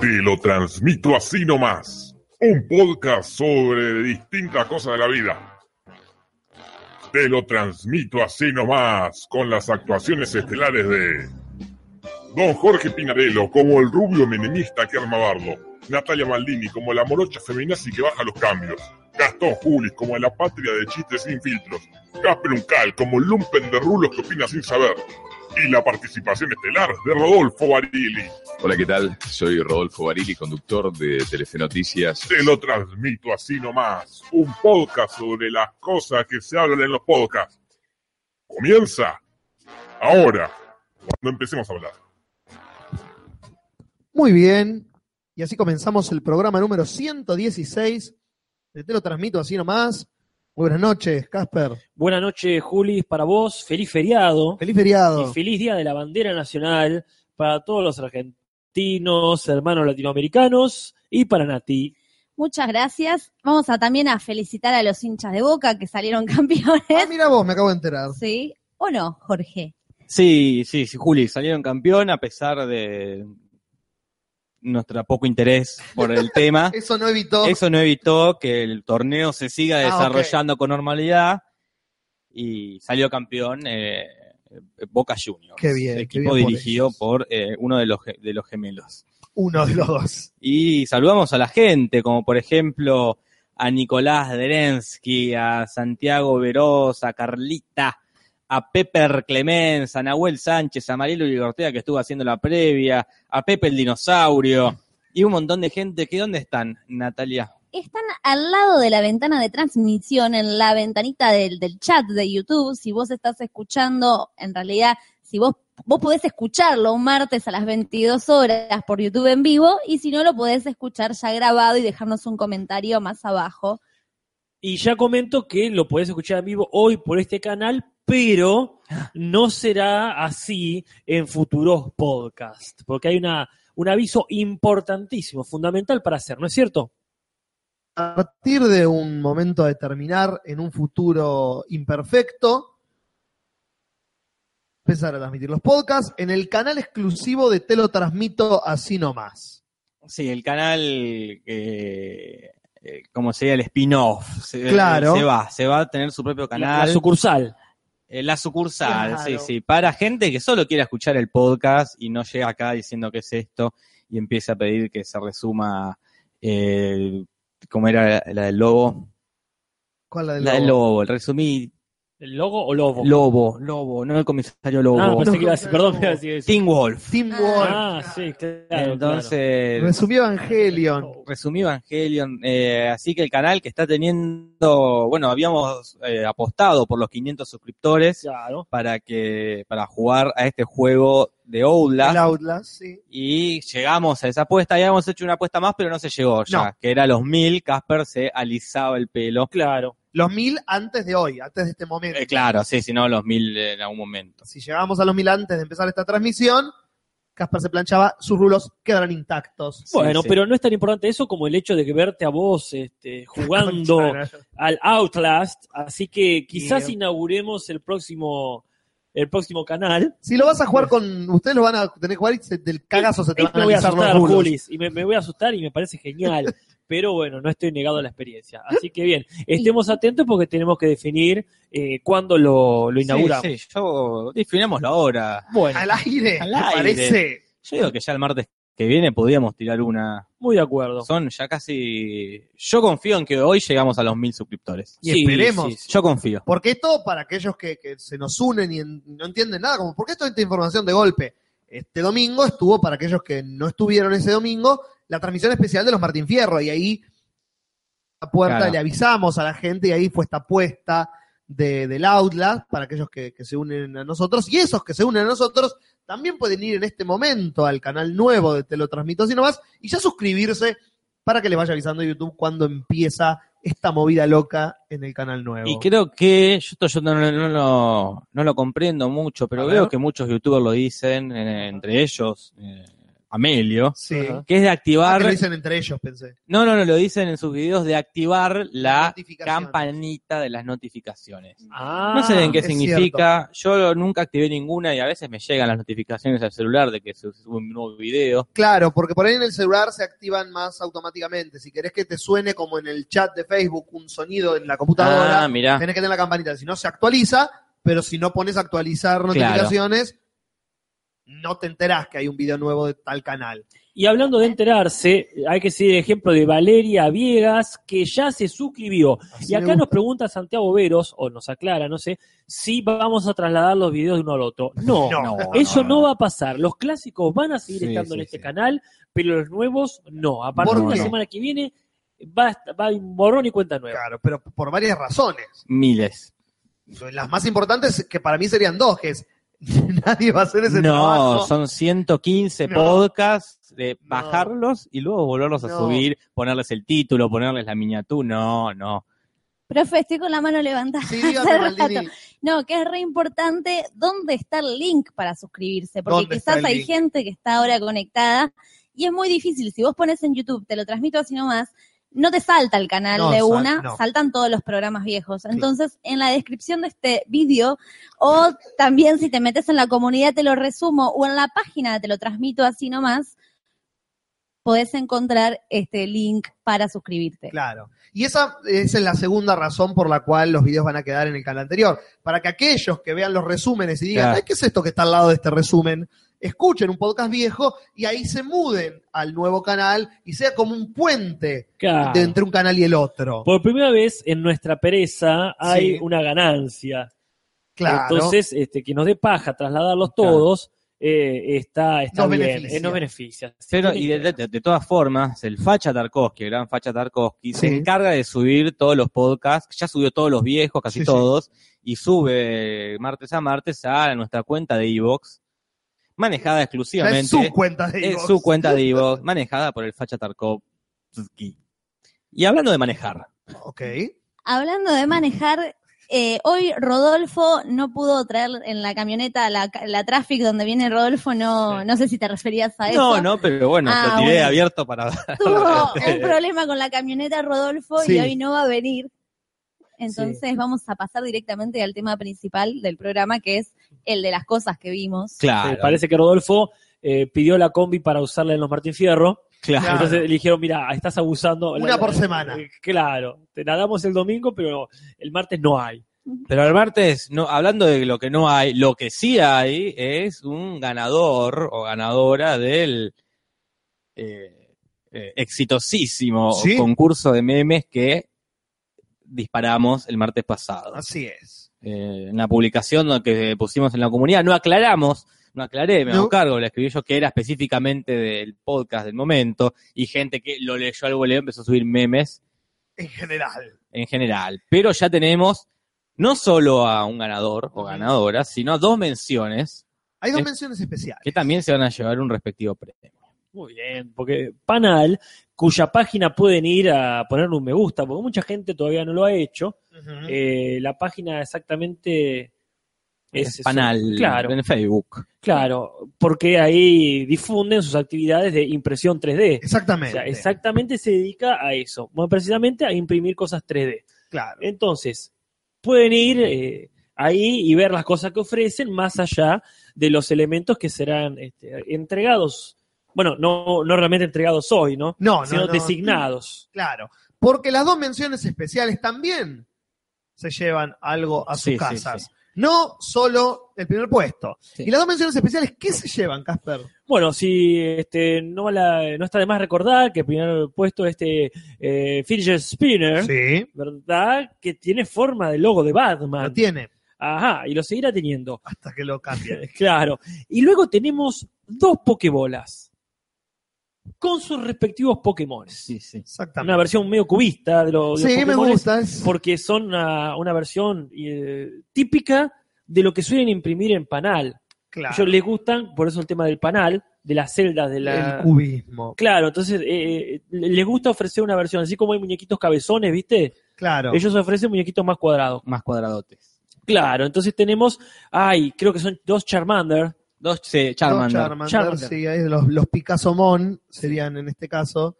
Te lo transmito así nomás. Un podcast sobre distintas cosas de la vida. Te lo transmito así nomás con las actuaciones estelares de Don Jorge Pinarello como el rubio menemista que arma bardo. Natalia Maldini como la morocha feminazi que baja los cambios. Gastón Julis como la patria de chistes sin filtros. Casper Uncal como el lumpen de rulos que opina sin saber. Y la participación estelar de Rodolfo Barili. Hola, ¿qué tal? Soy Rodolfo Barili, conductor de Telefe Noticias. Te lo transmito así nomás. Un podcast sobre las cosas que se hablan en los podcasts. Comienza ahora, cuando empecemos a hablar. Muy bien, y así comenzamos el programa número 116. de Te lo transmito así nomás. Muy buenas noches, Casper. Buenas noches, Juli, para vos. Feliz feriado Feliz feriado. y feliz Día de la Bandera Nacional para todos los argentinos, hermanos latinoamericanos y para Nati. Muchas gracias. Vamos a también a felicitar a los hinchas de Boca que salieron Ah, campeones. mira vos, me acabo de enterar. Sí, o no, Jorge. Sí, sí, sí, Juli, salieron campeón a pesar de nuestro poco interés por el tema. Eso no evitó. Eso no evitó que el torneo se siga Ah, ok. desarrollando con normalidad y salió campeón eh, Boca Juniors. Qué bien, qué Equipo bien por dirigido ellos. por eh, uno de los, ge- de los gemelos. Uno de los dos. Y saludamos a la gente, como por ejemplo a Nicolás Derensky, a Santiago Veroz, a Carlita, a Pepper Clemens, a Nahuel Sánchez, a Marielo Ligortea que estuvo haciendo la previa, a Pepe el Dinosaurio y un montón de gente. ¿Qué dónde están, Natalia? Están al lado de la ventana de transmisión, en la ventanita del, del chat de YouTube. Si vos estás escuchando, en realidad, si vos, vos podés escucharlo un martes a las 22 horas por YouTube en vivo, y si no, lo podés escuchar ya grabado y dejarnos un comentario más abajo. Y ya comento que lo podés escuchar en vivo hoy por este canal, pero no será así en futuros podcasts, porque hay una, un aviso importantísimo, fundamental para hacer, ¿no es cierto? A partir de un momento a determinar, en un futuro imperfecto, empezar a transmitir los podcasts en el canal exclusivo de Te lo transmito así nomás. Sí, el canal, eh, eh, como sería el spin-off. Se- Claro. Se va, se va a tener su propio La, canal. la sucursal. Eh, La sucursal, Claro. sí, sí. Para gente que solo quiera escuchar el podcast y no llega acá diciendo qué es esto y empieza a pedir que se resuma, eh, ¿cómo era la, la del lobo? ¿Cuál la del La del lobo? lobo, el resumí, ¿El logo o lobo? lobo, lobo, no el comisario Ah, lobo. pensé que No, iba a decir, perdón, no. iba a decir eso. Teen Wolf. Tim Ah, Wolf. Ah, sí, claro. Entonces, Resumió Evangelion. resumí Evangelion. eh, así que el canal que está teniendo, bueno, habíamos eh, apostado por los 500 suscriptores claro. para que, para jugar a este juego de Outlast. El Outlast, sí. Y llegamos a esa apuesta, habíamos hecho una apuesta más, pero no se llegó ya, No. que era los mil, Casper se alisaba el pelo. Claro. Los mil antes de hoy, antes de este momento. Eh, claro, sí, si no, los mil en algún momento. Si llegamos a los mil antes de empezar esta transmisión, Casper se planchaba, sus rulos quedarán intactos. Sí, Bueno, sí. pero no es tan importante eso como el hecho de que verte a vos este, jugando al Outlast. Así que quizás Bien. inauguremos el próximo, el próximo canal. Si lo vas a jugar con. Ustedes lo van a tener que jugar y se- del cagazo se te Ahí van me a voy a alisar los asustar, rulos. Julis, y me, me voy a asustar y me parece genial. Pero bueno, no estoy negado a la experiencia. Así que bien, estemos atentos porque tenemos que definir eh, cuándo lo, lo inauguramos. Sí, sí, yo definámoslo ahora. Bueno, Al aire, Al me aire. parece. Yo digo que ya el martes que viene podíamos tirar una. muy de acuerdo. Son ya casi. Yo confío en que hoy llegamos a los mil suscriptores. Y esperemos. Yo confío. Porque esto, para aquellos que, que se nos unen y en- no entienden nada, como, ¿por qué toda esta información de golpe? Este domingo estuvo, para aquellos que no estuvieron ese domingo, la transmisión especial de los Martín Fierro, y ahí la puerta Claro. le avisamos a la gente, y ahí fue esta apuesta de, del Outlast, para aquellos que, que se unen a nosotros, y esos que se unen a nosotros también pueden ir en este momento al canal nuevo de Te lo transmito así nomás, y ya suscribirse para que les vaya avisando YouTube cuando empieza esta movida loca en el canal nuevo. Y creo que, yo esto yo no, no- no lo, no lo comprendo mucho, pero A veo ver. que muchos youtubers lo dicen, eh, entre ellos, eh, Amelio, Sí. Ajá. que es de Ah, que lo activar. dicen entre ellos, pensé. No, no, no, lo dicen en sus videos de activar la Notificaciones. campanita de las notificaciones. Ah, No sé bien qué es significa. Yo nunca activé ninguna y a veces me llegan las notificaciones al celular de que se sube un nuevo video. Claro, porque por ahí en el celular se activan más automáticamente. Si querés que te suene como en el chat de Facebook un sonido en la computadora, Ah, mirá. tenés que tener la campanita. Si no, se actualiza, pero si no pones actualizar notificaciones, no te enterás que hay un video nuevo de tal canal. Y hablando de enterarse, hay que seguir el ejemplo de Valeria Viegas, que ya se suscribió. Así me Y acá nos pregunta Santiago Veros, o nos aclara, no sé, si vamos a trasladar los videos de uno al otro. Oh, No, No. eso no, va a pasar. Los clásicos van a seguir Sí, estando sí, en este sí. canal, pero los nuevos no. A partir ¿Por de la qué? semana que viene va a, est- va a haber un borrón y cuenta nueva. Claro, pero por varias razones. Miles. Las más importantes, que para mí serían dos, que es nadie va a hacer ese no, trabajo. son 115 No. podcasts de No. bajarlos y luego volverlos a No. subir, ponerles el título, ponerles la miniatura. No, no. Profe, estoy con la mano levantada. Sí, dígame, Hace rato. Maldini. No, que es re importante dónde está el link para suscribirse, porque ¿Dónde está quizás el hay link? gente que está ahora conectada y es muy difícil. Si vos pones en YouTube, te lo transmito así nomás, no te salta el canal No, de sal- una, no. saltan todos los programas viejos. Entonces, en la descripción de este vídeo, o también si te metes en la comunidad, te lo resumo, o en la página, te lo transmito así nomás, podés encontrar este link para suscribirte. Claro. Y esa, esa es la segunda razón por la cual los videos van a quedar en el canal anterior. Para que aquellos que vean los resúmenes y digan, Claro. "Ay, ¿qué es esto que está al lado de este resumen? Escuchen un podcast viejo y ahí se muden al nuevo canal y sea como un puente Claro. de entre un canal y el otro. Pues, Por primera vez en nuestra pereza hay Sí. una ganancia. Claro. Entonces, este, que nos dé paja trasladarlos todos, eh, está, está Nos bien, beneficia. eh, nos beneficia. Sí, Pero, tiene y que de, ver. de- de todas formas, el Facha Tarkovsky, el gran Facha Tarkovsky, Sí. se encarga de subir todos los podcasts, ya subió todos los viejos, casi Sí, sí. todos, y sube martes a martes a nuestra cuenta de Evox, manejada Ya exclusivamente. es su cuenta de es Evox. su cuenta de Evox, manejada por el Facha Tarkovsky. Y hablando de manejar, Ok. Hablando de manejar, eh, hoy Rodolfo no pudo traer en la camioneta la, la traffic donde viene Rodolfo, no, Sí. no sé si te referías a Ah, eso. no, no, pero bueno, Ah, lo tiré bueno. abierto para Tuvo un problema con la camioneta Rodolfo Sí. y hoy no va a venir. Entonces vamos a pasar directamente al tema principal del programa, que es el de las cosas que vimos. Claro, Eh, parece que Rodolfo eh, pidió la combi para usarla en los Martín Fierro. claro. Claro. Entonces le dijeron, mira, estás abusando. Una La- la- por semana. eh, Claro, te la damos el domingo, pero el martes no hay. Pero el martes, no, hablando de lo que no hay, lo que sí hay es un ganador o ganadora del eh, eh, exitosísimo ¿Sí? concurso de memes que disparamos el martes pasado. Así es. Eh, en la publicación lo que pusimos en la comunidad, no aclaramos, no aclaré, me hago No. cargo, le escribí yo que era específicamente del podcast del momento y gente que lo leyó al voleo empezó a subir memes En general. en general. Pero ya tenemos no solo a un ganador o ganadora, sino a dos menciones Hay dos Es- menciones especiales. que también se van a llevar un respectivo premio. Muy bien, porque Panal, cuya página pueden ir a ponerle un me gusta, porque mucha gente todavía no lo ha hecho. Ujú. Eh, la página exactamente Es, eso. panal Claro, en Facebook. claro, porque ahí difunden sus actividades de impresión 3D. O Exactamente. sea, exactamente se dedica a eso, más precisamente a imprimir cosas 3D. Claro. Entonces, pueden ir eh, ahí y ver las cosas que ofrecen, más allá de los elementos que serán este, entregados. Bueno, no, no realmente entregados hoy, ¿no? No, no, Sino no. designados. Claro, porque las dos menciones especiales también se llevan algo a sus Sí, sí, casas. sí. No solo el primer puesto. Sí. Y las dos menciones especiales, ¿qué se llevan, Casper? Bueno, si este, no, la- no está de más recordar que primero puesto este eh, fidget spinner, Sí. ¿verdad? Que tiene forma de logo de Batman. Lo tiene, Ajá, y lo seguirá teniendo. hasta que lo cambien. Claro. Y luego tenemos dos Pokébolas con sus respectivos Pokémon. Exactamente. Una versión medio cubista de los, de los sí, me Pokémones, gusta. es- Porque son una, una versión eh, típica de lo que suelen imprimir en panal. claro, Ellos les gustan, por eso el tema del panal, de las celdas de El la. cubismo. Claro, entonces eh, eh, les gusta ofrecer una versión, así como hay muñequitos cabezones, ¿viste? Claro. Ellos ofrecen muñequitos más cuadrados. Más cuadradotes. Claro, entonces tenemos, ay, creo que son dos Charmander, Dos sí, Charmander. No, Charmander, Charmander. sí, ahí los, los Picasso Mon serían en este caso.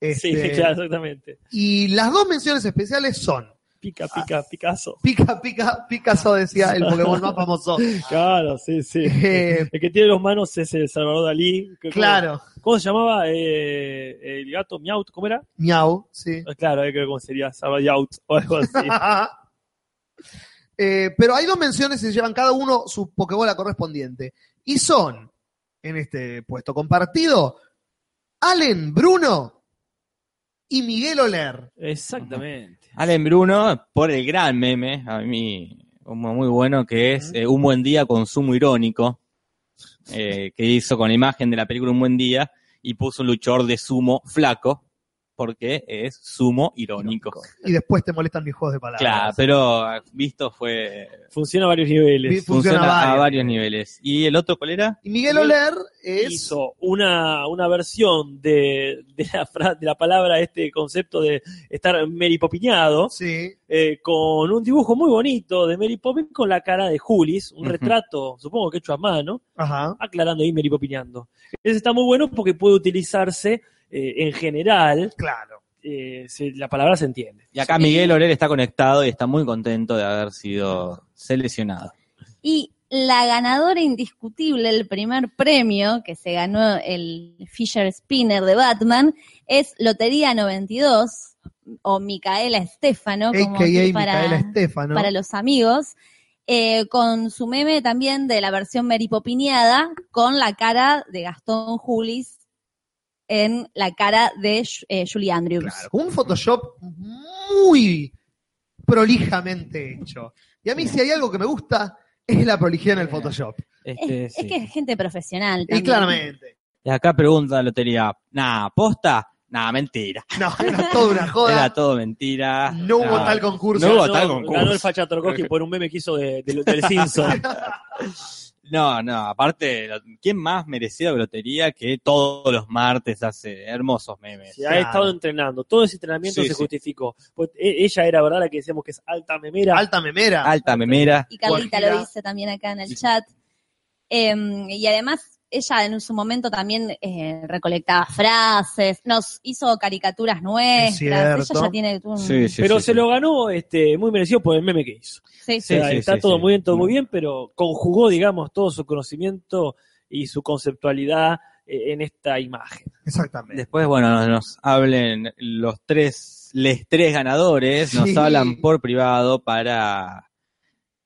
Sí, Este, claro, exactamente. Y las dos menciones especiales son Pica, ah, pica, Picasso. Pica, Pica, Picasso decía el Pokémon más famoso. Claro, sí, sí. Eh, El que tiene los manos es el Salvador Dalí. ¿Cómo- claro, ¿Cómo se llamaba eh, el gato? Miaut, ¿cómo era? Miau, sí. Ah, Claro, eh, creo que sería Salvador Yaut o algo así. Eh, pero hay dos menciones que llevan cada uno su Pokébola correspondiente. Y son, en este puesto compartido, Allen Bruno y Miguel Oler. Exactamente. Allen Bruno, por el gran meme, a mí, uno muy bueno, que es eh, Un buen día con sumo irónico, eh, que hizo con la imagen de la película Un buen día y puso un luchador de sumo flaco, porque es sumo irónico. Y después te molestan mis juegos de palabras. Claro, pero eh, visto fue... Funciona a varios niveles. Bien. Funciona Funciona, a varios. varios niveles. ¿Y el otro cuál era? Y Miguel Oler es. Hizo una, una versión de, de, la fra- de la palabra, este concepto de estar meripopiñado, Sí, eh, con un dibujo muy bonito de Mary Poppins con la cara de Julis, un Ujú. retrato, supongo que hecho a mano, ajá. aclarando ahí Mary Poppinando. Ese está muy bueno porque puede utilizarse eh, en general, Claro. eh, se- la palabra se entiende. Y acá Miguel Oler está conectado y está muy contento de haber sido seleccionado. Y la ganadora indiscutible del primer premio que se ganó el Fisher Spinner de Batman es Lotería 92 o Micaela Estefano, como AKA que Micaela para, Estefano. para los amigos, eh, con su meme también de la versión meripopineada con la cara de Gastón Julis en la cara de eh, Julie Andrews. Claro, con un Photoshop muy prolijamente hecho. Y a mí, si hay algo que me gusta, es la prolijidad en el Photoshop. Es, Este, es sí. que es gente profesional. Y también. claramente. Y acá pregunta la lotería, nah, posta, nah, mentira. No, era toda una joda. Era todo mentira. No hubo Nah. tal concurso. No hubo Ganó- tal concurso. Ganó el Facha Trocoqui por un meme que hizo de- de- del Simpson. No, no, aparte, lo- ¿quién más merecía la lotería que todos los martes hace hermosos memes? Se ha Claro. estado entrenando. Todo ese entrenamiento Sí, se sí. justificó. Pues, e- ella era, ¿verdad? La que decíamos que es alta memera. Alta memera. Alta memera. y Carlita Guajira. lo dice también acá en el Sí. chat. Em, y además, ella en su momento también eh, recolectaba frases, nos hizo caricaturas Es nuestras. Ella cierto. ya tiene un- pero se lo ganó este, muy merecido por el meme que hizo. Sí, O Sí, sea, sí, está sí, todo sí. muy bien, todo muy bien, pero conjugó, digamos, todo su conocimiento y su conceptualidad eh, en esta imagen. Exactamente. Después, bueno, nos, nos hablen los tres, les tres ganadores, Sí. nos hablan por privado para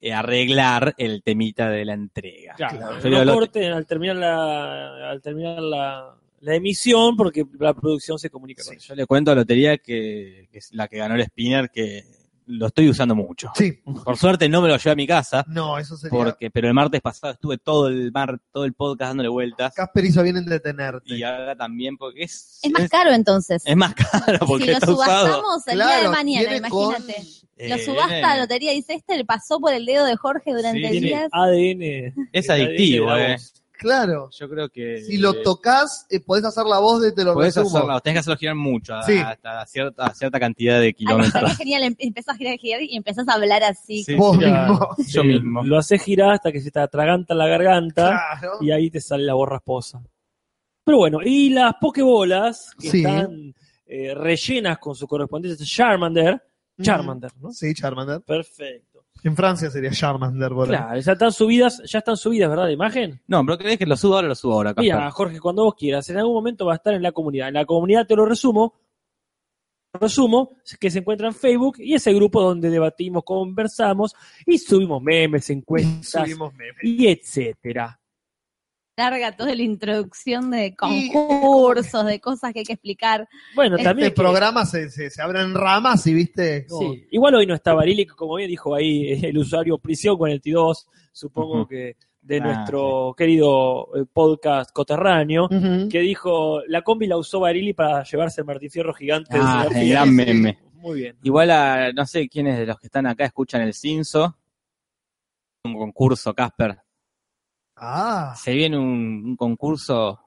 eh, arreglar el temita de la entrega. Claro, Pero no lo- corten al terminar la, al terminar la, la emisión porque la producción se comunica con Sí, ellos. yo le cuento a Lotería que, que es la que ganó el Spinner, que lo estoy usando mucho. Sí. Por suerte no me lo llevé a mi casa, No, eso sería. porque, pero el martes pasado estuve todo el mar, todo el podcast dándole vueltas. Casper hizo bien en detenerte. Y ahora también, porque es, Es más caro entonces. es más caro porque si lo está usado. subastamos el día de Claro, mañana, viene con- imagínate. Lo Eh, subasta la viene- lotería, dice este, le pasó por el dedo de Jorge durante Sí, Tiene días. ADN. Es el ADN adictivo, de la eh. voz. Claro. Yo creo que. Si lo tocas, eh, podés hacer la voz de te lo Podés resumo. hacerlo, tenés que hacerlo girar mucho, a- Sí. hasta cierta, a cierta cantidad de Ay, estaría kilómetros. genial, em- empezás a girar, girar y empezás a hablar así. Sí, Vos sí, mismo. Yo Eh, mismo. Lo hace girar hasta que se te atraganta la garganta. Claro. y ahí te sale la voz rasposa. Pero bueno, y las pokebolas que Sí. están eh, rellenas con su correspondiente Charmander. Mm. Charmander, ¿no? Sí, Charmander. Perfecto. En Francia sería Charmander, por ahí. Claro, ya están subidas, ya están subidas, ¿verdad? La imagen. No, pero crees que lo subo ahora, lo subo ahora. Caspar. Mira, Jorge, cuando vos quieras, en algún momento va a estar en la comunidad. En la comunidad te lo resumo. Resumo, que se encuentra en Facebook y ese grupo donde debatimos, conversamos y subimos memes, encuestas Subimos memes. y etcétera. Larga toda la introducción de Y- eh, concursos, de cosas que hay que explicar. Bueno, también Este es que- programa se, se, se abre en ramas y viste. como- Sí, Igual hoy no está Barili, que como bien dijo ahí eh, el usuario Prisión 42, supongo Ujú. que de Ah, nuestro querido eh, podcast coterráneo, Ujú. que dijo, la combi la usó Barili para llevarse el martifierro gigante. del Ah, señor el Fidel". gran meme. Muy bien. Igual a, no sé quiénes de los que están acá escuchan el Cinso. Un concurso, Casper. Ah, Se viene un, un concurso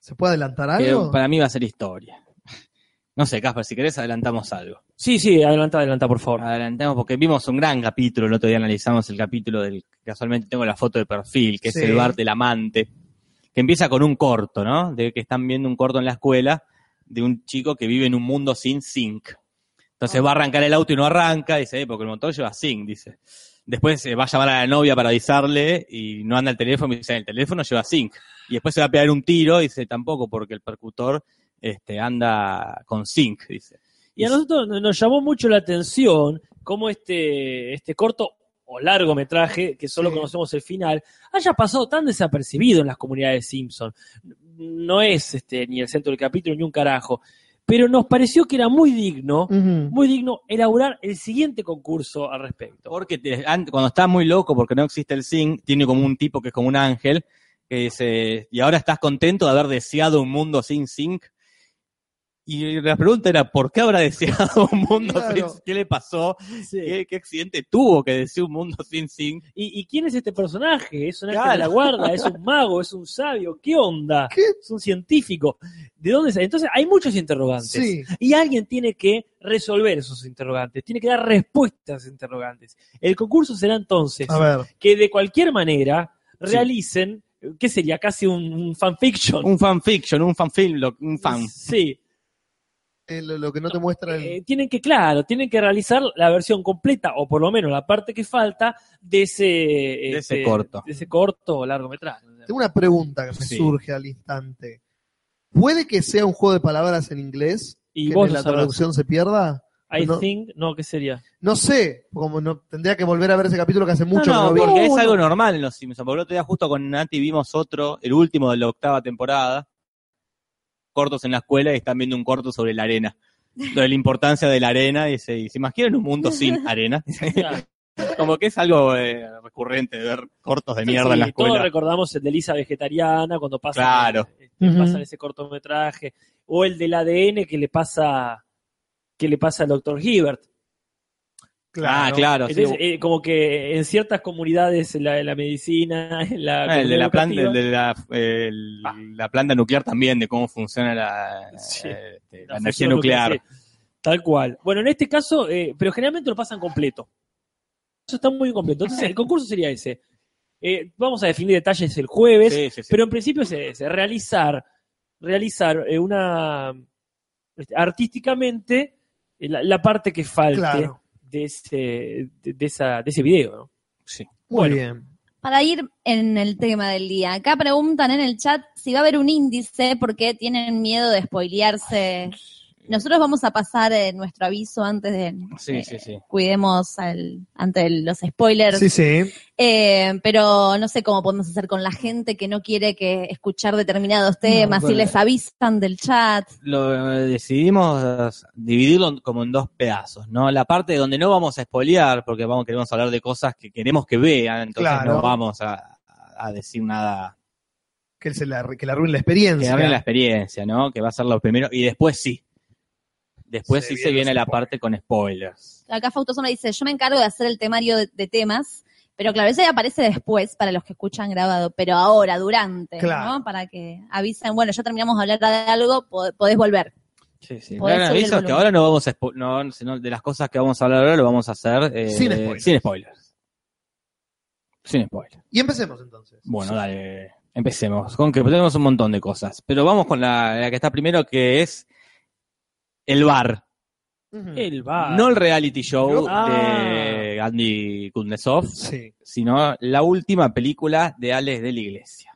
¿se puede adelantar que algo? para mí va a ser historia. No sé, Casper, si querés adelantamos algo. Sí, sí, adelanta, adelanta, por favor. Adelantamos porque vimos un gran capítulo, el otro día analizamos el capítulo del, casualmente tengo la foto de perfil, que Sí. es el bar del amante, que empieza con un corto, ¿no? De que están viendo un corto en la escuela de un chico que vive en un mundo sin zinc. Entonces va a arrancar el auto y no arranca, dice, "Eh, porque el motor lleva zinc, dice. Después eh, va a llamar a la novia para avisarle y no anda el teléfono, y dice, el teléfono lleva zinc. Y después se va a pegar un tiro, dice, tampoco, porque el percutor este, anda con zinc, dice. Y a nosotros no- nos llamó mucho la atención cómo este, este corto o largometraje, que solo Sí. conocemos el final, haya pasado tan desapercibido en las comunidades Simpson. No es este, ni el centro del capítulo ni un carajo, pero nos pareció que era muy digno, Ujú. muy digno elaborar el siguiente concurso al respecto. Porque te- an- cuando está muy loco, porque no existe el zinc, tiene como un tipo que es como un ángel, que dice, y ahora estás contento de haber deseado un mundo sin zinc. Y la pregunta era, ¿por qué habrá deseado un mundo sin Claro. zinc? ¿Qué le pasó? Sí. ¿Qué, qué accidente tuvo que deseó un mundo sin zinc? ¿Y, y quién es este personaje? ¿Es un ángel de la Claro. guarda? ¿Es un mago? ¿Es un sabio? ¿Qué onda? ¿Qué? ¿Es un científico? ¿De dónde sale? Entonces hay muchos interrogantes. Sí. Y alguien tiene que resolver esos interrogantes, tiene que dar respuestas a esos interrogantes. El concurso será entonces A ver. que de cualquier manera realicen, ¿qué sería? Casi un, un fanfiction. Un fanfiction, un fanfilm, lo- un fan. Sí. eh, lo, lo que no te muestra el... Eh, tienen que, claro, tienen que realizar la versión completa, o por lo menos la parte que falta, de ese, este, ese corto. De ese corto o largometraje. Tengo una pregunta que me Sí. surge al instante. ¿Puede que sea un juego de palabras en inglés? Y que vos en lo la sabrás. traducción se pierda? I no- think, no, ¿qué sería? No sé, como no tendría que volver a ver ese capítulo que hace mucho no, no, que no vi. porque es algo normal en los Simpsons. Porque el otro día justo con Nati vimos otro, el último de la octava temporada, cortos en la escuela y están viendo un corto sobre la arena. Lo de la importancia de la arena, y se, y se imaginan un mundo sin arena. Claro. Como que es algo eh, recurrente de ver cortos de mierda en la Sí, Todos escuela. recordamos el de Lisa Vegetariana cuando pasa Claro. este, Ujú. pasan ese cortometraje. O el del ADN que le pasa que le pasa al doctor Hibbert. Ah, claro. sí. Entonces, eh, como que en ciertas comunidades en la, en la medicina, en la Ah, el de comunidad la planta, el educativa, de la, eh, el- Ah. la planta nuclear también, de cómo funciona la, Sí. eh, este, la la energía fusión nuclear. sí. Tal cual. Bueno, en este caso, eh, pero generalmente lo pasan completo. Eso está muy completo. Entonces, el concurso sería ese. Eh, vamos a definir detalles el jueves. Sí, sí, sí. Pero en principio es ese, realizar, realizar eh, una este, artísticamente eh, la, la parte que falte Claro. de ese, de, de esa, de ese video, ¿no? Muy Bueno. bien. Para ir en el tema del día, acá preguntan en el chat si va a haber un índice porque tienen miedo de spoilearse. Nosotros vamos a pasar eh, nuestro aviso antes de... Sí, eh, sí, sí. Cuidemos al, ante los spoilers. Sí, sí. Eh, pero no sé cómo podemos hacer con la gente que no quiere que escuchar determinados temas bueno. y les avisan del chat. lo eh, decidimos dividirlo en- como en dos pedazos, ¿no? La parte donde no vamos a espolear, porque vamos, queremos hablar de cosas que queremos que vean, entonces Claro. no vamos a, a decir nada Que, se la, que la arruine la que experiencia. hablen la experiencia, ¿no? Que va a ser lo primero, y después sí. Después Se sí se vienen viene los la spoilers. parte con spoilers. Acá Faustosona dice, yo me encargo de hacer el temario de, de temas, pero claro, ese aparece después para los que escuchan grabado, pero ahora, durante, Claro. ¿no? Para que avisen, bueno, ya terminamos de hablar de algo, po- podés volver. Sí, sí. Podés subir el aviso es que volumen. ahora no vamos a spo- no, sino de las cosas que vamos a hablar ahora lo vamos a hacer eh, Sin spoilers. Sin spoilers. Sin spoilers. Y empecemos entonces. Bueno, dale, empecemos. Con que tenemos un montón de cosas. Pero vamos con la, la que está primero, que es el bar. Ujú. El bar. No el reality show Ah. de Andy Kuznetsov, Sí. sino la última película de Alex de la Iglesia.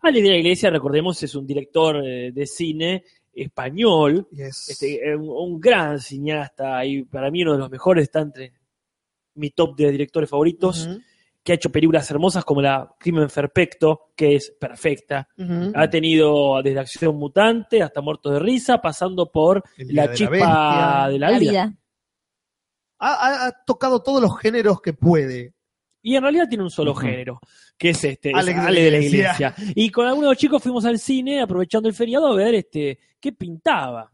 Ale de la Iglesia, Ah, recordemos, es un director eh, de cine español, Yes. este, eh, un, un gran cineasta y para mí uno de los mejores, está entre mi top de directores favoritos, Ujú, que ha hecho películas hermosas como la Crimen Perfecto, que es perfecta, ujú. Ha tenido desde Acción Mutante hasta Muertos de Risa, pasando por El Día La de Chispa Bestia. de la vida. Ha, ha- ha tocado todos los géneros que puede. Y en realidad tiene un solo Ujú. género, que es este, es Alex de la Ale de la Iglesia. Iglesia. Y con algunos chicos fuimos al cine, aprovechando el feriado, a ver este qué pintaba.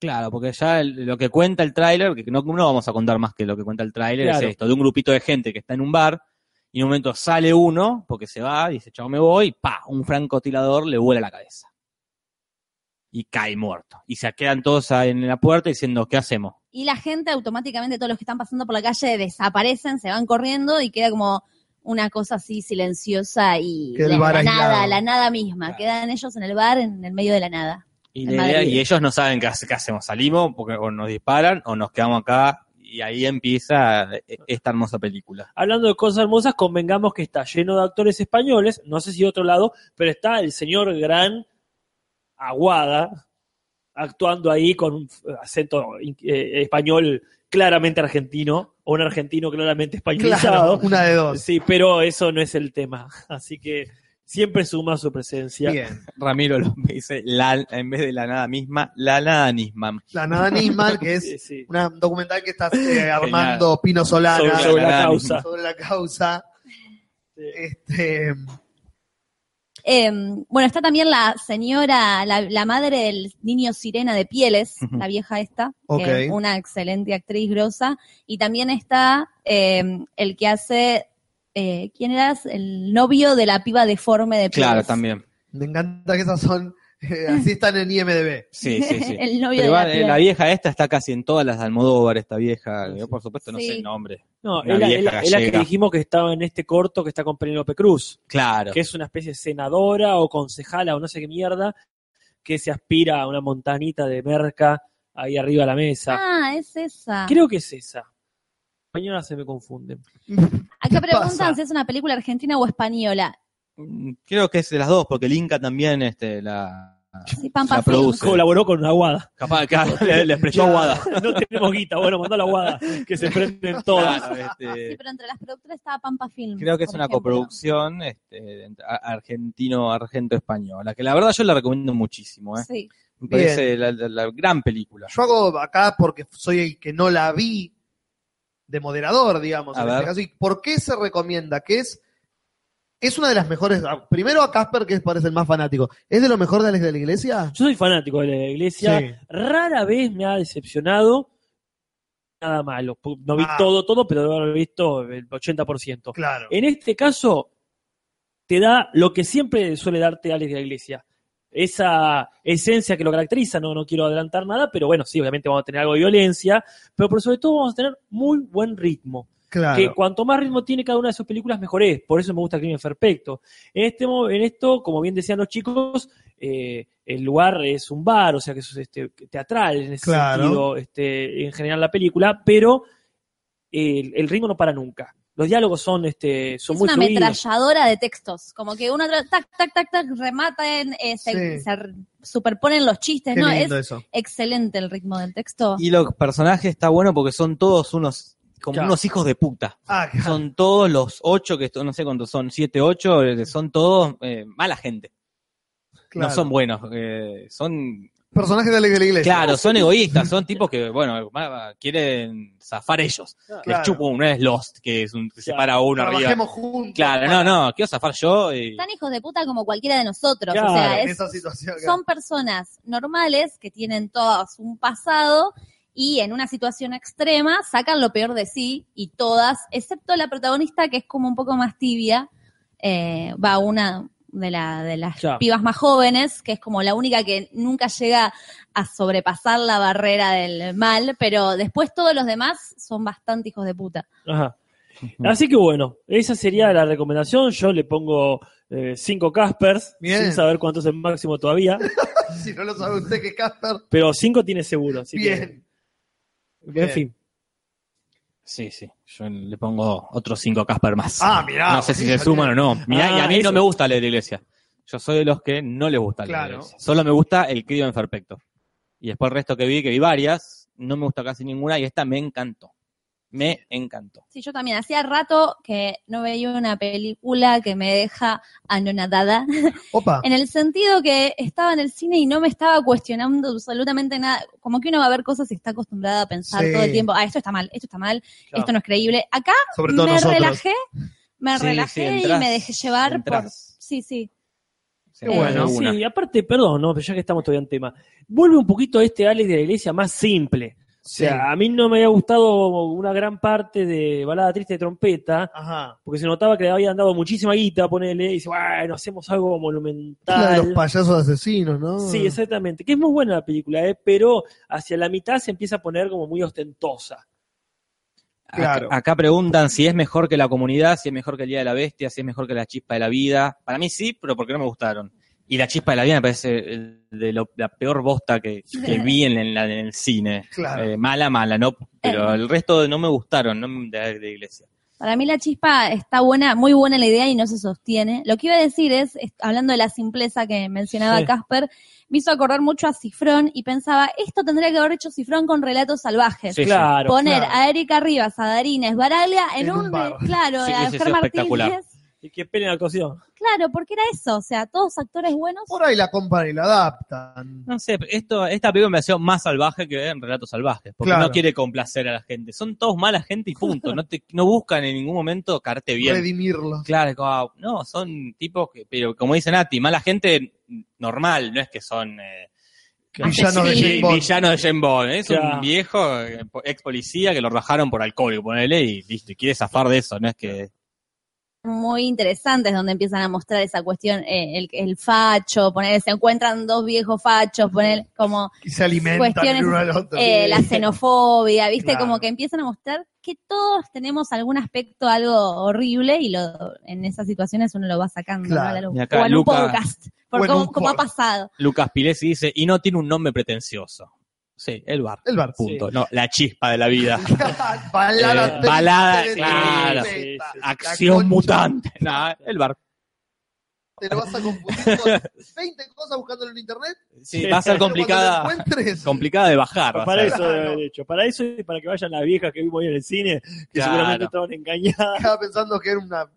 Claro, porque ya el- lo que cuenta el tráiler, que no, no vamos a contar más que lo que cuenta el tráiler, Claro. es esto, de un grupito de gente que está en un bar, y en un momento sale uno, porque se va, dice, chao, me voy, y pa, un francotirador le vuela la cabeza. y cae muerto. Y se quedan todos ahí en la puerta diciendo, ¿qué hacemos? Y la gente automáticamente, todos los que están pasando por la calle, desaparecen, se van corriendo y queda como una cosa así silenciosa y Queda el de bar la aislado. nada, la nada misma. Claro. Quedan ellos en el bar, en el medio de la nada. Y, En la idea- Madrid. y ellos no saben qué, hace- qué hacemos. Salimos porque o nos disparan o nos quedamos acá. Y ahí empieza eh, esta hermosa película. Hablando de cosas hermosas, convengamos que está lleno de actores españoles, no sé si de otro lado, pero está el señor Gran Aguada actuando ahí con un f- acento eh, español claramente argentino, o un argentino claramente Claro, españolizado. una de dos. Sí, pero eso no es el tema. Así que siempre suma su presencia. Bien. Ramiro López dice, la- en vez de la nada misma, la nada misma. La Nada Nisman, que es Sí, sí. una documental que está eh, armando Pino Solana Sobre, sobre, sobre la Nada causa. la causa. Este, Eh, bueno, está también la señora, la, la madre del niño sirena de pieles, Ujú. la vieja esta, Ok. que es una excelente actriz grosa. Y también está eh, el que hace, eh, ¿quién eras? El novio de la piba deforme de pieles. Claro, también. me encanta que esas son, eh, así están en IMDB. Sí, sí, sí. el novio Pero de va- la, eh, piba. la vieja esta está casi en todas las de Almodóvar, esta vieja. Yo, por supuesto, no Sí. sé el nombre. No, Una es la, vieja es la- es la que gallega. dijimos que estaba en este corto que está con Penélope Cruz. Claro. que es una especie de senadora o concejala o no sé qué mierda, que se aspira a una montanita de merca ahí arriba de la mesa. Ah, es esa. Creo que es esa. Mañana se me confunden. ¿Qué Acá preguntan pasa? si es una película argentina o española. Mm, Creo que es de las dos, porque el Inca también este, la, Sí, Pampa la sí. produce. Colaboró con una guada. Capaz que le, le prestó aguada. No tenemos guita, bueno, mandó la guada, que se prenden todas. Claro, Sí, este, pero entre las productoras estaba Pampa Film. creo que es por una ejemplo. coproducción este, entre a- argentino-argento-española, que la verdad yo la recomiendo muchísimo. ¿eh? Sí. Me parece la, la- la gran película. Yo hago acá porque soy el que no la vi de moderador, digamos, A en ver. este caso. ¿Y por qué se recomienda? Que es, es una de las mejores. ah, Primero a Casper, que es- parece el más fanático. ¿Es de lo mejor de las de la iglesia? Yo soy fanático de la iglesia. Rara vez me ha decepcionado nada malo. No vi Ah. todo, todo, pero debo haber visto el 80%. claro. En este caso, te da lo que siempre suele darte Alex de la Iglesia. Esa esencia que lo caracteriza, no, no quiero adelantar nada, pero bueno, sí, obviamente vamos a tener algo de violencia, pero por sobre todo vamos a tener muy buen ritmo. claro. Que cuanto más ritmo tiene cada una de sus películas, mejor es. Por eso me gusta Crimen Perfecto. En, este, mo- en esto, como bien decían los chicos, eh, el lugar es un bar, o sea que eso es este, teatral en ese Claro. sentido, este, en general la película, pero el, el ritmo no para nunca. Los diálogos son, este, son Es muy una fluidos. ametralladora de textos. Como que uno tra- tac, tac, tac, tac, rematen, eh, se, Sí. se r- superponen los chistes, Qué ¿no? Es lindo eso. excelente el ritmo del texto. Y los personajes está bueno porque son todos unos como Claro. unos hijos de puta. Ah, claro. Son todos los ocho, que esto- no sé cuántos son, siete, ocho, eh, son todos eh, mala gente. No son buenos. eh, son, personajes de la de la iglesia. claro, son egoístas. Son tipos que, bueno, ma- quieren zafar ellos. Claro. Les chupo uno, es Lost, que es un, que se Claro. para uno arriba. Trabajemos juntos. Claro, no, no, quiero zafar yo. y- Tan hijos de puta como cualquiera de nosotros. Claro, o sea, En es- esa situación. son personas normales que tienen todas un pasado y en una situación extrema sacan lo peor de sí y todas, excepto la protagonista que es como un poco más tibia, eh, va una de, la, de las Ya. pibas más jóvenes, que es como la única que nunca llega a sobrepasar la barrera del mal, pero después todos los demás son bastante hijos de puta. Ajá. Así que bueno, esa sería la recomendación. Yo le pongo eh, cinco Caspers, Bien. sin saber cuánto es el máximo todavía, si no lo sabe usted que Casper. pero cinco tiene seguro. Así Bien. que, bien. en fin. Sí, sí. Yo le pongo otros cinco Casper más. Ah, mirá. no sé si se suman o no. Mirá, Ah, y a mí eso. no me gusta la de la iglesia. Yo soy de los que no les gusta la de la Claro. iglesia. Solo me gusta el crimen perfecto. Y después el resto que vi, que vi varias, no me gusta casi ninguna y esta me encantó. Me encantó. Sí, yo también. Hacía rato que no veía una película que me deja anonadada. Opa. En el sentido que estaba en el cine y no me estaba cuestionando absolutamente nada. Como que uno va a ver cosas y está acostumbrado a pensar Sí. todo el tiempo, ah, esto está mal, esto está mal, Claro. esto no es creíble. Acá Sobre me todo nosotros. relajé, me Sí, relajé sí, y entrás, me dejé llevar por... entrás. Sí, sí. Sí, Qué bueno. de una. Sí, aparte, perdón, no, pero ya que estamos todavía en tema, vuelve un poquito a este Alex de la iglesia más simple. O sea, a mí no me había gustado una gran parte de Balada Triste de Trompeta, Ajá. porque se notaba que le habían dado muchísima guita, ponele, y dice, bueno, hacemos algo La de los ah. monumental. payasos asesinos, ¿no? Sí, exactamente. Que es muy buena la película, ¿eh? pero hacia la mitad se empieza a poner como muy ostentosa. Claro. Acá, acá preguntan si es mejor que la comunidad, si es mejor que el Día de la Bestia, si es mejor que la Chispa de la Vida. Para mí sí, pero porque no me gustaron. Y la Chispa de la Vida me parece el- de lo- la peor bosta que, que vi en, en la- en el cine. Claro. Eh, mala, mala, ¿no? Pero el resto no me gustaron, no me- de, de iglesia. Para mí la chispa está buena, muy buena la idea y no se sostiene. Lo que iba a decir es, es- hablando de la simpleza que mencionaba Sí. Casper, me hizo acordar mucho a Cifrón y pensaba, esto tendría que haber hecho Cifrón con relatos salvajes. Sí, claro. Poner claro. a Erika Rivas, a Darines, Baraglia en, En un un, de- bar. claro, Sí, a hubiese Oscar sido espectacular. Martínez. Y que pena la actuación. Claro, porque era eso, o sea, todos actores buenos. Por ahí la compran y la adaptan. Ah. No sé, esto, esta película me pareció más salvaje que en Relatos Salvajes, porque Claro. no quiere complacer a la gente. Son todos mala gente y punto. No, te, no buscan en ningún momento caerte bien. Redimirlos. Claro, como, "Ah, no, son tipos que, pero como dice Nati, mala gente normal, no es que son eh, Villanos de Sí. James Bond. villanos de Jane Bond, ¿eh? es Claro. un viejo eh, po- ex policía que lo rajaron por alcohol, ponele, y listo, y quiere zafar de eso, no es que... muy interesantes donde empiezan a mostrar esa cuestión, eh, el, el facho, poner, se encuentran dos viejos fachos, poner como Y se alimentan Cuestiones, el uno al otro. eh, la xenofobia, viste, Claro. como que empiezan a mostrar que todos tenemos algún aspecto, algo horrible y lo, en esas situaciones uno lo va sacando ¿no? a la luz. Y acá o en Luca- un podcast, por O en cómo, un cómo ha podcast. pasado. Lucas Pilesi dice, y no tiene un nombre pretencioso. Sí, el bar, El bar. punto. No, la chispa de la vida. balada. Eh, triste balada, de claro. trompeta. Sí, sí. Acción concha. mutante. Nah, el bar. Te lo vas a confundir con 20 cosas buscándolo en internet. Sí, Sí. va a ser pero complicada, cuando lo encuentres, complicada de bajar. va a para ser. eso Claro. debe haber hecho. Para eso y para que vayan las viejas que vimos hoy en el cine, que Claro. seguramente estaban engañadas. Estaba pensando que era una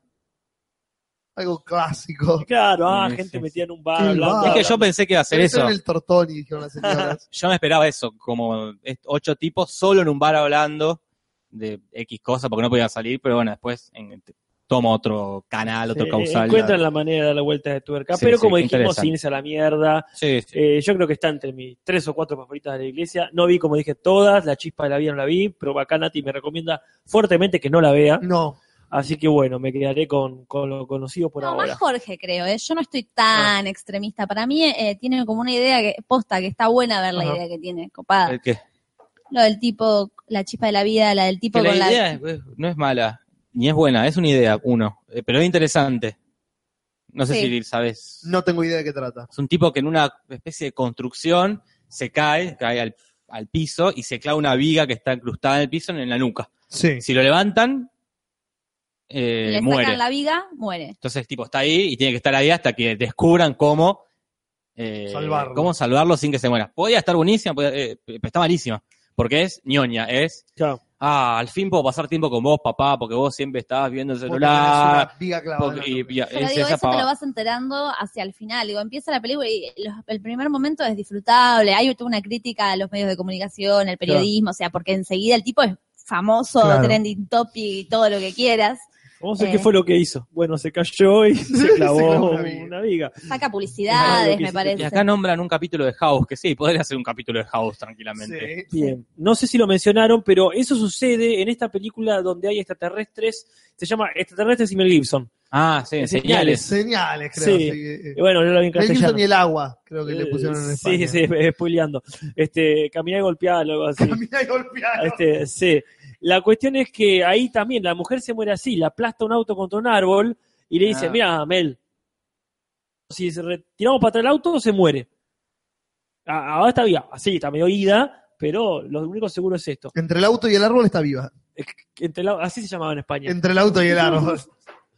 algo clásico. Claro, ah, Sí, gente sí, metida en un bar. Sí, bar. hablando, Es que hablando. yo pensé que iba a ser Pero eso eso. era el tortoni, dijeron las señoras. Yo me esperaba eso, como est- ocho tipos solo en un bar hablando de X cosa porque no podían salir, pero bueno, después en- te- toma otro canal, otro Eh, causal. encuentran la manera de dar la vuelta de tuerca. Sí, pero sí, como qué dijimos, interesante. cines a la mierda. Sí, sí. Eh, yo creo que está entre mis tres o cuatro favoritas de la iglesia. No vi, como dije, todas. La chispa de la vida no la vi. Pero acá Nati me recomienda fuertemente que no la vea. Mm. No, Así que bueno, me quedaré con, con lo conocido por No, ahora. más Jorge creo, ¿eh? yo no estoy tan extremista. Para mí eh, tiene como una idea que, posta, que está buena ver la Ajá. idea que tiene, Ah. copada. El que- Lo del tipo, la chispa de la vida, la del tipo que la con la... idea es- no es mala, ni es buena, es una idea, uno, eh, pero es interesante. No sé Sí. si sabes. no tengo idea de qué trata. Es un tipo que en una especie de construcción se cae, cae al, al piso y se clava una viga que está incrustada en el piso en la nuca. Sí. Si lo levantan, eh, le muere. sacan la viga, muere. Entonces, tipo, está ahí y tiene que estar ahí hasta que descubran cómo eh, Salvarlo. cómo salvarlo sin que se muera. Podía estar buenísima, podía- eh, pero está malísima. Porque es ñoña, es, Chao. ah, al fin puedo pasar tiempo con vos, papá, porque vos siempre estabas viendo el Porque tenés celular. una viga clavada en porque- la nuca. y- y- Pero es digo, esa eso te pava- lo vas enterando hacia el final. Digo, empieza la película y los- el primer momento es disfrutable. Hay toda una crítica a los medios de comunicación, el periodismo, o sea, porque enseguida el tipo es famoso, Claro. trending topic y todo lo que quieras. Vamos a ver Eh. qué fue lo que hizo. Bueno, se cayó y se clavó Se clavó una una viga. viga. Saca Claro, lo publicidades, que me sí, parece. Y acá nombran un capítulo de House, que sí, podría hacer un capítulo de House tranquilamente. Sí. Bien. No sé si lo mencionaron, pero eso sucede en esta película donde hay extraterrestres. Se llama Extraterrestres y Mel Gibson. Ah, sí, Señales. señales. Señales, creo. Sí. Sí. eh. Y bueno, yo la vi en Mel Gibson castellano. y el agua, creo que le Eh, pusieron en España. Sí, sí, eh, spoileando. Este, caminar y golpear, algo así. Caminá y golpealo. Este, sí. La cuestión es que ahí también la mujer se muere así, la aplasta un auto contra un árbol y le dice, Ah. mira, Mel, si se retiramos para atrás el auto, se muere. A- Ahora está viva, así, está medio ida, pero lo único seguro es esto. Entre el auto y el árbol está viva. Entre la- así se llamaba en España. Entre el auto y el árbol.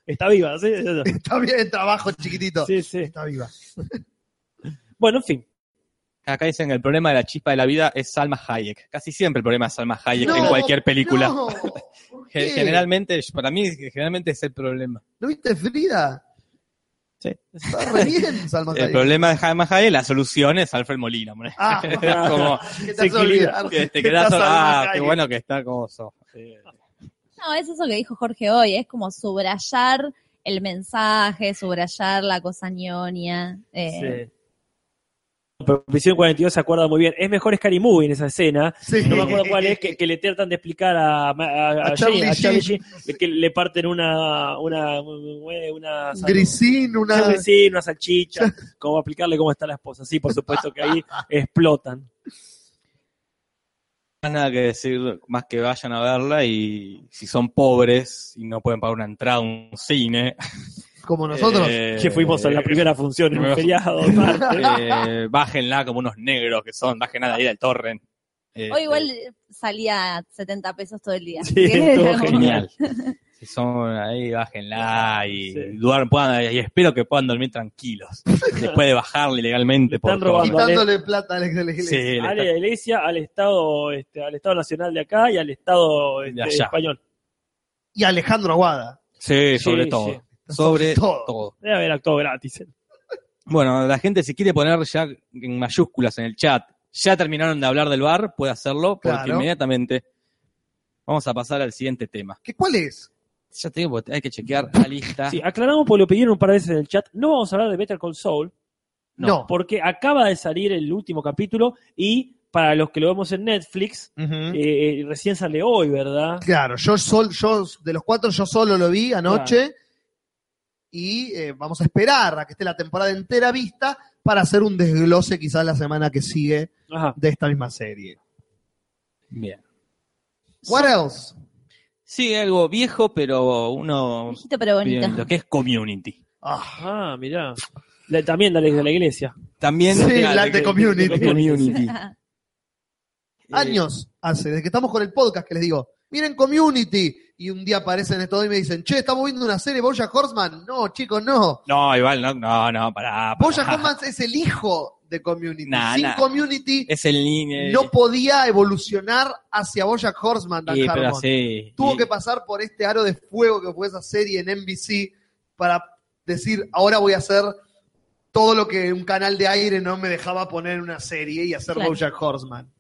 Está viva, sí, Está bien el trabajo, chiquitito. sí, sí. Está viva. Bueno, en fin. Acá dicen que el problema de la chispa de la vida es Salma Hayek. Casi siempre el problema es Salma Hayek No, en cualquier película. No, ¿por Ge- qué? Generalmente, para mí, generalmente es el problema. ¿No viste Frida? Sí. Está re bien, Salma El Hayek. problema de Jaime Hayek, la solución es Alfred Molina. mon. Ah, Es como, que te Se has olvidado. que te Ah, que quedas está solo, Salma ah, qué Hayek. bueno que está como so. Eh, No, es eso que dijo Jorge hoy, es como subrayar el mensaje, subrayar la cosa ñoña. eh, Sí. pero Prisión 42 se acuerda muy bien. Es mejor Scary Movie en esa escena. Sí. No me acuerdo cuál es, que, que le tratan de explicar a, Ma- a, a A Charlie Jane- a Charlie Sheen. Sheen, que le parten una. una, una, Grisín, una. una, sí, una salchicha, como aplicarle cómo está la esposa. Sí, por supuesto que ahí explotan. Más nada que decir, más que vayan a verla y si son pobres y no pueden pagar una entrada a un cine. Como nosotros. eh, que fuimos a la primera función en un primera- feriado. aparte. eh, bájenla como unos negros que son, bájenla de ahí del torrent. Hoy Este, igual salía a 70 pesos todo el día. Sí, estuvo Era como- Genial. Si son ahí, bájenla y, Sí. duerm- puedan- y espero que puedan dormir tranquilos. Después de bajarle legalmente por Están robando. Quitándole plata a Alex de la todo. iglesia. Sí, le Ale de Iglesia, al Estado, este, al Estado Nacional de acá y al Estado este, De allá. español. Y Alejandro Aguada. Sí, Sí, sobre sí. todo. Sobre Todo. todo. Debe haber actuado gratis. Bueno, la gente si quiere poner ya en mayúsculas en el chat, ya terminaron de hablar del bar, puede hacerlo porque Claro. inmediatamente vamos a pasar al siguiente tema. ¿Qué, ¿Cuál es? Ya te digo, hay que chequear la lista. Sí, aclaramos porque lo pidieron un par de veces en el chat. No vamos a hablar de Better Call Saul No. porque acaba de salir el último capítulo y para los que lo vemos en Netflix, Ujú. eh, eh, recién sale hoy, ¿verdad? Claro, yo, sol, yo de los cuatro yo solo lo vi anoche y eh, vamos a esperar a que esté la temporada entera vista para hacer un desglose quizás la semana que sigue Ajá. de esta misma serie. Bien. What else? Sí, algo viejo, pero uno Viejito pero bonito. bien, lo que es community. Ah, Ah, mirá. La- también de la, de la iglesia. También Sí, de- la de Community. de community. años hace, desde que estamos con el podcast que les digo, miren Community y un día aparecen estos dos y me dicen, che, estamos viendo una serie, Boya Horseman. No, chicos, no. No, igual, no, no, no, pará. pará. Boya Horseman es el hijo de Community. Ah. Nah, Sin nah. Community Es el niño. Eh, no podía evolucionar hacia Bojack Horseman Dan Sí, pero Harmon. sí. Tuvo Y- que pasar por este aro de fuego que fue esa serie en NBC para decir, ahora voy a hacer todo lo que un canal de aire no me dejaba poner en una serie y hacer Claro. Bojack Horseman.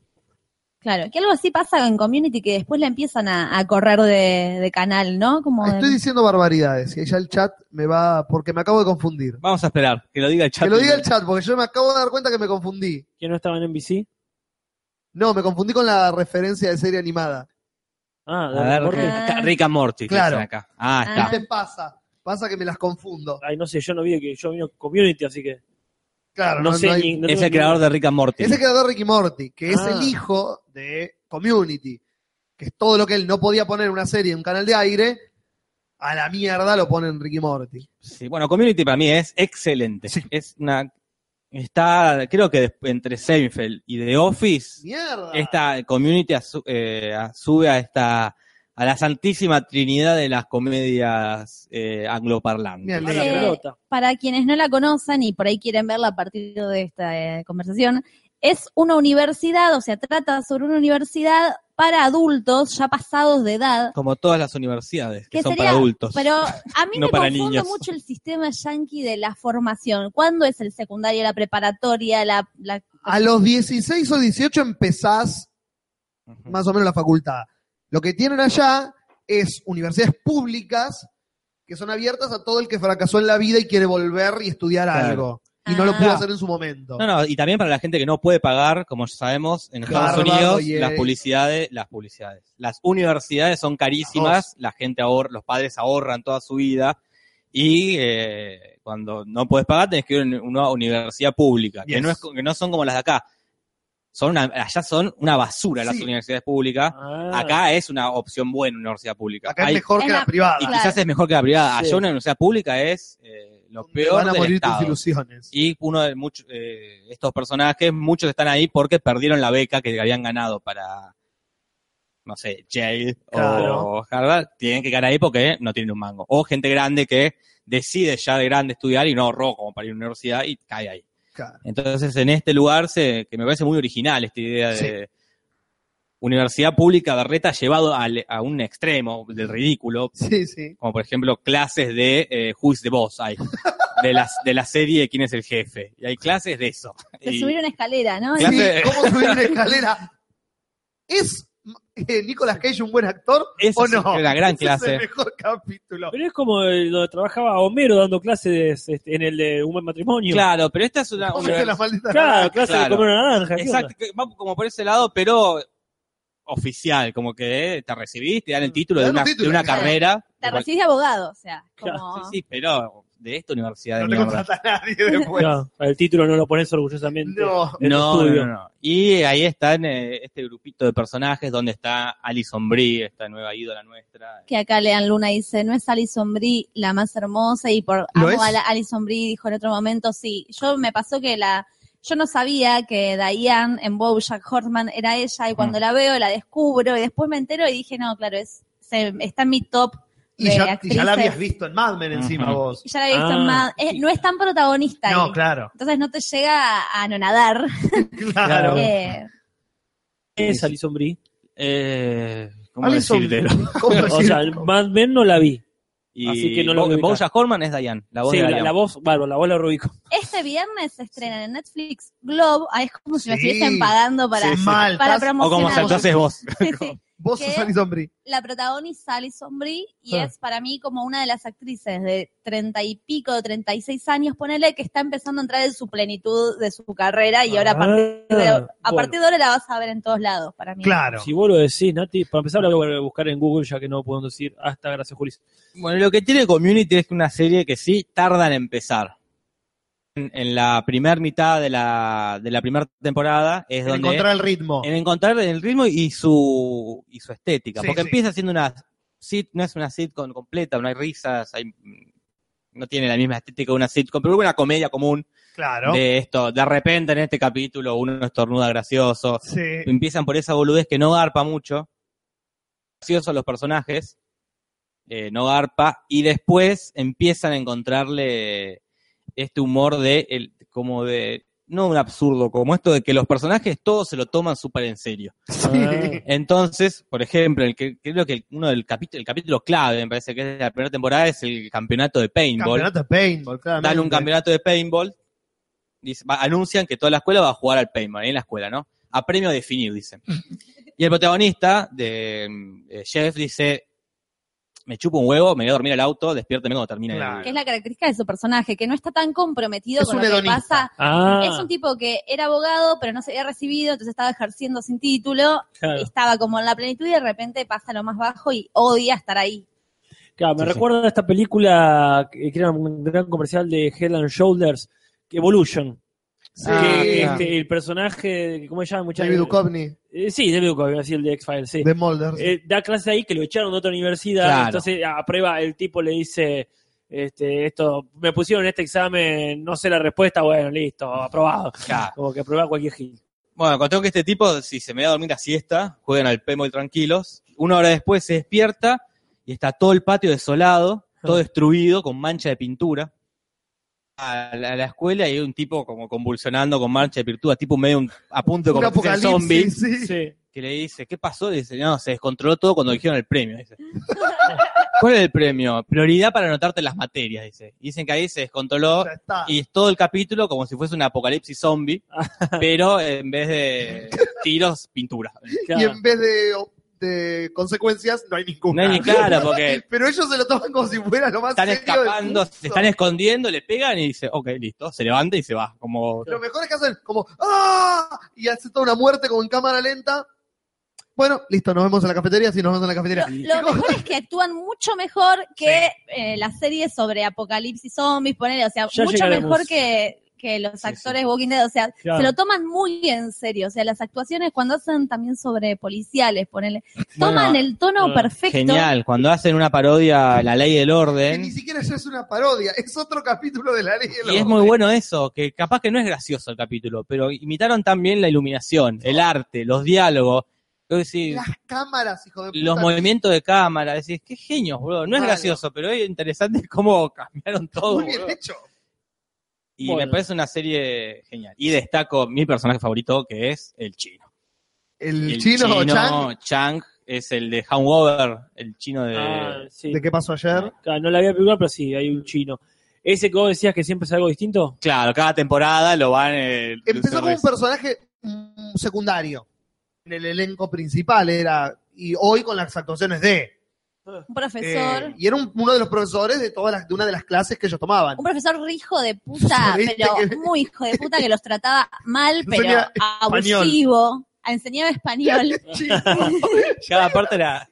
Claro, que algo así pasa en Community que después la empiezan a, a correr de, de canal, ¿no? Como Ah, Estoy diciendo barbaridades y ahí ya el chat me va, porque me acabo de confundir. Vamos a esperar, que lo diga el chat. Que lo diga el chat, porque yo me acabo de dar cuenta que me confundí. ¿Que no estaba en NBC? No, me confundí con la referencia de serie animada. Ah, de A ver, Morty. Ah. acá, Rick and Morty. Claro. dicen Acá. Ah, Ah. está. ¿Qué te pasa? Pasa que me las confundo. Ay, no sé, yo no vi que yo vino Community, así que Claro, no, no, sé no hay- ni- no es tengo el ni- creador de Rick and Morty. Es el creador de Ricky Morty, que es Ah. el hijo de Community, que es todo lo que él no podía poner en una serie, en un canal de aire, a la mierda lo pone en Ricky Morty. Sí, bueno, Community para mí es excelente. Es una. Está, creo que desp- entre Seinfeld y The Office, ¡Mierda! esta Community asu- eh, a- sube a esta. A la santísima trinidad de las comedias eh, Me angloparlantes. Ah, alegro. la Eh, pelota. para quienes no la conocen y por ahí quieren verla a partir de esta eh, conversación, es una universidad, o sea, trata sobre una universidad para adultos ya pasados de edad. Como todas las universidades, que Que son sería- para adultos. Pero a mí No me para confunde niños. mucho el sistema yanqui de la formación. ¿Cuándo es el secundario, la preparatoria, la, la- A los 16 o 18 empezás Ujú. más o menos la facultad. Lo que tienen allá es universidades públicas que son abiertas a todo el que fracasó en la vida y quiere volver y estudiar Claro. algo. Y no lo Ah. pudo hacer en su momento. No, no, y también para la gente que no puede pagar, como ya sabemos, en Estados Harvard, Unidos Yale. las publicidades, las publicidades, las universidades son carísimas, la gente ahorra, los padres ahorran toda su vida y eh, cuando no puedes pagar tenés que ir a una universidad pública, que Yes. no es co- que no son como las de acá. Son una- allá son una basura las Sí. universidades públicas. Ah. Acá es una opción buena una universidad pública. Acá Hay- es mejor Es que la, la- privada. y claro. quizás es mejor que la privada. Sí. Allá una universidad pública es eh, lo donde peor van a del morir Estado. tus ilusiones. Y uno de muchos, eh, estos personajes, muchos están ahí porque perdieron la beca que habían ganado para, no sé, Yale o Claro. Harvard. Tienen que ganar ahí porque no tienen un mango. O gente grande que decide ya de grande estudiar y no ahorró como para ir a la universidad y cae ahí. Claro. Entonces, en este lugar, se, que me parece muy original esta idea de universidad pública berreta llevado al- a un extremo del ridículo, Sí, sí. como por ejemplo clases de eh, Who's the Boss hay, de, las, de la serie Quién es el Jefe. Y hay clases de eso. de Y subir una escalera, ¿no? Clase- Sí, ¿Cómo subir una escalera? Es eh, Nicolas Cage un buen actor Esa o es no? una Ese gran es clase. el mejor capítulo. Pero es como el- donde trabajaba Homero dando clases este, en el de un buen matrimonio. Claro, pero esta es una. Cómete una- la maldita claro, clase Claro. de comer una naranja. ¿qué Exacto, onda? que va como por ese lado, pero oficial, como que eh, te recibiste, dan el título Te de dan una, un título. de una Claro. carrera. Te recibís de abogado, o sea, Claro, como... Sí, sí, pero de esta universidad de No te mierda. contrata a nadie después. Claro, el título no lo pones orgullosamente. No. en el pues. No, estudio. no, no, no. Y ahí están eh, este grupito de personajes donde está Alison Brie, esta nueva ídola nuestra. Que acá Lean Luna dice, no es Alison Brie la más hermosa y por ¿Lo amo es? a la Alison Brie, dijo en otro momento, sí. Yo me pasó que la, yo no sabía que Diane en Bojack Horseman era ella y Mm. cuando la veo la descubro y después me entero y dije, no, claro, es, se- está en mi top. Y ya, y de ya la actrices. habías visto en Mad Men encima Ujú. vos. Ya la había visto en Ah. Mad- eh, no es tan protagonista. No, ahí. claro. Entonces no te llega a anonadar. Claro. Eh, Es Alison Brie. Eh, ¿Cómo Alison- decírtelo? ¿Cómo O decir? sea, Mad Men no la vi. Y Así que no lo Bo- voy a ubicar. Bojack Horseman es Diane, la voz Sí, de la, Diane. la voz, bueno, la voz la rubico. este viernes se estrenan en Netflix Globe. Ah, es como si lo Sí. estuviesen pagando para, Sí, sí. Mal, para estás- o como promocionar. saltó haces vos. Sí, sí. Vos ¿Qué? sos Alison Brie. la protagonista Alison Brie y Ah. es para mí como una de las actrices de treinta y pico, treinta y seis años, ponele, que está empezando a entrar en su plenitud de su carrera y ahora Ah. a partir de, a Ah, Bueno, partir de ahora la vas a ver en todos lados para mí. Claro. Si vos lo decís, Nati, para empezar la voy a buscar en Google, ya que no puedo decir. Hasta gracias, Julis. Bueno, lo que tiene Community es que una serie que sí tarda en empezar. En, en la primera mitad de la, de la primera temporada es En donde... encontrar el ritmo. en encontrar el ritmo y su, y su estética. Sí, porque sí. empieza siendo una sit, no es una sitcom completa, no hay risas, hay- no tiene la misma estética de una sitcom, pero una comedia común Claro. de esto. De repente en este capítulo uno estornuda gracioso. Sí. Empiezan por esa boludez que no garpa mucho. Graciosos los personajes. eh, no garpa. Y después empiezan a encontrarle este humor de el, como de. No un absurdo, como esto de que los personajes todos se lo toman súper en serio. Sí. Entonces, por ejemplo, el que, creo que el- uno del capítulo, el capítulo clave, me parece que es de la primera temporada, es el campeonato de paintball. Campeonato de paintball, claro. Dan un campeonato de paintball, dice- va- anuncian que toda la escuela va a jugar al paintball, ahí en la escuela, ¿no? A premio definido, dicen. Y el protagonista de mm, eh, Jeff dice, me chupo un huevo, me voy a dormir al auto, despiérteme cuando termine. el- Claro. Que es la característica de su personaje, que no está tan comprometido Es con un lo que hedonista. pasa. Ah, Es un tipo que era abogado, pero no se había recibido, entonces estaba ejerciendo sin título, claro. estaba como en la plenitud y de repente pasa lo más bajo y odia estar ahí. Claro, me Sí, sí. recuerda a esta película que que era un gran comercial de Head and Shoulders, Evolution. Sí. que Ah, este, el personaje, ¿cómo se llama? muchacho? David Duchovny, Eh, sí, David Duchovny, así el de X-Files, sí. de Mulder. Eh, da clase ahí que lo echaron de otra universidad, Claro. entonces a prueba el tipo le dice, este, esto, me pusieron este examen, no sé la respuesta, bueno, listo, aprobado. Claro. Como que aprobaba cualquier gil. Bueno, contó que este tipo, si se me va a dormir la siesta, juegan al pemo tranquilos. Una hora después se despierta y está todo el patio desolado, Ah. todo destruido, con mancha de pintura. A la, a la escuela y hay un tipo como convulsionando con mancha de pintura, tipo medio un- a punto de Un convertirse en apocalipsis. zombie, sí. Sí. que le dice, ¿qué pasó? Le dice, no, se descontroló todo cuando dijeron el premio. dice. ¿Cuál es el premio? Prioridad para anotarte las materias, dice. Y Dicen que ahí se descontroló Ya está. y es todo el capítulo como si fuese un apocalipsis zombie, pero en vez de tiros, pintura. Y Claro. en vez de, de consecuencias, no hay No ninguna. hay ni claro, porque Pero ellos se lo toman como si fuera lo más están serio del escapando, se mundo. están escondiendo, le pegan y dice, ok, listo, se levanta y se va. Como Lo mejor es que hacen como ¡Ah! Y hace toda una muerte como en cámara lenta. Bueno, listo, nos vemos en la cafetería. Sí, nos vemos en la cafetería. Lo, lo mejor es que actúan mucho mejor que eh, las series sobre apocalipsis zombies, ponele, o sea, Ya mucho llegaremos. mejor que, que los Sí, actores de Walking Dead, o sea, Claro. se lo toman muy en serio, o sea, las actuaciones cuando hacen también sobre policiales, ponele, toman Bueno, el tono ah, perfecto. genial, cuando hacen una parodia a la ley del Que ni orden. siquiera ya es una parodia, es otro capítulo de la ley. del Y es orden. muy bueno eso, que capaz que no es gracioso el capítulo, pero imitaron también la iluminación, el arte, los diálogos. Yo decía, Las cámaras, hijo de puta. los movimientos de cámara, decís, qué genios, boludo. No es Claro. gracioso, pero es interesante cómo cambiaron todo. Muy bien boludo. hecho. Y Bueno. me parece una serie genial. Y destaco mi personaje favorito, que es el chino. El, chino, Chang, Chang es el de Hangover, el chino de... Ah, sí. Eh, ¿de qué pasó ayer? Claro, no la había película, pero sí, hay un chino. ¿Ese que vos decías que siempre es algo distinto? Claro, cada temporada lo van... eh, Empezó como un se- personaje mm, secundario. En el elenco principal era. y hoy con las actuaciones de. Un profesor. Eh, y era un- uno de los profesores de todas las, de una de las clases que ellos tomaban. un profesor rijo de puta, ¿Viste pero que- muy hijo de puta que los trataba mal, pero Enseñaba español. abusivo. Ah, Enseñaba español. Chico, Ya, aparte era.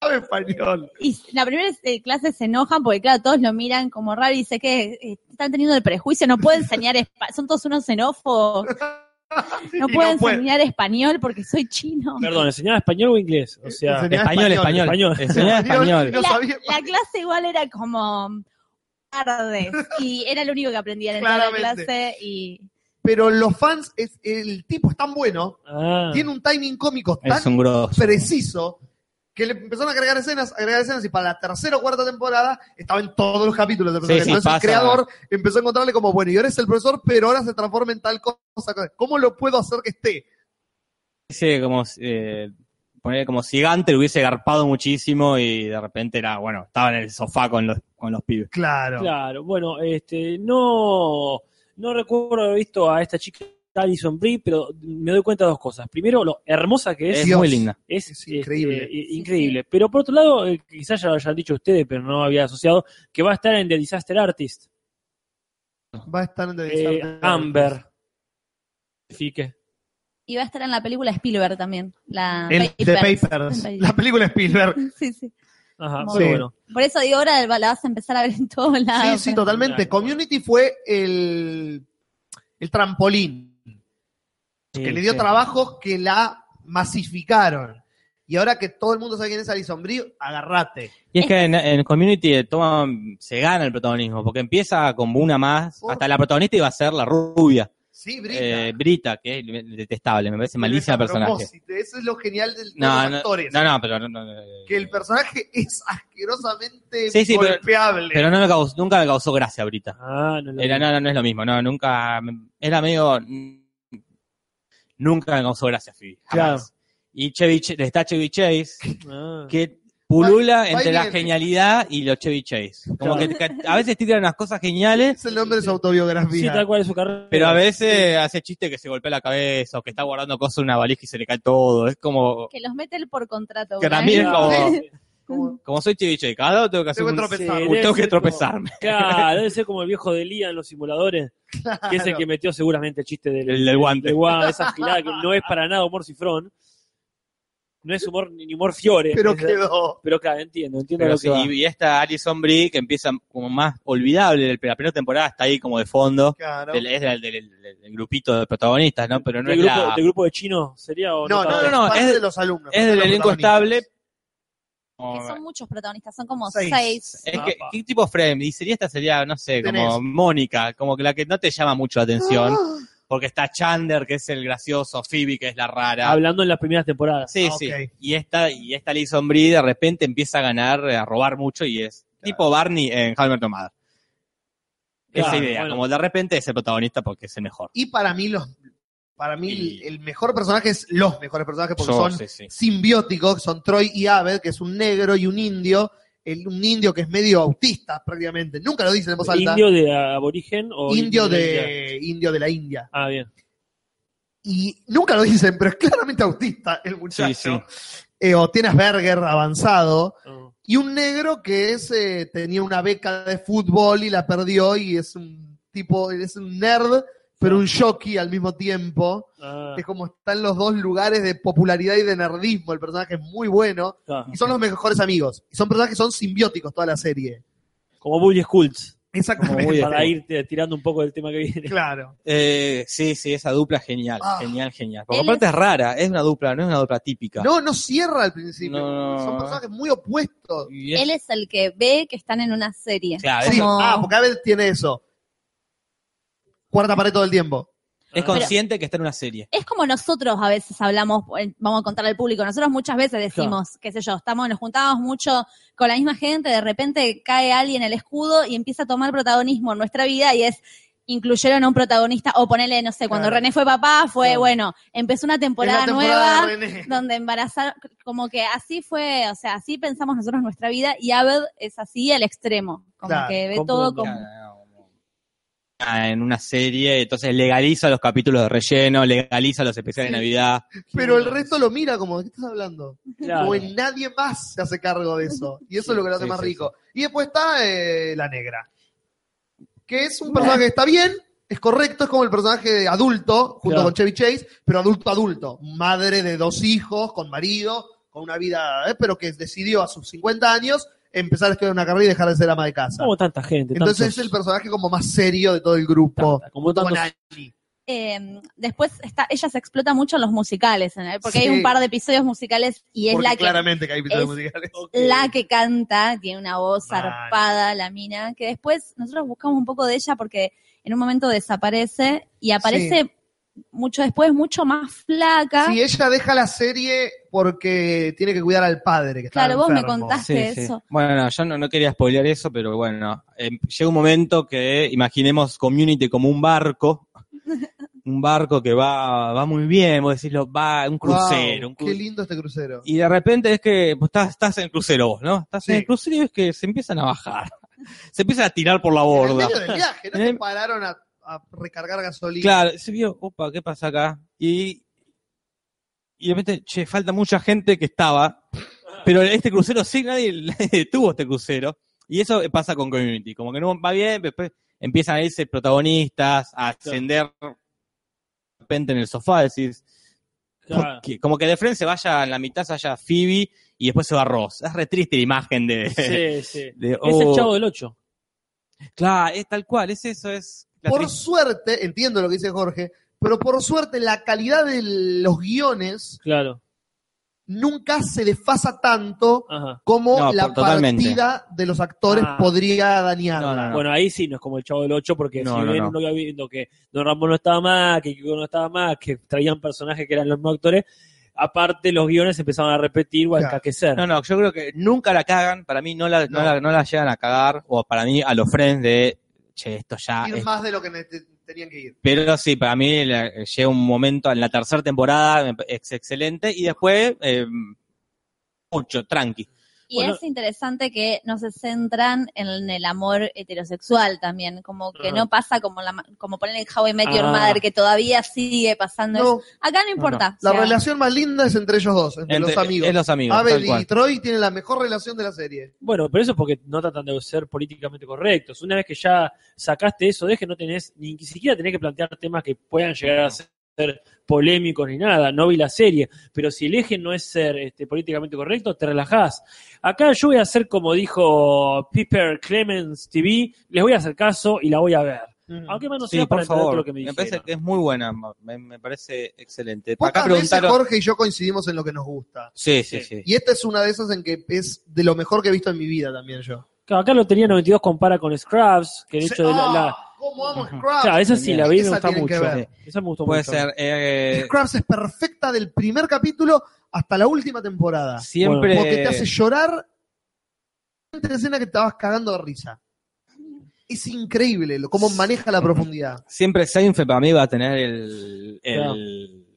sabe español. Y la primera eh, clase se enojan porque, claro, todos lo miran como raro y dice que eh, están teniendo el prejuicio, no puedo enseñar español, son todos unos xenófobos, no Y puedo no puede. enseñar español porque soy chino. Perdón, ¿enseñaba español o inglés? O sea, Enseñaba Español, español. Español. Enseñaba Español, y español. no La- sabía. La clase igual era como tarde y era lo único que aprendía en toda la Claramente. clase y Pero los fans, es, el tipo es tan bueno, ah, tiene un timing cómico tan Es un grosso. preciso que le empezaron a agregar escenas, agregar escenas y para la tercera o cuarta temporada estaba en todos los capítulos del personaje. sí, Entonces pasa. el creador empezó a encontrarle como, bueno, y ahora es el profesor, pero ahora se transforma en tal cosa. ¿Cómo lo puedo hacer que esté? Ese como, eh, ponerle como gigante le hubiese garpado muchísimo y de repente era, bueno, estaba en el sofá con los, con los pibes. Claro. claro. Bueno, este, no, no recuerdo haber visto a esta chica Alison Brie, pero me doy cuenta de dos cosas. Primero, lo hermosa que es. Es Dios. muy linda. Es, Es este, increíble. i- increíble. Pero por otro lado, eh, quizás ya lo hayan dicho ustedes, pero no había asociado, que va a estar en The Disaster Artist. Va a estar en The eh, Disaster Amber. Fique. iba a estar en la película Spielberg también, la El- The Papers. Papers. Papers. La película Spielberg. Sí, sí. Ajá, Muy pero bien. bueno. Por eso digo, ahora la vas a empezar a ver en todos Sí, lados. sí, totalmente. Claro. Community fue el, el trampolín que Sí, le dio sí. trabajos que la masificaron. Y ahora que todo el mundo sabe quién es Alison Brie, agarrate. Y es que en, en Community toma, se gana el protagonismo, porque empieza como una más, Por- hasta la protagonista iba a ser la rubia, Sí, Brie. eh, Brita, que es detestable, me parece malísima personaje. Eso es lo genial del- de No, los no, actores. no, no, pero no, no, no, Que el personaje es asquerosamente Sí, sí, pero- golpeable. pero no me causó- nunca me causó gracia Brita. Ah, no, no, Era, no, no, no es lo mismo, no, nunca, me- era medio, nunca me causó gracia Phoebe, jamás. Y Chevy, Ch- está Chevy Chase, Ah. que pulula Va- va y entre la viene. genialidad y los Chevy Chase. Como Claro. que, que a veces tiran unas cosas geniales, es el nombre de su Sí, autobiografía. tal cual es su carrera. pero a veces hace chiste que se golpea la cabeza o que está guardando cosas en una valija y se le cae todo. Es como, Que los mete el por contrato. Que una también vez. es como- Como- como soy Chevy Chase, cada lado tengo que hacer Tengo que un- tropezar. un- tengo que Sí, tropezarme. Claro, debe ser como el viejo de Lía en los simuladores, que es el Claro. que metió seguramente el chiste del, El del guante. del guante, esa gilada que no es para nada humor cifrón. No es humor ni humor fiore. Pero Es- quedó. pero claro, entiendo, entiendo Pero lo sí, que va. y, y esta Alison Brie que empieza como más olvidable, la primera temporada está ahí como de fondo, Claro. del- es del, del- del- del grupito de protagonistas, ¿no? Pero no ¿De es grupo, la- de grupo de chinos sería o No, no, no, tanto? no, parte es- de los alumnos. es del de los elenco protagonistas. estable. Que son muchos protagonistas, son como Seis. seis. Es Ah, que, pa. ¿qué tipo frame? Y sería esta, sería, no sé, como Tenés. Mónica, como que la que no te llama mucho la Ah. atención, porque está Chandler, que es el gracioso, Phoebe, que es la rara. Hablando en las primeras temporadas. Sí, Ah, sí. ok. Y esta, y esta Alison Brie de repente empieza a ganar, eh, a robar mucho y es tipo Barney en Hammer Tomada. Esa Claro, idea, bueno. como de repente es el protagonista porque es el mejor. Y para mí los para mí Y- el mejor personaje es los mejores personajes porque Yo, son sí, sí. simbióticos, son Troy y Abed, que es un negro y un indio, el, un indio que es medio autista prácticamente, nunca lo dicen en voz alta, ¿Indio de aborigen o indio India? de indio de la India. Ah, bien. Y nunca lo dicen, pero es claramente autista el muchacho. Sí, Eh, o tienes Berger avanzado. Ah. Y un negro que es, eh, tenía una beca de fútbol y la perdió y es un tipo, es un nerd, pero un jockey al mismo tiempo. Ah, Es como están los dos lugares de popularidad y de nerdismo. El personaje es muy bueno. ah. Y son los mejores amigos. Y son personajes que son simbióticos toda la serie. Como Bully Skulls, Exactamente. Como muy para ir eh, tirando un poco del tema que viene. Claro. Eh, sí, sí, esa dupla es genial, Ah. genial, genial. Porque Él aparte es rara, es una dupla, no es una dupla típica. No, no cierra al principio. No, no. Son personajes muy opuestos. Y es- Él es el que ve que están en una serie. claro, Sí, es- Como- Ah, porque a veces tiene eso. Cuarta pared todo el tiempo. es Ah. consciente que está en una serie. Es como nosotros a veces hablamos, eh, vamos a contar al público, nosotros muchas veces decimos, qué sé yo, estamos, nos juntamos mucho con la misma gente, de repente cae alguien el escudo y empieza a tomar protagonismo en nuestra vida y es incluyeron a un protagonista o ponele, no sé, cuando Claro. René fue papá, fue Claro. bueno, empezó una Es temporada, la temporada nueva de René. donde embarazaron, como que así fue, o sea, así pensamos nosotros nuestra vida y Abed es así al extremo, como Claro, que ve comprendo. todo como... Claro, no, no. en una serie, entonces legaliza los capítulos de relleno, legaliza los especiales de Sí. Navidad. Pero el resto lo mira como, ¿de qué estás hablando? Claro. Como en nadie más se hace cargo de eso. Y eso es lo que lo hace Sí, más sí, rico. Y después está eh, la negra. Que es un personaje que está bien, es correcto, es como el personaje de adulto, junto Claro. con Chevy Chase, pero adulto adulto. Madre de dos hijos, con marido, con una vida, eh, pero que decidió a sus 50 años empezar a estudiar una carrera y dejar de ser ama de casa. Como tanta gente. Entonces tantos- es el personaje como más serio de todo el grupo. tanta- como Junto con tantos- Annie. Eh, después está, ella se explota mucho en los musicales, ¿eh? porque Sí. hay un par de episodios musicales y es Porque la que, claramente que hay episodios es- musicales. la que canta, tiene una voz Mal. zarpada, la mina, que después nosotros buscamos un poco de ella porque en un momento desaparece y aparece mucho después, mucho más flaca. Si ella deja la serie porque tiene que cuidar al padre. Que estaba Claro, vos me enfermo. contás. que eso. Bueno, yo no, no quería spoilear eso, pero bueno, eh, llega un momento que imaginemos Community como un barco, un barco que va, va muy bien, vos decís, lo- va un Guau, crucero, un cru- Qué lindo este crucero. Y de repente es que vos estás, estás en el crucero vos, ¿no? Estás en Sí. el crucero y es que se empiezan a bajar, se empiezan a tirar por la En el borda. medio del viaje, no En se el- pararon a, a recargar gasolina. Eh. Claro, se vio, opa, ¿qué pasa acá? Y, y de repente, che, falta mucha gente que estaba, pero este crucero sí, nadie, nadie detuvo este crucero. Y eso pasa con Community, como que no va bien, después empiezan a irse protagonistas, a ascender de repente en el sofá, decís, ¿por Claro. qué? como que de frente se vaya, en la mitad se vaya Phoebe y después se va Ross. Es re triste la imagen de... Sí, sí. de, Es el oh, chavo del 8. Claro, es tal cual, es eso, es... la por tristeza. suerte, entiendo lo que dice Jorge, pero por suerte la calidad de los guiones Claro. nunca se desfasa tanto Ajá. como No, la por- totalmente. partida de los actores Ah. podría dañarla. No, Ah, no, no. Bueno, ahí sí no es como el chavo del 8, porque No, si no, bien no. uno iba viendo que Don Ramón no estaba más, que Kiko no estaba más, que traían personajes que eran los mismos actores, aparte los guiones empezaban a repetir o a Claro. escaquecer. No, no, yo creo que nunca la cagan, para mí no la, no. No. la, no la llegan a cagar, o para mí a los friends de, che, esto ya... Ir es- más de lo que ne- te- tenían que ir. Pero sí, para mí la- eh, llega un momento en la tercera temporada, me pa- es excelente, y después, eh, mucho, tranqui. Y Bueno. es interesante que no se centran en el amor heterosexual también, como que Ajá. no pasa como la, ma- como ponen en How I Met Your Ah. Mother, que todavía sigue pasando eso. No, Acá no importa. la o sea, relación más linda es entre ellos dos, entre, los Entre- amigos. Es los amigos, Abel tal cual. y Troy tienen la mejor relación de la serie. Bueno, pero eso es porque no tratan de ser políticamente correctos. Una vez que ya sacaste eso, de que no tenés, ni siquiera tenés que plantear temas que puedan llegar a ser polémicos ni nada. No vi la serie, pero si el eje no es ser este, políticamente correcto, te relajás. Acá yo voy a hacer como dijo Piper Clemens TV, les voy a hacer caso y la voy a ver. Aunque más no Sí, sea para por entender favor, lo que me me, dijeron. parece que es muy buena, me, me parece excelente. Para Pocas acá veces preguntaron... Jorge y yo coincidimos en lo que nos gusta. Sí, sí, sí. Y esta es una de esas en que es de lo mejor que he visto en mi vida también yo. Claro, Acá lo tenía 92 compara con Scrubs, que de hecho... de la, la- ¡Ah! ¿Cómo amo Ajá. Scraps? claro, esa sí también. la vi, me Esa gusta tienen que mucho. ver. Esa me gustó Puede mucho. ser... eh, Scraps es perfecta del primer capítulo hasta la última temporada. siempre... Porque te hace llorar en la escena que te estabas cagando de risa. Es increíble lo, cómo maneja la profundidad. siempre Seinfeld para mí va a tener el, el Claro.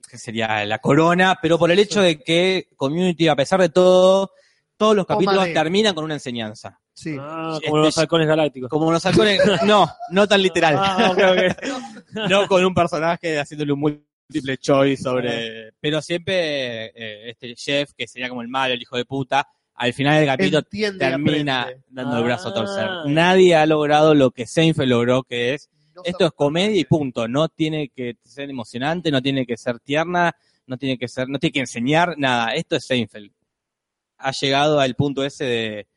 ¿qué sería la corona, pero por el hecho de que Community, a pesar de todo, todos los Toma capítulos de- terminan con una enseñanza. Sí. Ah, Este- como los halcones galácticos. Como los halcones, no, no tan literal. Ah, ok, no con un personaje haciéndole un múltiple choice Ah. sobre. Pero siempre eh, este chef, que sería como el malo, el hijo de puta, al final del capítulo Entiende y termina aprende. dando el brazo a torcer. Ah. Nadie ha logrado lo que Seinfeld logró, que es No esto es se- comedia y punto. No tiene que ser emocionante, no tiene que ser tierna, no tiene que ser, no tiene que enseñar nada. Esto es Seinfeld. Ha llegado al punto ese de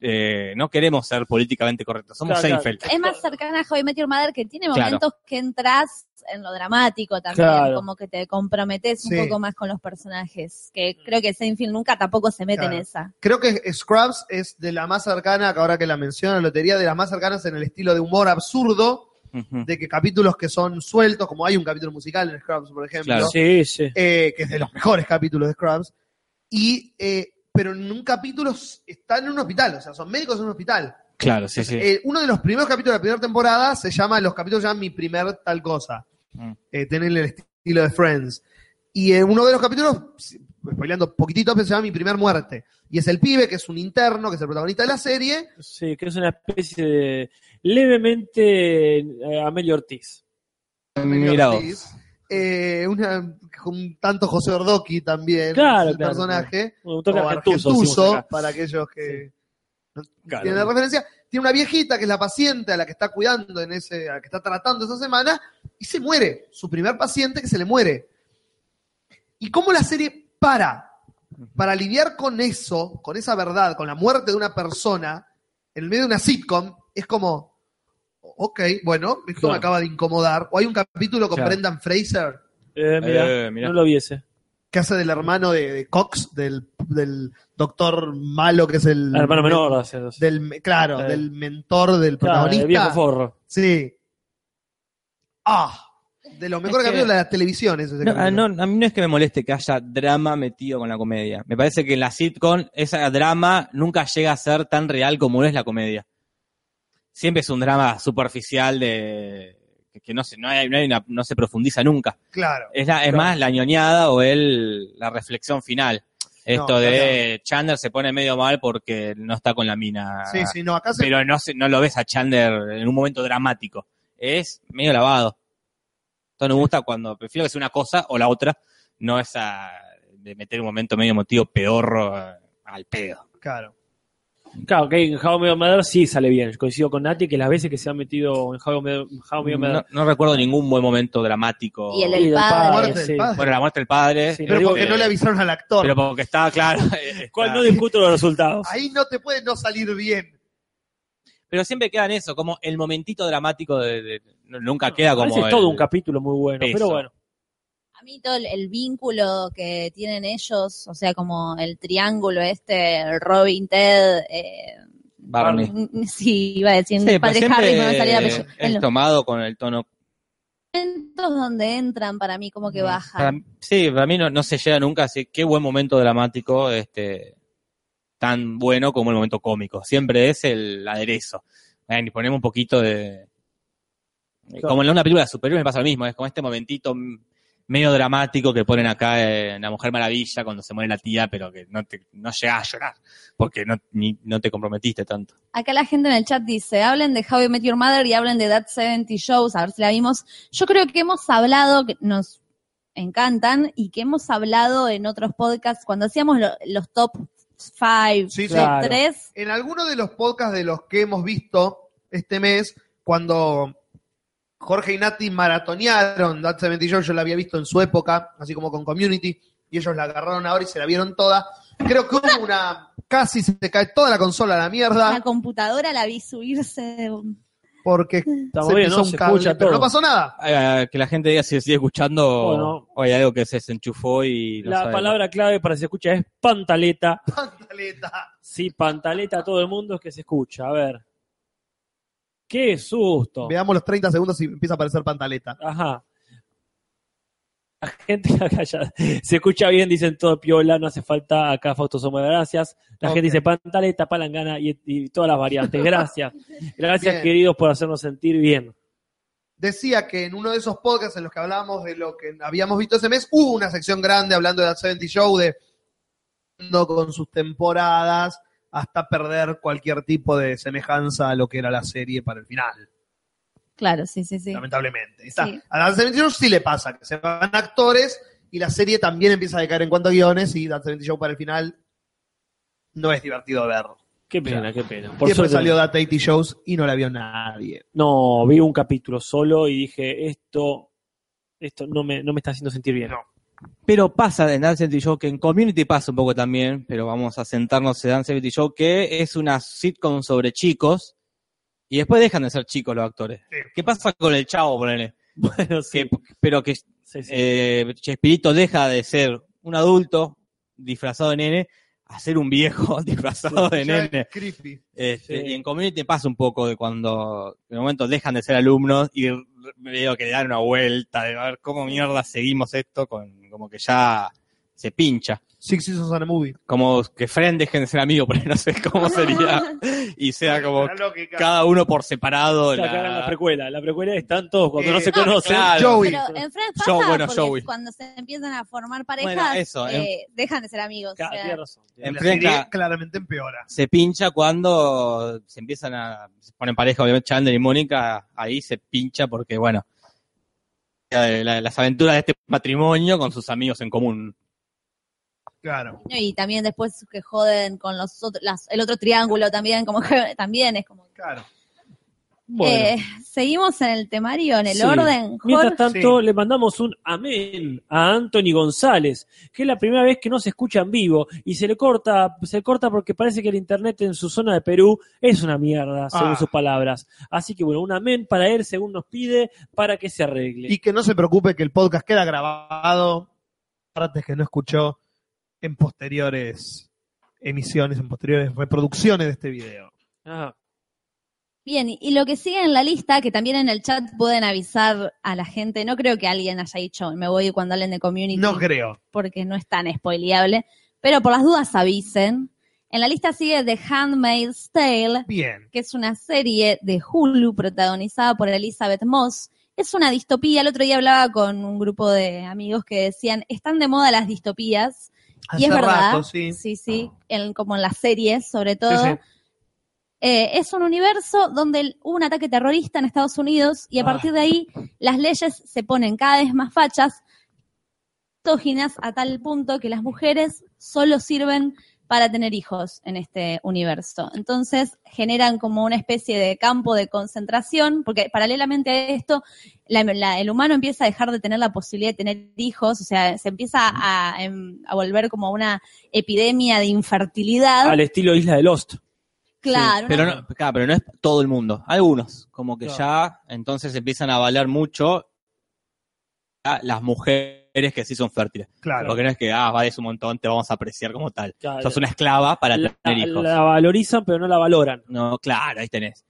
eh, no queremos ser políticamente correctos, somos Claro, Seinfeld. Es más cercana a How I Met Your Mother, que tiene Claro. momentos que entras en lo dramático también, Claro. como que te comprometes un Sí. poco más con los personajes, que creo que Seinfeld nunca tampoco se mete Claro. en esa. Creo que Scrubs es de la más cercana, que ahora que la menciona, lotería de las más cercanas en el estilo de humor absurdo. Ujú. de que capítulos que son sueltos, como hay un capítulo musical en Scrubs, por ejemplo, Claro. Sí, sí. eh, que es de los mejores capítulos de Scrubs, y, eh, pero en un capítulo s- están en un hospital, o sea, son médicos en un hospital. Claro, sí, sí. Eh, uno de los primeros capítulos de la primera temporada se llama, los capítulos se llaman Mi primer tal cosa, Mm. eh, tienen el estilo de Friends. Y en uno de los capítulos, si- spoileando poquitito, pero se llama Mi Primer Muerte. Y es el pibe, que es un interno, que es el protagonista de la serie. Sí, que es una especie de levemente eh, Amelio Ortiz. Mirá vos. Ortiz. Eh, una, con tanto José Ordoqui también, Claro, es el claro, personaje. Un toque o argentuso, Argentuso, decimos acá. para aquellos que Claro. tienen la referencia. Tiene una viejita que es la paciente a la que está cuidando, en ese, a la que está tratando esa semana, y se muere. Su primer paciente que se le muere. ¿Y cómo la serie para? Para lidiar con eso, con esa verdad, con la muerte de una persona, en el medio de una sitcom, es como, ok, bueno, esto Claro. me acaba de incomodar. O hay un capítulo con Claro. Brendan Fraser Eh, mirá, Eh, mirá. no lo viese. que hace del hermano de, de Cox, del, del doctor malo que es el Hermano menor, hace dos. Del, me- claro, Eh. del mentor del Claro, el protagonista. viejo forro. sí. Ah, de los mejores Es que- capítulos de la televisión, ese No, ah, capítulo. no, a mí no es que me moleste que haya drama metido con la comedia. Me parece que en la sitcom esa drama nunca llega a ser tan real como lo es la comedia. Siempre es un drama superficial de que- que no se, no hay- no hay una- no se profundiza nunca. Claro. Es, la- es Claro. más la ñoñada o el, la reflexión final. Esto No, de Chandler se pone medio mal porque no está con la mina. Sí, sí, no, acá se- Pero no, se- no lo ves a Chandler en un momento dramático. Es medio lavado. Entonces me gusta cuando prefiero que sea una cosa o la otra, no esa de meter un momento medio emotivo peorro eh, al pedo. Claro. Claro, que en How I Met Your Mother sí sale bien. Coincido con Nati que las veces que se ha metido en How I Met, How I Met Your Mother. No, no recuerdo ningún buen momento dramático. Y el, Y el del padre. padre. sí. padre. Bueno, la muerte del padre. Sí, eh, Pero digo porque eh, no le avisaron al actor. Pero porque estaba claro. eh, ¿Cuál? No Ah. está- discuto los resultados. Ah, Ahí no te puede no salir bien. Pero siempre queda en eso, como el momentito dramático de, de- no- nunca queda como. Parece el- todo un capítulo muy bueno, peso. pero bueno. A mí todo el, el vínculo que tienen ellos, o sea, como el triángulo este, el Robin, Ted, eh, Barney. mm, sí, iba a decir, Sí, mi pero padre siempre Harry, no me salía el eh, apellido. En es los tomado con el tono momentos donde entran, para mí, como que Mm, Para bajan. mí- sí, para mí no, no se llega nunca, así qué buen momento dramático, este, tan bueno como el momento cómico. Siempre es el aderezo. Eh, y ponemos un poquito de. eh, Como en una película de superhéroes me pasa lo mismo, es como este momentito mm, medio dramático que ponen acá eh, en La Mujer Maravilla cuando se muere la tía, pero que no, te, no llegás a llorar, porque no, ni- no te comprometiste tanto. Acá la gente en el chat dice, hablen de How I Met Your Mother y hablen de That 70 Shows, a ver si la vimos. Yo creo que hemos hablado, que nos encantan, y que hemos hablado en otros podcasts, cuando hacíamos lo- los top 5, Sí, sí. top Claro. 3, En alguno de los podcasts de los que hemos visto este mes, cuando Jorge y Nati maratonearon That 70 Show, yo la había visto en su época, así como con Community, y ellos la agarraron ahora y se la vieron toda. Creo que hubo una... Casi se te cae toda la consola a la la mierda computadora la vi subirse. porque Estamos se bien, pisó ¿no? un Se cable, escucha pero no todo. pasó nada. Eh, que la gente diga si sigue escuchando Bueno. o hay algo que se desenchufó y no la sabe. palabra clave para que se escucha es pantaleta. Pantaleta. Sí, pantaleta a todo el mundo es que se escucha. A ver. Qué susto. Veamos los 30 segundos y empieza a aparecer pantaleta. Ajá. La gente acá ya se escucha bien, dicen todo piola, no hace falta acá fotos somos gracias. La Ok. gente dice pantaleta, palangana y, y todas las variantes. Gracias. Gracias, Bien. queridos, por hacernos sentir bien. Decía que en uno de esos podcasts en los que hablábamos de lo que habíamos visto ese mes, hubo una sección grande hablando de la 70 Show, de con sus temporadas hasta perder cualquier tipo de semejanza a lo que era la serie para el final, Claro, sí, sí, sí. lamentablemente. Está- Sí. A la 70 Show sí le pasa, que se van actores y la serie también empieza a decaer en cuanto a guiones y la 70 Show para el final no es divertido ver. Qué pena, qué pena. Por Por Después suerte- salió That 80 Shows y no la vio nadie. No, vi un capítulo solo y dije, esto, esto no me, no me está haciendo sentir bien. No. Pero pasa en Dance City Show que en Community pasa un poco también, pero vamos a sentarnos en Dance City Show que es una sitcom sobre chicos y después dejan de ser chicos los actores. Sí. ¿Qué pasa con el chavo, ponele? Bueno, sí. Que- pero que sí, sí. eh, Chespirito deja de ser un adulto disfrazado de nene a ser un viejo disfrazado de Ya es nene. creepy. Este, Sí. Y en Community pasa un poco de cuando de momento dejan de ser alumnos y r- veo que le dan una vuelta de a ver cómo mierda seguimos esto con como que ya se pincha. Six Seasons and a Movie. Como que Fren dejen de ser amigos, porque no sé Ah. cómo sería. Y sea como cada uno por separado. Sacaran la... la- precuela. La precuela están todos cuando Eh, no se no, conocen. claro. Joey. Pero em, en Friends pasa Yo- bueno, porque Joey. cuando se empiezan a formar parejas, Bueno, eso, eh, dejan de ser amigos. o Claro, sea, tiene razón. En La Friends, serie la- claramente empeora. se pincha cuando se empiezan a se ponen pareja obviamente Chandler y Mónica ahí se pincha porque bueno la- la- las aventuras de este matrimonio con sus amigos en común Claro. Y también después que joden con los otro- las- el otro triángulo también, como que también es como... Claro. Bueno. Eh, Seguimos en el temario, en el Sí. orden. Mientras Jorge, tanto, le mandamos un amén a Anthony González, que es la primera vez que no se escucha en vivo y se le corta, se le corta porque parece que el internet en su zona de Perú es una mierda, según Ah. sus palabras. Así que bueno, un amén para él, según nos pide, para que se arregle. Y que no se preocupe que el podcast queda grabado. Partes que no escuchó en posteriores emisiones, en posteriores reproducciones de este video. Ah, Bien, y lo que sigue en la lista, que también en el chat pueden avisar a la gente, no creo que alguien haya dicho, me voy cuando hablen de community, No creo. porque no es tan spoileable, pero por las dudas avisen. En la lista sigue The Handmaid's Tale, Bien. que es una serie de Hulu protagonizada por Elizabeth Moss. Es una distopía. El otro día hablaba con un grupo de amigos que decían, están de moda las distopías. y es Hace verdad. rato, sí. sí, sí, en- como en las series sobre todo. Sí, sí. Eh, es un universo donde el- hubo un ataque terrorista en Estados Unidos y a Ah. partir de ahí las leyes se ponen cada vez más fachas, tóginas a tal punto que las mujeres solo sirven para tener hijos en este universo. Entonces generan como una especie de campo de concentración, porque paralelamente a esto, la- la- el humano empieza a dejar de tener la posibilidad de tener hijos, o sea, se empieza a, em, a volver como una epidemia de infertilidad. al estilo Isla de Lost. claro, pero una- no, claro, pero no es todo el mundo algunos como que ya entonces empiezan a valer mucho a las mujeres que sí son fértiles Claro. porque no es que ah vales un montón te vamos a apreciar como tal Claro. sos una esclava para La, tener hijos la valorizan, pero no la valoran. No, claro, ahí tenés.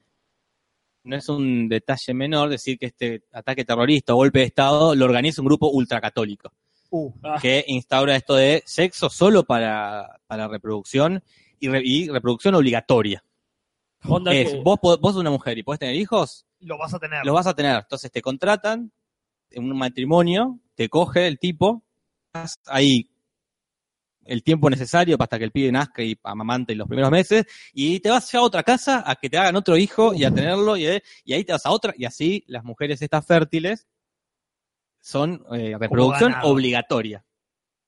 No es un detalle menor decir que este ataque terrorista o golpe de Estado lo organiza un grupo ultracatólico Uh, Ah. que instaura esto de sexo solo para, para reproducción y, re- y reproducción obligatoria. Onda Es, que- vos, po- vos sos una mujer y podés tener hijos, lo vas a tener. los vas a tener. Entonces te contratan en un matrimonio, te coge el tipo, estás ahí el tiempo necesario hasta que el pibe nazca y amamante en los primeros meses, y te vas ya a otra casa a que te hagan otro hijo y a tenerlo, y, eh, y ahí te vas a otra, y así las mujeres estas fértiles son eh, reproducción ganado. obligatoria.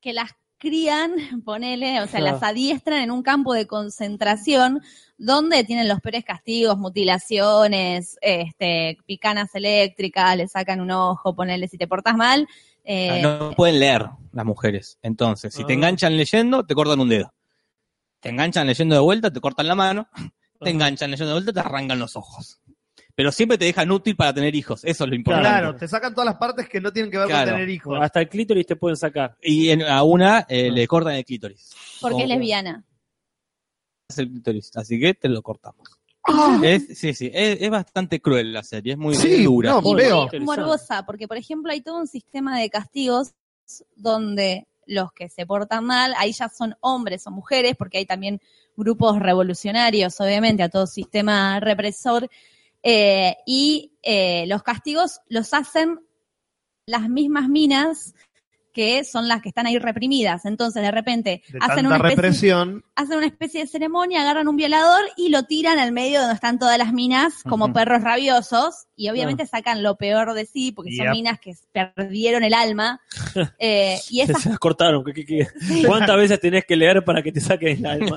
que las crían, ponele, o sea, Claro. las adiestran en un campo de concentración donde tienen los peores castigos, mutilaciones, este, picanas eléctricas, le sacan un ojo, ponele, si te portás mal, O eh, sea, Ah, no pueden leer las mujeres. Entonces, si te Ah. enganchan leyendo, te cortan un dedo. Te enganchan leyendo de vuelta, te cortan la mano. Ajá. Te enganchan leyendo de vuelta, te arrancan los ojos. Pero siempre te dejan útil para tener hijos. Eso es lo importante. Claro, te sacan todas las partes que no tienen que ver Claro. con tener hijos. Hasta el clítoris te pueden sacar. Y en- a una eh, Ah. le cortan el clítoris. porque Como es lesbiana. es el clítoris. Así que te lo cortamos. Ah. Es, sí, sí. Es, es bastante cruel la serie. Es muy Sí, muy dura. no, Y veo. muy morbosa, porque por ejemplo hay todo un sistema de castigos donde los que se portan mal, ahí ya son hombres o mujeres, porque hay también grupos revolucionarios, obviamente, a todo sistema represor, eh, y eh, los castigos los hacen las mismas minas que son las que están ahí reprimidas. Entonces, de repente, De hacen tanta una especie represión. hacen una especie de ceremonia, agarran un violador y lo tiran al medio donde están todas las minas como Ujú. perros rabiosos y obviamente sacan lo peor de sí porque Yep. son minas que perdieron el alma eh, y Se, esas se las cortaron. ¿qué- qué- qué? ¿Cuántas veces tenés que leer para que te saquen el alma?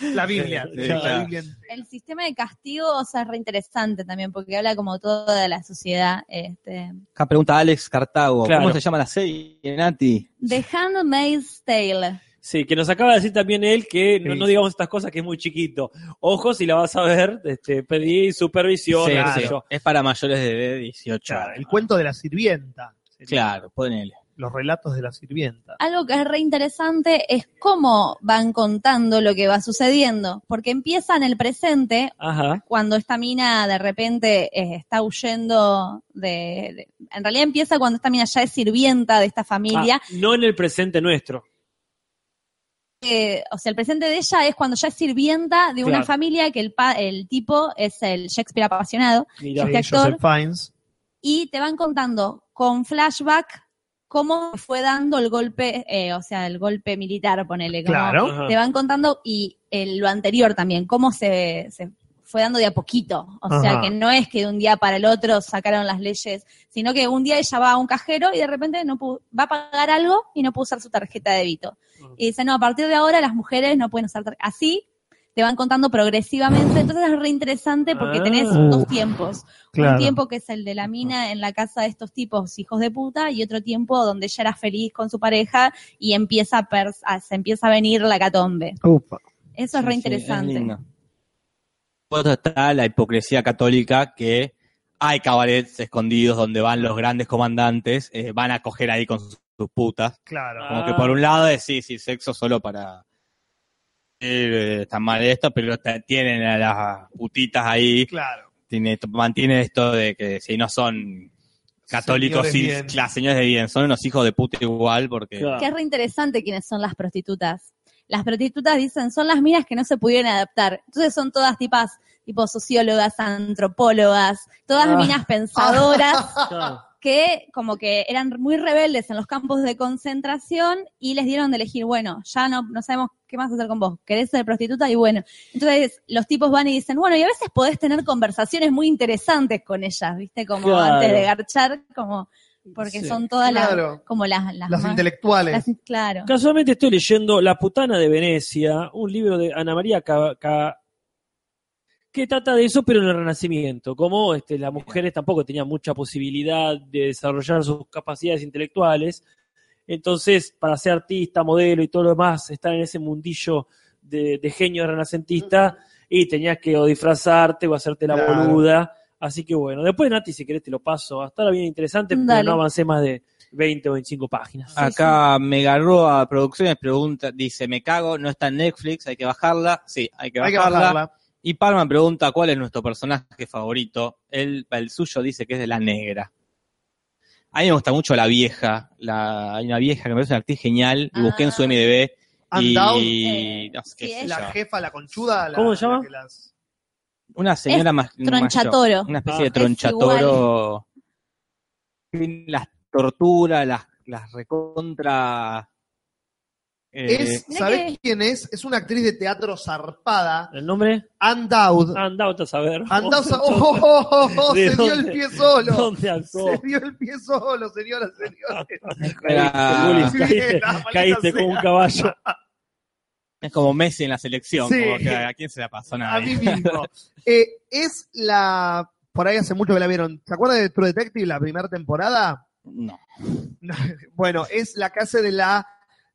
La Biblia. Sí, la claro. Biblia. el sistema de castigo o sea, es reinteresante también porque habla como toda la sociedad este Acá pregunta Alex Cartago. Claro. ¿Cómo se llama la serie, Nati? The Handmaid's Tale Sí, que nos acaba de decir también él que no, Sí. no digamos estas cosas que es muy chiquito. Ojos y la vas a ver, este, pedí supervisión, Sí, qué claro. sé sí. yo. Es para mayores de 18 Claro, años. el cuento de la sirvienta. sería. Claro, ponele. Los relatos de la sirvienta. algo que es re interesante es cómo van contando lo que va sucediendo porque empieza en el presente Ajá. cuando esta mina de repente eh, está huyendo de, de- En realidad empieza cuando esta mina ya es sirvienta de esta familia. Ah, no en el presente nuestro. que, o sea, el presente de ella es cuando ya es sirvienta de una Claro. familia que el, pa- el tipo es el Shakespeare apasionado Este Mirá. Sí. actor- Joseph Fiennes. y te van contando con flashback cómo fue dando el golpe, eh, o sea, el golpe militar, ponele. como Claro. Ajá. Te van contando y eh, lo anterior también, cómo se, se fue dando de a poquito. O Ajá. sea, que no es que de un día para el otro sacaron las leyes, sino que un día ella va a un cajero y de repente no pu- va a pagar algo y no puede usar su tarjeta de débito. Ajá. Y dice, no, a partir de ahora las mujeres no pueden usar tar- así. Te van contando progresivamente, entonces es re interesante porque Ah. tenés Uh. dos tiempos Claro. un tiempo que es el de la mina en la casa de estos tipos hijos de puta y otro tiempo donde ella era feliz con su pareja y empieza a, pers- a- se empieza a venir la catombe. Upa. Eso es Sí, re sí, interesante. lindo. Por otro está la hipocresía católica que hay cabarets escondidos donde van los grandes comandantes, eh, van a coger ahí con sus, sus putas. Claro. Como Ah. que por un lado es sí, sí, sexo solo para... eh, está mal esto, pero ta- tienen a las putitas ahí, Claro. tiene, mantiene esto de que si no son católicos, Señores sí, bien. claro, señores de bien, son unos hijos de puta igual porque... Claro. Que es re interesante quiénes son las prostitutas. Las prostitutas dicen son las minas que no se pudieron adaptar. Entonces son todas tipas, tipo sociólogas, antropólogas, todas Ah. minas pensadoras. Claro. que como que eran muy rebeldes en los campos de concentración y les dieron de elegir, bueno, ya no, no sabemos qué más hacer con vos, querés ser prostituta y bueno. Entonces los tipos van y dicen, bueno, y a veces podés tener conversaciones muy interesantes con ellas, ¿viste? Como Claro. antes de garchar, como porque Sí. son todas las, Claro. como las, las, Las más- intelectuales. las- claro. Casualmente estoy leyendo La putana de Venecia, un libro de Ana María Ca- Ca- que trata de eso, pero en el Renacimiento. Como este, las mujeres tampoco tenían mucha posibilidad de desarrollar sus capacidades intelectuales. Entonces, para ser artista, modelo y todo lo demás, estar en ese mundillo de, de genio renacentista y tenías que o disfrazarte o hacerte la Claro. boluda. Así que bueno, después Nati, si querés te lo paso. Hasta ahora bien interesante, Dale. pero no avancé más de 20 o 25 páginas. Acá Megaroa Producciones pregunta, dice, me cago, no está en Netflix, hay que bajarla. Sí, hay que Hay que bajarla. bajarla. Y Palma pregunta, ¿cuál es nuestro personaje favorito? Él, el suyo dice que es de la negra. A mí me gusta mucho la vieja. La, hay una vieja que me parece una actriz genial y busqué en su Ah. MDB. And y, Down, Eh, no sé qué sí, sé es. La yo. jefa, la conchuda. la- ¿Cómo se llama? la que las- Una señora más. Tronchatoro. mayor, Mm. Una especie Ah. de Es tronchatoro. Las tortura, las, las recontra. eh, Es, Mirá ¿Sabés que- quién es? Es una actriz de teatro zarpada. ¿El nombre? Ann Dowd. Anda a saber. Andá a sa- ¡Oh, oh, oh, oh, oh! ¿De Se dio el dónde? pie solo. ¿Dónde actuó? Se dio el pie solo, señoras, señores. Era- Juli, Sí, caíste, la maldita caíste como sea. un caballo. Es como Messi en la selección, Sí. como que a quién se la pasó A nadie. mí mismo. Eh, es la. Por ahí hace mucho que la vieron. ¿Se acuerdan de True Detective, la primera temporada? No. Bueno, es la que hace de la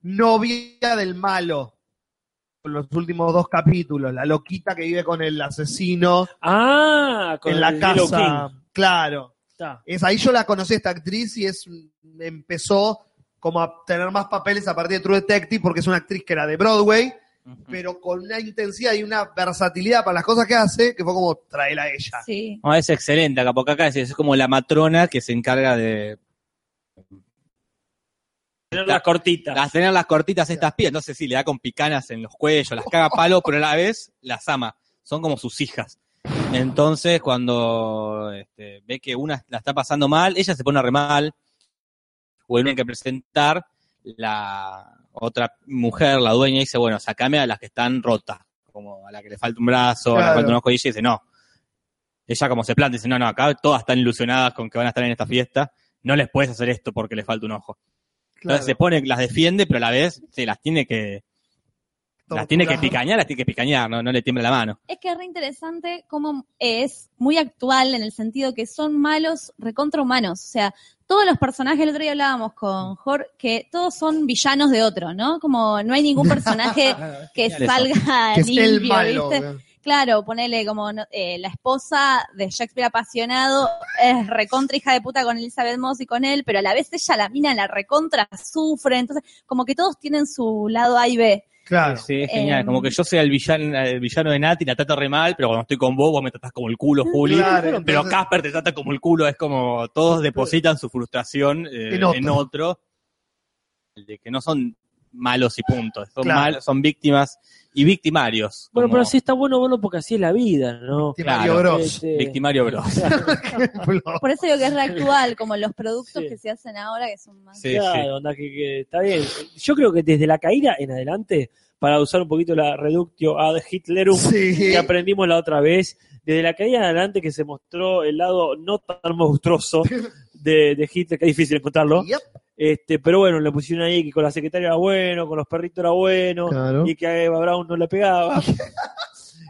novia del malo. Por los últimos dos capítulos. La loquita que vive con el asesino Ah, con en la el Hello casa. King. Claro. Está. Es, ahí yo la conocí esta actriz y es empezó como a tener más papeles a partir de True Detective porque es una actriz que era de Broadway, Mm. pero con una intensidad y una versatilidad para las cosas que hace, que fue como traerla a ella. Sí. No, es excelente acá, porque acá es, es como la matrona que se encarga de Tener las cortitas. las- tener las cortitas estas pibas. Entonces sí, le da con picanas en los cuellos, las caga a palo, pero a la vez las ama. Son como sus hijas. Entonces, cuando este, ve que una la está pasando mal, ella se pone re mal. Vuelven que presentar la otra mujer, la dueña, dice, bueno, sacame a las que están rotas, como a la que le falta un brazo, a la que le Claro. falta un ojo, y ella dice, no. Ella como se planta, dice, no, no, acá todas están ilusionadas con que van a estar en esta fiesta, no les puedes hacer esto porque les falta un ojo. Entonces se pone, las defiende, pero a la vez se las tiene que, las tiene que Torturar. picañar, las tiene que picañar, no, no le tiembla la mano. Es que es re interesante cómo es muy actual en el sentido que son malos recontra humanos. O sea, todos los personajes, el otro día hablábamos con Jorge, que todos son villanos de otro, ¿no? Como no hay ningún personaje que Genial eso. salga Que es limpio, el malo. ¿viste? Claro, ponele como no- eh, la esposa de Shakespeare apasionado es recontra hija de puta con Elizabeth Moss y con él, pero a la vez ella, la mina, la recontra sufre. Entonces, como que todos tienen su lado A y B. Claro. Sí, es genial. Em. como que yo sea el villano, el villano de Nati, la trato re mal, pero cuando estoy con vos, vos me tratás como el culo, Juli. Claro, Pero entonces- Casper te trata como el culo, es como todos depositan su frustración eh, En en otro. otro. El De que no son malos y puntos. Son, Claro. mal- son víctimas y victimarios. Bueno, como pero así está bueno verlo porque así es la vida, ¿no? Victimario Claro. Bros. Este, Victimario Bros. claro, Por eso digo que es re actual, como los productos Sí. que se hacen ahora que son más. Sí, sí. claro, onda que, que está bien. Yo creo que desde la caída en adelante, para usar un poquito la reductio ad Hitlerum Sí. que aprendimos la otra vez, desde la caída en adelante que se mostró el lado no tan monstruoso de, de Hitler, que es difícil encontrarlo, Yep. este, pero bueno, le pusieron ahí que con la secretaria era bueno, con los perritos era bueno, Claro. y que a Eva Brown no le pegaba.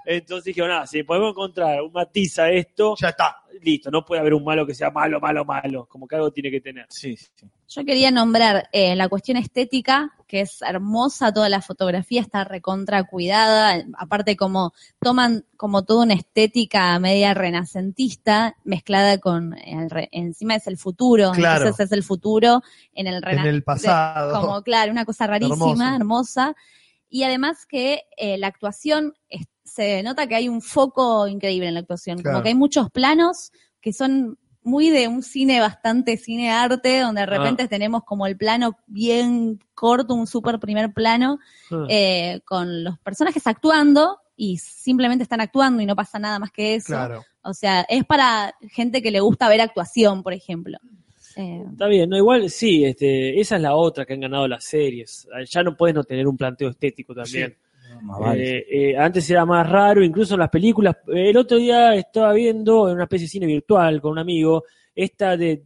Entonces dijeron, ah, si podemos encontrar un matiz a esto, Ya está. listo, no puede haber un malo que sea malo, malo, malo, como que algo tiene que tener. Sí, sí. Yo quería nombrar eh, la cuestión estética, que es hermosa, toda la fotografía está recontra cuidada, aparte como toman como toda una estética media renacentista mezclada con, el re- encima es el futuro, Claro. entonces es el futuro en el En renacentista. el pasado. como claro, una cosa rarísima, Hermoso. hermosa. Y además que eh, la actuación es- se nota que hay un foco increíble en la actuación, Claro. como que hay muchos planos que son muy de un cine bastante cine arte, donde de Ah. repente tenemos como el plano bien corto, un super primer plano, Ah. Ah, eh, con los personajes actuando y simplemente están actuando y no pasa nada más que eso. Claro. O sea, es para gente que le gusta ver actuación, por ejemplo. Eh, Está bien, no, igual sí, este, esa es la otra que han ganado las series. Ah, Ya no puedes no tener un planteo estético también. Más ah, vale. Eh, eh, antes era más raro, incluso en las películas. Eh, El otro día estaba viendo en una especie de cine virtual con un amigo, esta de,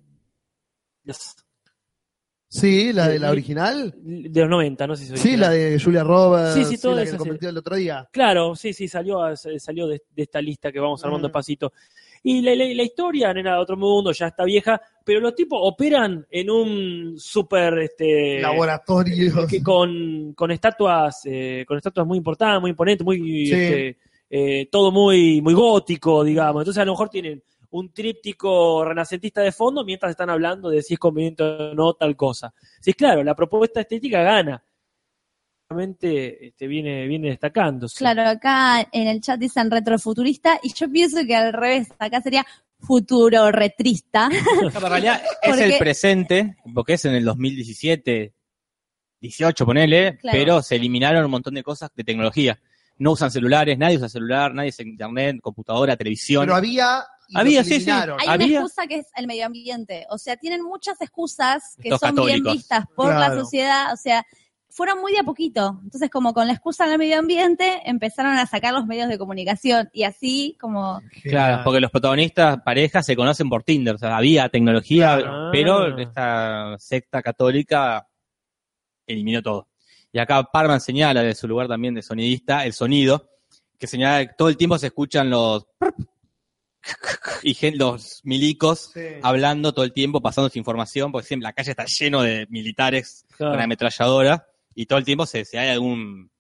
Sí, la de la Sí. original. de los 90, no sé si soy Sí, la de Julia Roberts. Sí, sí, toda la que esa comentó el otro día. Claro, sí, sí, salió, a- salió de, de esta lista que vamos armando Mm. pasito. Y la, la- la historia, nena de otro mundo, ya está vieja, pero los tipos operan en un super este, Laboratorio. que con, con estatuas eh, con estatuas muy importantes, muy imponentes, muy Sí. este, eh, todo muy muy gótico, digamos. Entonces a lo mejor tienen un tríptico renacentista de fondo mientras están hablando de si es conveniente o no tal cosa. Sí, claro, la propuesta estética gana. Realmente este, viene, viene destacándose. Claro, acá en el chat dicen retrofuturista y yo pienso que al revés, acá sería futuro retrista. No, pero en realidad es Porque- el presente, porque es en el 2017, 18, ponele, Claro. pero se eliminaron un montón de cosas de tecnología. No usan celulares, nadie usa celular, nadie usa internet, computadora, televisión. Pero había. y Había, los sí, sí. eliminaron. Hay Había- una excusa que es el medio ambiente, o sea, tienen muchas excusas que Estos son bien católicos. vistas por la Claro. sociedad, o sea, fueron muy de a poquito. Entonces, como con la excusa del medio ambiente, empezaron a sacar los medios de comunicación y así como Claro, porque los protagonistas, parejas, se conocen por Tinder. O sea, había tecnología, Claro. pero esta secta católica eliminó todo. Y acá Parman señala de su lugar también de sonidista el sonido, que señala que todo el tiempo se escuchan los y gen- los milicos Sí. hablando todo el tiempo, pasando su información, porque siempre la calle está lleno de militares Claro. con ametralladora y todo el tiempo se, se hay algún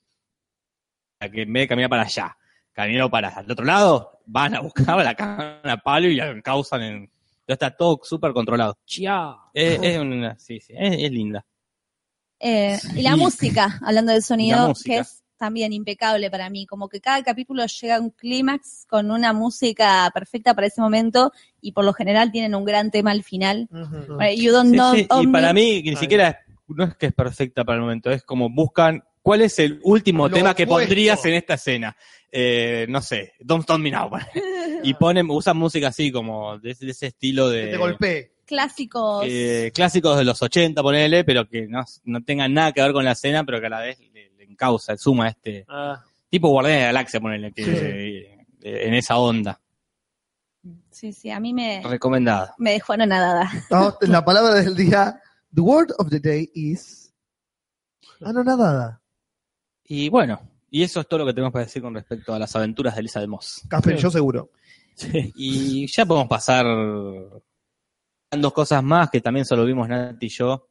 a que en vez de caminar para allá, caminaron para el otro lado, van a buscar la cagan a palo y la causan en. Pero está todo súper controlado. Chia. Es, es una, sí, sí, es, es linda. Eh, Y la Sí. música, hablando del La sonido, música. que es también impecable para mí, como que cada capítulo llega a un clímax con una música perfecta para ese momento y por lo general tienen un gran tema al final. Ujú. Bueno, You don't Sí, know sí, of Y me. para mí, que ni Ahí. siquiera es- no es que es perfecta para el momento, es como buscan cuál es el último Lo tema que opuesto. pondrías en esta escena. Eh, no sé, Don't Stop Me Now. y ponen, usan música así, como de, ese- de ese estilo Que de. te golpeé. clásicos. eh, clásicos de los 80, ponele, pero que no, no tengan nada que ver con la escena, pero que a la vez le, le encausa, suma este, Ah, tipo Guardián de la Galaxia, ponele, que, Sí. eh, en esa onda. Sí, sí, a mí me, Recomendada. me dejó anonadada. No, la palabra del día. The word of the day is. Ah, no, nada. Y bueno, y eso es todo lo que tenemos para decir con respecto a las aventuras de Lisa de Moss. Casper, yo seguro. sí. Y ya podemos pasar a dos cosas más que también solo vimos Nati y yo.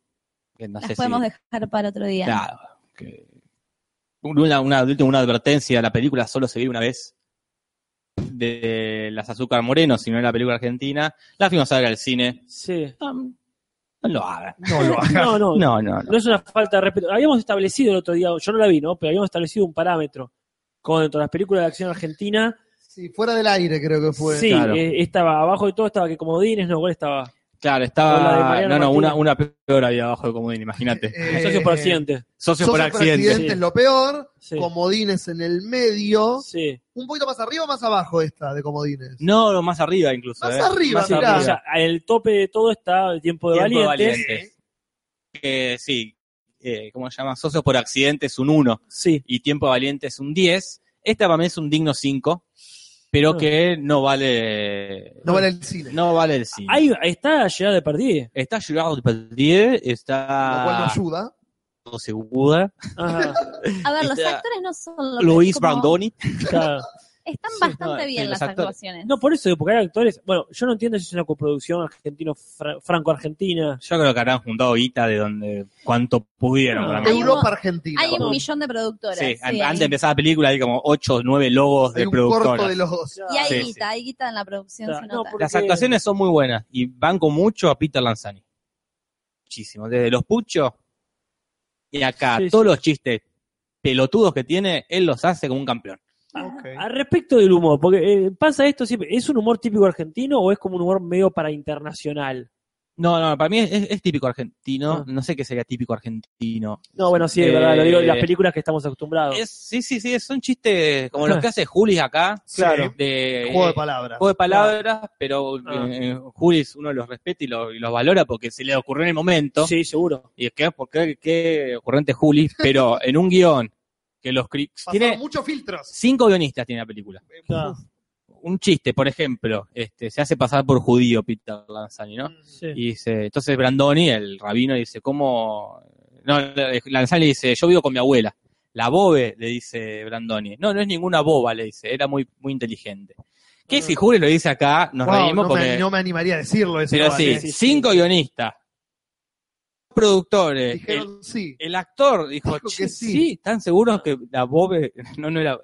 Que no Las sé podemos si, dejar para otro día. Claro, que- una, una, una advertencia, la película solo se vio una vez de las Azúcar Moreno, si no era la película argentina. La fuimos a ver al cine. Sí. Um, no lo hagan. No lo hagas. No, no, No, no, no. No es una falta de respeto. Habíamos establecido el otro día, yo no la vi, ¿no? Pero habíamos establecido un parámetro. Con dentro de las películas de acción argentina, Sí, fuera del aire creo que fue. sí, Pues, claro. eh, estaba abajo de todo, estaba que Comodines, no, igual estaba. Claro, O la de estaba. Mariano No, no, una, Martínez. una peor había abajo de comodín, imagínate. Eh, socios por accidente. Socios Socios por accidente. Sí. es lo peor. Sí. Comodines en el medio. Sí. Un poquito más arriba o más abajo esta de comodines. No, no, más arriba incluso. Más eh. arriba, Más mirá. O sea, el tope de todo está el tiempo de Tiempo de valientes. valientes. Que sí, eh, ¿cómo se llama? Socios por accidente es un 1 Sí. y Tiempo de Valiente es un 10. Esta para mí es un digno 5, pero Ah. que no vale. No vale el cine. no vale el 5. Ahí está llegada de partida. Está Gerard Depardieu, Lo cual no está ayuda. Segura, Ajá, A ver, los Está actores no son los Luis como- Brandoni. claro. Están Sí, bastante no, sí, bien los las actores- actuaciones. No, por eso, porque hay actores. Bueno, yo no entiendo si es una coproducción argentino-franco-argentina. Yo creo que habrán juntado guita de donde cuanto pudieron. Ah. para mí. Hay un- Europa Argentina. Hay un Perdón. millón de productoras. Sí, an- hay- antes de empezar la película hay como 8 o 9 logos Hay de un corto productoras. de los dos. Y hay Sí, guita, hay guita en la producción. Claro, se no, nota. porque- Las actuaciones son muy buenas y banco mucho a Peter Lanzani. Muchísimo. Desde los puchos y acá, Sí, todos los chistes pelotudos que tiene, él los hace como un campeón. Ok. Al respecto del humor, porque eh, pasa esto siempre, ¿es un humor típico argentino o es como un humor medio para internacional? No, no, para mí es, es- es típico argentino. Ah. No sé qué sería típico argentino. No, bueno, sí, es Eh, verdad, lo digo, las películas que estamos acostumbrados. Es- sí, sí, sí, son chistes como Ah. los que hace Julis acá. Claro. De, Juego de eh, palabras. juego de palabras, pero Ah. eh, Julis uno los respeta y, lo- y los valora porque se le ocurrió en el momento. Sí, seguro. Y es que, porque qué ocurrente Julis, pero en un guión que los cri- Pasaron tiene muchos filtros. cinco guionistas tiene la película. Claro. Un chiste, por ejemplo, este se hace pasar por judío Peter Lanzani, Mm. ¿no? Sí. Y dice, entonces Brandoni, el rabino, dice, ¿cómo? No, Lanzani le dice, yo vivo con mi abuela. La bobe, le dice Brandoni. No, no es ninguna boba, le dice, era muy, muy inteligente. Que si Jules lo dice acá, nos Wow, reímos no, porque... me, no me animaría a decirlo ¿eh? eso. pero no vale. sí, cinco guionistas, productores, el- Dijeron sí. El actor dijo, Dijo "Che, que sí. sí". ¿están seguros que la Bobe no, no era...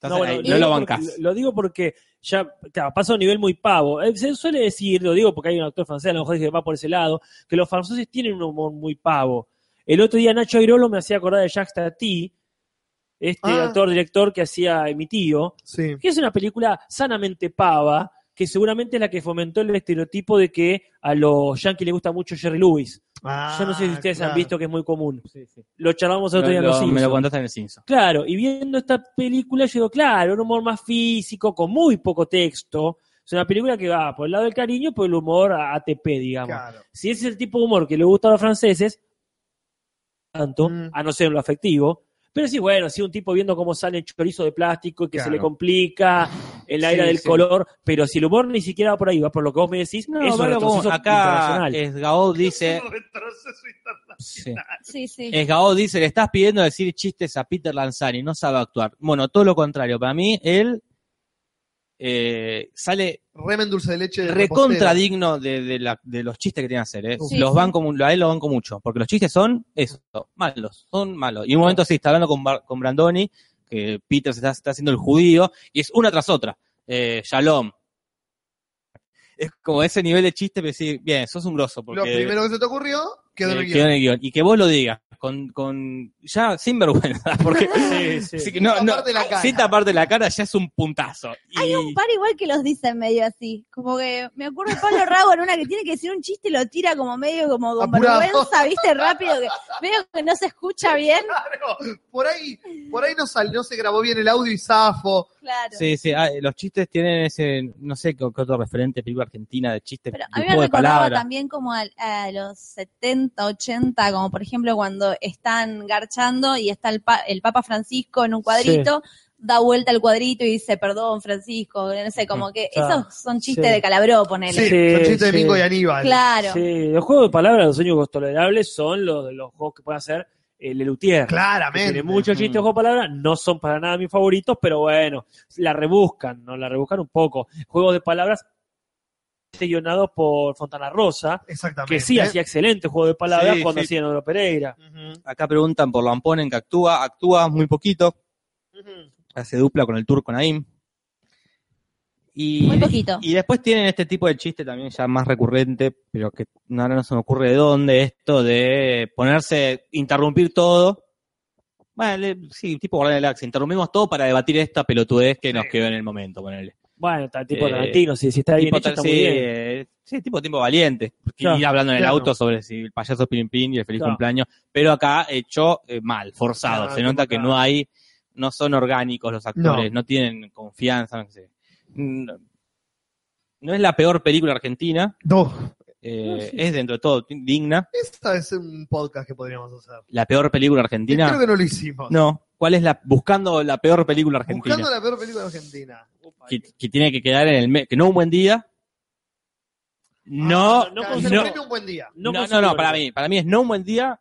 Estás bueno, ahí, lo no digo lo porque- bancás. lo digo porque ya claro, pasa a un nivel muy pavo. Eh, Se suele decir, lo digo porque hay un actor francés, a lo mejor dice que va por ese lado, que los franceses tienen un humor muy pavo. El otro día Nacho Airolo me hacía acordar de Jacques Tati, este Ah. actor director que hacía eh, mi tío, Sí. que es una película sanamente pava, que seguramente es la que fomentó el estereotipo de que a los yankees les gusta mucho Jerry Lewis. Yo no sé si Ah, ustedes han claro. visto que es muy común. Lo charlamos el Lo- otro día en lo- los me lo Simpsons. contaste en el Simpson. Claro, y viendo esta película, yo digo, claro, un humor más físico, con muy poco texto. Es una película que va por el lado del cariño, por el humor ATP, digamos. Claro. Si ese es el tipo de humor que le gusta a los franceses, tanto, Mm. a no ser en lo afectivo, pero sí, bueno, sí, un tipo viendo cómo sale el chorizo de plástico y que se Claro. le complica el aire Sí, del sí. color, pero si el humor ni siquiera va por ahí, va por lo que vos me decís, No, es un bueno, retroceso como acá eh, internacional. Esgao dice, Es un retroceso internacional. sí. Sí, sí. Esgao dice, le estás pidiendo decir chistes a Peter Lanzani, no sabe actuar. Bueno, todo lo contrario, para mí él eh, sale Remen dulce de leche. de repostera. recontradigno de, de la- de los chistes que tiene que hacer. ¿eh? Sí, los sí. banco, mu- a él lo banco mucho, porque los chistes son eso, malos, son malos. Y en un momento sí, está hablando con, Bar- con Brandoni, que Peter se está, está haciendo el judío, y es una tras otra. Eh, shalom. Es como ese nivel de chiste, pero sí, bien, sos un grosso. Porque, Lo primero que se te ocurrió quedó en eh, el quedó guión. en el guión. Y que vos lo digas, con, con ya sin vergüenza, porque Sí, sí. sí que no, Sin no, taparte la cara. sin taparte la cara ya es un puntazo. Hay Y- un par igual que los dicen medio así. Como que me acuerdo de Pablo Rago en una que tiene que decir un chiste y lo tira como medio como con Apurado. vergüenza, viste, rápido, que medio que no se escucha bien. Claro, por ahí, por ahí no, sal- no se grabó bien el audio y zafo. Claro. Sí, sí, ah, los chistes tienen ese, no sé qué, qué otro referente película argentina de chistes, Pero a mí de me juego de recordaba palabras. también como al- a, los 70, 80, como por ejemplo cuando están garchando y está el, pa- el Papa Francisco en un cuadrito, da vuelta al cuadrito y dice, perdón Francisco, no sé, como que Claro. esos son chistes Sí. de Calabró, Sí, ponele. son chistes de sí. Mingo y Aníbal. Claro. Sí, los juegos de palabras, los sueños tolerables son los, los juegos que puede hacer el Lelutier. Que Claramente. Tiene muchos chistes de juegos de palabras, no son para nada mis favoritos, pero bueno, la rebuscan, ¿no? La rebuscan un poco. Juegos de palabras guionados por Fontana Rosa, Exactamente. que sí hacía excelente juego de palabras Sí, cuando sí. hacía Noro Pereira. Ujú, Acá preguntan por Lamponen que actúa, actúa muy poquito, ujú. hace dupla con el turco Naim. Y, Muy poquito. y después tienen este tipo de chiste también ya más recurrente, pero que ahora no se me ocurre de dónde, esto de ponerse, interrumpir todo. Bueno, le- sí, tipo Guardián del Galaxia, interrumpimos todo para debatir esta pelotudez que nos Sí. quedó en el momento, ponele. Bueno, está tipo Eh, Tarantino, si, si está bien tipo, hecho, está sí, muy bien. eh, sí, tipo tiempo valiente. Y Claro, hablando en el claro. auto sobre si el payaso es Pirimpín y el feliz Claro. cumpleaños. Pero acá hecho eh, mal, forzado. Claro, Se nota como que acá. no hay, no son orgánicos los actores, no, tienen confianza, no sé. Mm, No es la peor película argentina, No. eh, es dentro de todo digna. Esta es un podcast que podríamos hacer. La peor película argentina. Creo que no lo hicimos. No, ¿cuál es la buscando la peor película argentina? Buscando la peor película argentina. Que, que tiene que quedar en el me- que no un buen día. No, Ah, no, acá, no, se no. premia un buen día. No, no, no, consiguió para nada. mí. Para mí es no un buen día,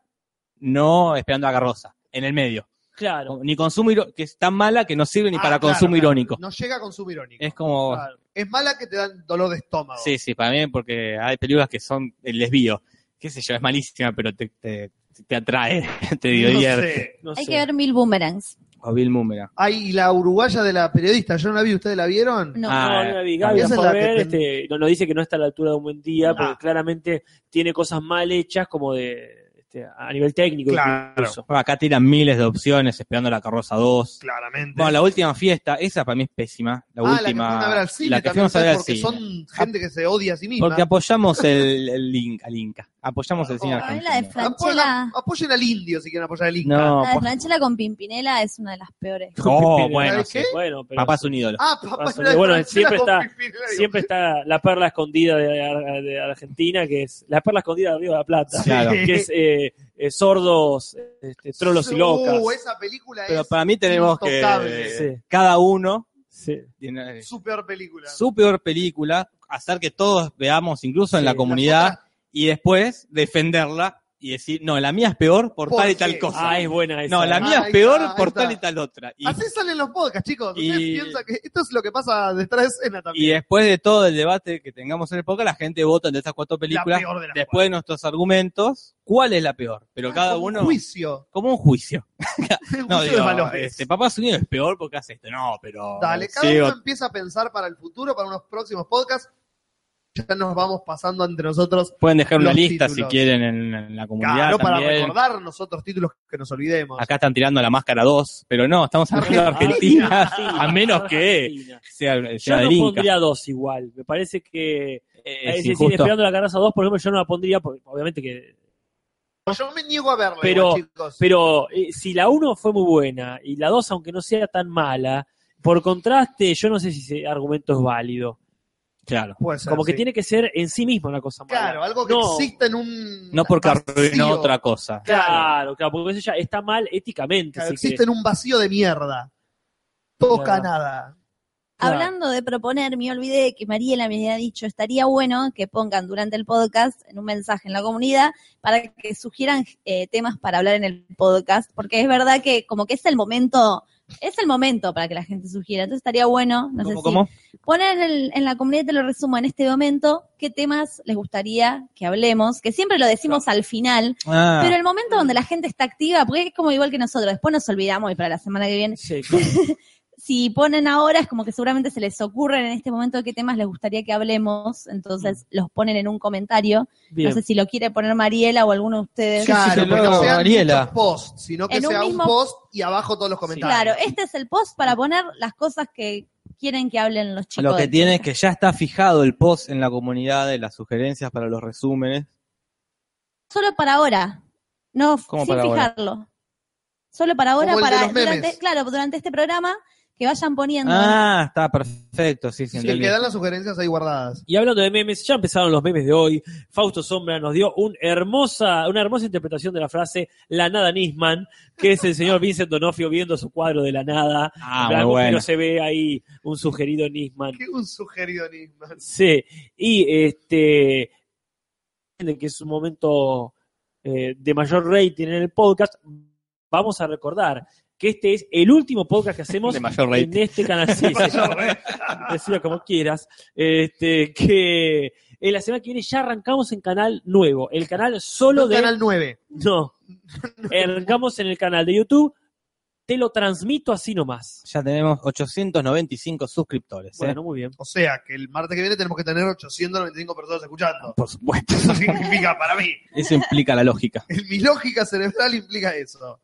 no esperando a Carroza, en el medio. Claro. Ni consumo iro- que es tan mala que no sirve ni Ah, para claro, consumo claro. irónico. No llega a consumo irónico. Es como. Claro. Es mala que te dan dolor de estómago. Sí, sí, para mí, porque hay películas que son el desvío. Qué sé yo, es malísima, pero te, te, te atrae, te no divierte. sé. No Hay sé. que ver mil boomerangs. O Bill Múmera. Ay, y la uruguaya de la periodista, yo no la vi, ¿ustedes la vieron? No. Ah, No, no la vi. Gaby esa es la Ferrer, que este, no- nos dice que no está a la altura de un buen día, No. porque claramente tiene cosas mal hechas como de este, a nivel técnico. Claro. incluso. Bueno, acá tiran miles de opciones esperando la carroza 2. Claramente. Bueno, la última fiesta, esa para mí es pésima. La ah, última. la que fueron a ver al cine la que también, fuimos a ver al ¿sabes? porque cine. son gente que se odia a sí misma. Porque apoyamos el, el Inca, al Inca. Apoyamos el cine Ah, A mí la de argentino. Apoyan, Franchella, apoyen al indio si quieren apoyar al indio. No, pues. la de po- Franchella con Pimpinela es una de las peores. oh, Pero- bueno, ¿Sabes qué? sí. Bueno, pero papá es un ídolo. Ah, papá, Razón. Bueno, siempre está- Siempre... siempre está la perla escondida de, Ar- de Argentina, que es la perla escondida de Río de la Plata, Claro. que es eh, eh, sordos, este, trolos y locas. Uh, esa película Pero es para mí tenemos que intocable. Sí. cada uno Sí. tiene su peor película. su peor película, hacer que todos veamos, incluso en Sí, la la comunidad, y después defenderla y decir, no, la mía es peor por, ¿Por tal y qué? tal cosa. Ah, es buena esa. no, la Ah, mía ahí es peor está, ahí por está. tal y tal otra. Y, Así salen los podcasts, chicos. Ustedes Y- piensan que esto es lo que pasa detrás de escena y también. después de todo el debate que tengamos en el podcast, la gente vota entre estas cuatro la películas, peor de las después de nuestros argumentos, cuál es la peor. Pero cuatro. cada Como un uno... Juicio. Como un juicio. Un No, juicio digo, de valores. este, Papá Unido es peor porque hace esto. No, pero. Dale, cada sí, uno o- empieza a pensar para el futuro, para unos próximos podcasts. Ya nos vamos pasando entre nosotros. Pueden dejar una los lista títulos. si quieren en, en la comunidad. Claro, para también. recordar nosotros títulos que nos olvidemos. Acá están tirando la máscara 2, pero no, estamos hablando Ah, de Argentina. Argentina, Ah, a menos que Argentina. sea, Yo sea no del Inca. pondría dos igual. Me parece que. Eh, Es, es decir, injusto. esperando la carroza 2, por ejemplo, yo no la pondría, porque obviamente que Yo me niego a verlo, Pero- igual, chicos. Pero eh, si la 1 fue muy buena y la 2, aunque no sea tan mala, por contraste, yo no sé si ese argumento es válido. Claro. Puede ser, Como que sí. tiene que ser en sí misma una cosa mala. Claro, algo que No. exista en un. No porque vacío. arruinó otra cosa. Claro, claro, porque eso ya está mal éticamente. Claro, así que- existe en un vacío de mierda. Toca Claro. nada. Claro. Hablando de proponer, me olvidé que Mariela me había dicho, estaría bueno que pongan durante el podcast en un mensaje en la comunidad para que sugieran eh, temas para hablar en el podcast, porque es verdad que como que es el momento, es el momento para que la gente sugiera. Entonces estaría bueno, no sé ¿Cómo, si cómo? poner en, el- en la comunidad, te lo resumo en este momento, qué temas les gustaría que hablemos, que siempre lo decimos al final, Ah, pero el momento donde la gente está activa, porque es como igual que nosotros, después nos olvidamos y para la semana que viene Sí, claro. si ponen ahora es como que seguramente se les ocurren en este momento qué temas les gustaría que hablemos, entonces Mm. los ponen en un comentario. Bien. No sé si lo quiere poner Mariela o alguno de ustedes. Sí, sí, Claro, sí, porque luego, no sean Mariela. muchos posts, sino que En un sea mismo- un post y abajo todos los Claro, comentarios. este es el post para poner las cosas que quieren que hablen los chicos. lo que del tiene es podcast. que ya está fijado el post en la comunidad de las sugerencias para los resúmenes. Solo para ahora. No, ¿Cómo sin para ahora? fijarlo. Solo para ahora, Como el de para los memes. durante, claro, durante este programa que vayan poniendo. Ah, está perfecto, sí, sí, Sí, entendí. quedan las sugerencias ahí guardadas. Y hablando de memes, ya empezaron los memes de hoy. Fausto Sombra nos dio un hermosa, una hermosa interpretación de la frase La nada Nisman, que es el señor Vincent Donofrio viendo su cuadro de la nada. Ah, Blanco, muy bueno. Pero se ve ahí un sugerido Nisman. Qué un sugerido Nisman. Sí, y este de que es un momento eh, de mayor rating en el podcast, vamos a recordar que este es el último podcast que hacemos De mayor rating. en este canal. Sí, sí, decilo como quieras. Este, que en la semana que viene ya arrancamos en canal nuevo, el canal solo No, de Canal 9. no, arrancamos en el canal de YouTube. Te lo transmito así nomás. Ya tenemos 895 suscriptores. ¿eh? Bueno, muy bien. O sea, que el martes que viene tenemos que tener 895 personas escuchando. Por supuesto. Eso significa para mí. Eso implica la lógica. En mi lógica cerebral implica eso.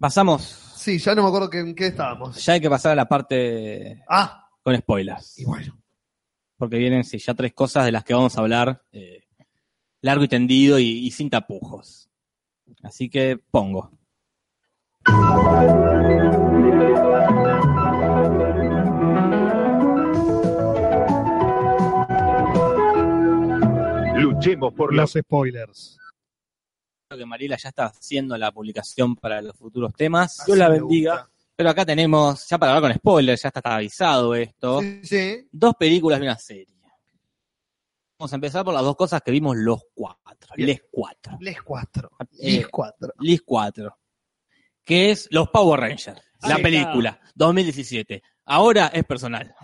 Pasamos Sí, ya no me acuerdo que- en qué estábamos. Ya hay que pasar a la parte Ah, con spoilers. y bueno. Porque vienen sí, ya tres cosas de las que vamos a hablar eh, largo y tendido y, y sin tapujos. Así que pongo. Luchemos por la Los spoilers. Creo que Mariela ya está haciendo la publicación para los futuros temas. así la me bendiga. gusta. Pero acá tenemos, ya para hablar con spoilers, ya está, está avisado esto. Sí, sí. Dos películas y una serie. Vamos a empezar por las dos cosas que vimos los cuatro. Bien. Les cuatro. Les cuatro. Ah, Eh, Les cuatro. Liz 4, que es Los Power Rangers, Ahí la está. película, 2017. Ahora es personal.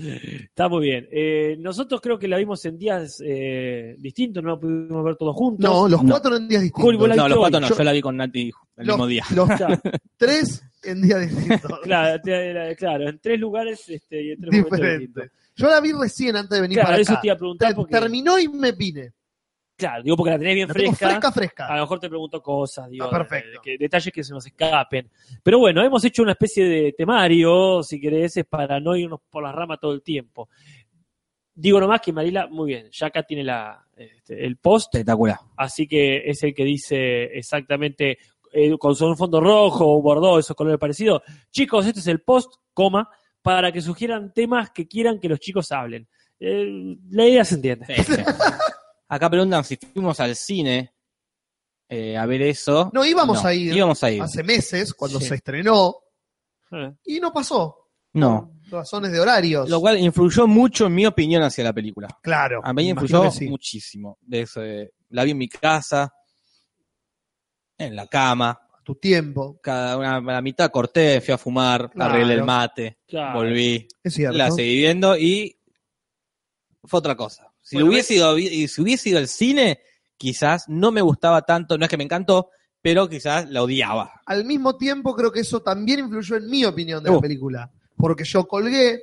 Está muy bien. Eh, nosotros creo que la vimos en días eh, distintos, no la pudimos ver todos juntos. No, los No. cuatro en días distintos. Juli, vos la- No, los hoy. cuatro no, Yo- yo la vi con Nati el Los- mismo día. Los Claro, tres en días distintos. claro, te- la- claro, en tres lugares este, y en tres momentos Diferente. distintos. Yo la vi recién antes de venir Claro, para eso acá. te iba a preguntar Ter- porque, Terminó y me vine. claro, digo porque la tenés bien La tengo fresca. Ah, fresca, A fresca. lo mejor te pregunto cosas, digo, Ah, perfecto. de- de- que- detalles que se nos escapen. Pero bueno, hemos hecho una especie de temario, si querés, es para no irnos por la rama todo el tiempo. Digo nomás que Marila, muy bien, ya acá tiene la, este, el post, Espectacular. así que es el que dice exactamente eh, con un fondo rojo o bordeaux, esos colores parecidos. Chicos, este es el post, coma, para que sugieran temas que quieran que los chicos hablen. Eh, la idea se entiende. Sí, sí. Acá preguntan si fuimos al cine eh, a ver eso. No, íbamos No, a ir Íbamos a ir. hace meses cuando Sí. se estrenó Eh, y no pasó. No. Por Razones de horarios. Lo cual influyó mucho en mi opinión hacia la película. claro. A mí me imagino influyó que sí. muchísimo. De eso, eh, la vi en mi casa, en la cama. A tu tiempo. Cada una, a la mitad corté, fui a fumar, Claro. arreglé el mate. claro. Volví, Es cierto. la seguí viendo y fue otra cosa. Si Bueno, hubiese ido, a- y si hubiese ido al cine, quizás no me gustaba tanto, no es que me encantó, pero quizás la odiaba. Al mismo tiempo, creo que eso también influyó en mi opinión de la Oh. película. Porque yo colgué,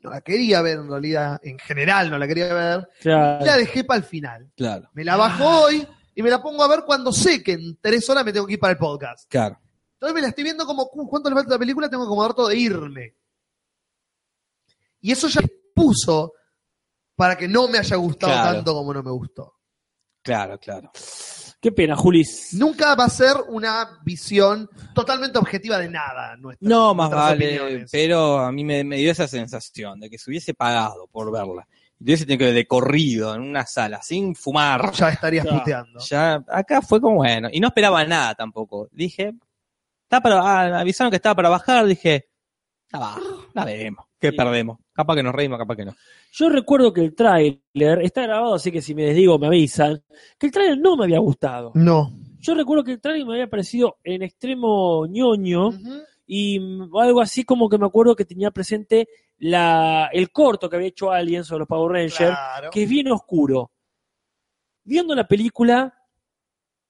no la quería ver en realidad, en general no la quería ver, y Claro. la dejé para el final. Claro, Me la Ah. bajo hoy y me la pongo a ver cuando sé que en tres horas me tengo que ir para el podcast. claro. Entonces me la estoy viendo como, "Uh, ¿cuánto le falta a la película? Tengo que acomodar todo de irme. Y eso ya me puso para que no me haya gustado Claro. tanto como no me gustó. Claro, claro. Qué pena, Julis. Nunca va a ser una visión totalmente objetiva de nada. nuestra- No, más nuestras vale, opiniones. pero a mí me, me dio esa sensación de que se hubiese pagado por verla. Yo hubiese tenido que de corrido en una sala, sin fumar. Ya estarías Claro. puteando. Ya, acá fue como bueno. Y no esperaba nada tampoco. Dije, está para, ah, avisaron que estaba para bajar. Dije, la bajo, la veremos. Que Sí. perdemos. Capaz que nos reímos, capaz que no. Yo recuerdo que el tráiler está grabado, así que si me desdigo me avisan, que el tráiler no me había gustado. No. Yo recuerdo que el tráiler me había parecido en extremo ñoño Ujú. y mm, algo así como que me acuerdo que tenía presente la, el corto que había hecho alguien sobre los Power Rangers, Claro. que es bien oscuro. Viendo la película,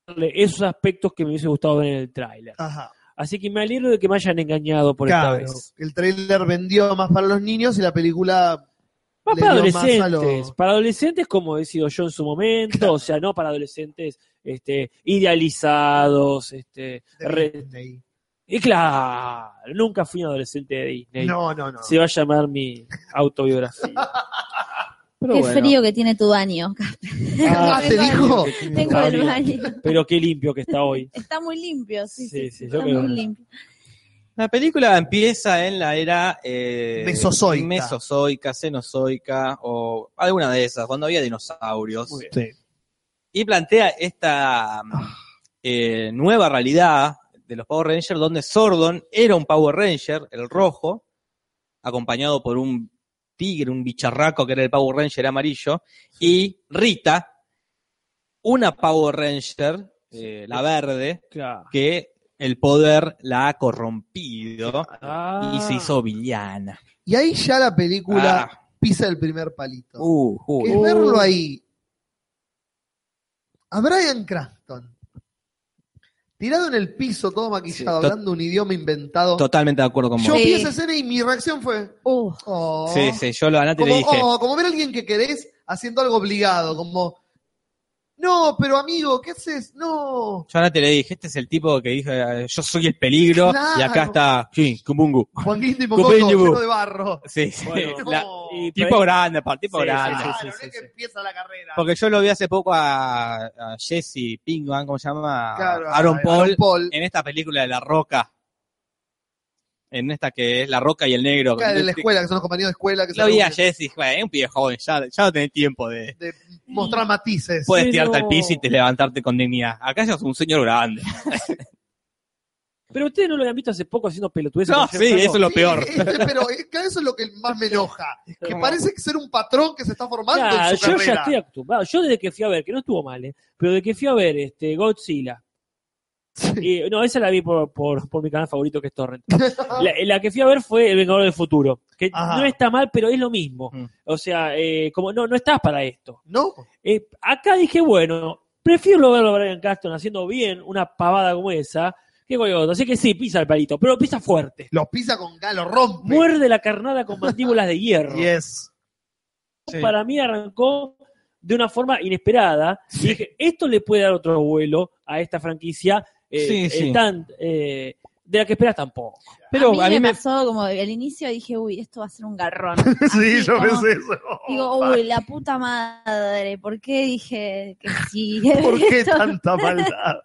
esos aspectos que me hubiese gustado ver en el tráiler. Ajá. Así que me alegro de que me hayan engañado por Claro. esta vez. El trailer vendió más para los niños y la película. Más Le para dio más a adolescentes. lo- Para adolescentes, como he sido yo en su momento, o sea, no para adolescentes este, idealizados. Este, de re- Disney. Y claro, nunca fui un adolescente de Disney. No, no, no. Se va a llamar mi autobiografía. Pero Qué bueno. frío que tiene tu baño. Ah, te dijo. Tengo el baño. Pero qué limpio que está hoy. Está muy limpio, sí, Sí, sí. sí, yo está creo muy que- limpio. La película empieza en la era eh, Mesozoica. mesozoica, cenozoica o alguna de esas, cuando había dinosaurios. Muy bien. Sí. Y plantea esta mm, Ah. eh, nueva realidad de los Power Rangers, donde Sordon era un Power Ranger, el rojo, acompañado por un tigre, un bicharraco que era el Power Ranger amarillo, y Rita, una Power Ranger, eh, la verde, Claro. que el poder la ha corrompido Ah. y se hizo villana. Y ahí ya la película Ah, pisa el primer palito. uh, Que uy. es verlo ahí. A Brian Cranston. Tirado en el piso, todo maquillado, Sí, to- hablando un idioma inventado. totalmente de acuerdo con Yo vos. Sí. vi esa escena y mi reacción fue. Uh, Oh. Sí, sí, yo lo a Nati Como, le dije, oh, como ver a alguien que querés haciendo algo obligado, como No, pero amigo, ¿qué haces? No. Yo ahora te le dije, este es el tipo que dijo, eh, yo soy el peligro, y acá Claro. está, sí, Kumbungu. Juan Guindy Mococo, Copeño. lleno de barro. Sí, sí. Bueno. La- No. Y- tipo grande, aparte, tipo Sí, grande. Claro, sí, sí, Ah, no sí, es que sí. empieza la carrera. Porque yo lo vi hace poco a, a Jesse Pinkman, ¿cómo se llama? Claro, Aaron a- a Paul, Aaron Paul. en esta película de La Roca. En esta que es La Roca y el Negro. Acá en la Este- escuela, que son los compañeros de escuela que se Lo vi a reúnen Jesse, bueno, es un pibe joven, ya, ya no tenés tiempo de... de mostrar matices. Puedes Pero- tirarte al piso y te levantarte con dignidad. Acá ya es un señor grande. Pero ustedes no lo habían visto hace poco haciendo pelotudeces. No, con Jeff sí, Bezos. eso es lo Sí, peor. este, pero es que eso es lo que más me enoja. Que Como- parece que ser un patrón que se está formando Claro, en yo su carrera. ya estoy acostumbrado. Yo desde que fui a ver, que no estuvo mal, ¿eh? pero desde que fui a ver este Godzilla. eh, no, esa la vi por, por, por mi canal favorito que es Torrent. La, la que fui a ver fue El Vengador del Futuro. Que Ajá. no está mal, pero es lo mismo. Mm. O sea, eh, como no, no estás para esto. No, Eh, acá dije, bueno, prefiero verlo a Brian Caston haciendo bien una pavada como esa que cualquier otra. Así que sí, pisa el palito, pero pisa fuerte. los pisa con galo, rompe. Muerde la carnada con mandíbulas de hierro. Yes. Sí. Para mí arrancó de una forma inesperada. Y dije, esto le puede dar otro vuelo a esta franquicia eh, Sí, eh, sí. tan, eh, de la que esperas tampoco. a mí me, pasó como al inicio dije, uy, esto va a ser un garrón. Sí, Así yo como- pensé "Oh, eso. Digo, uy, la puta madre, ¿por qué dije que sí? ¿Por qué tanta maldad?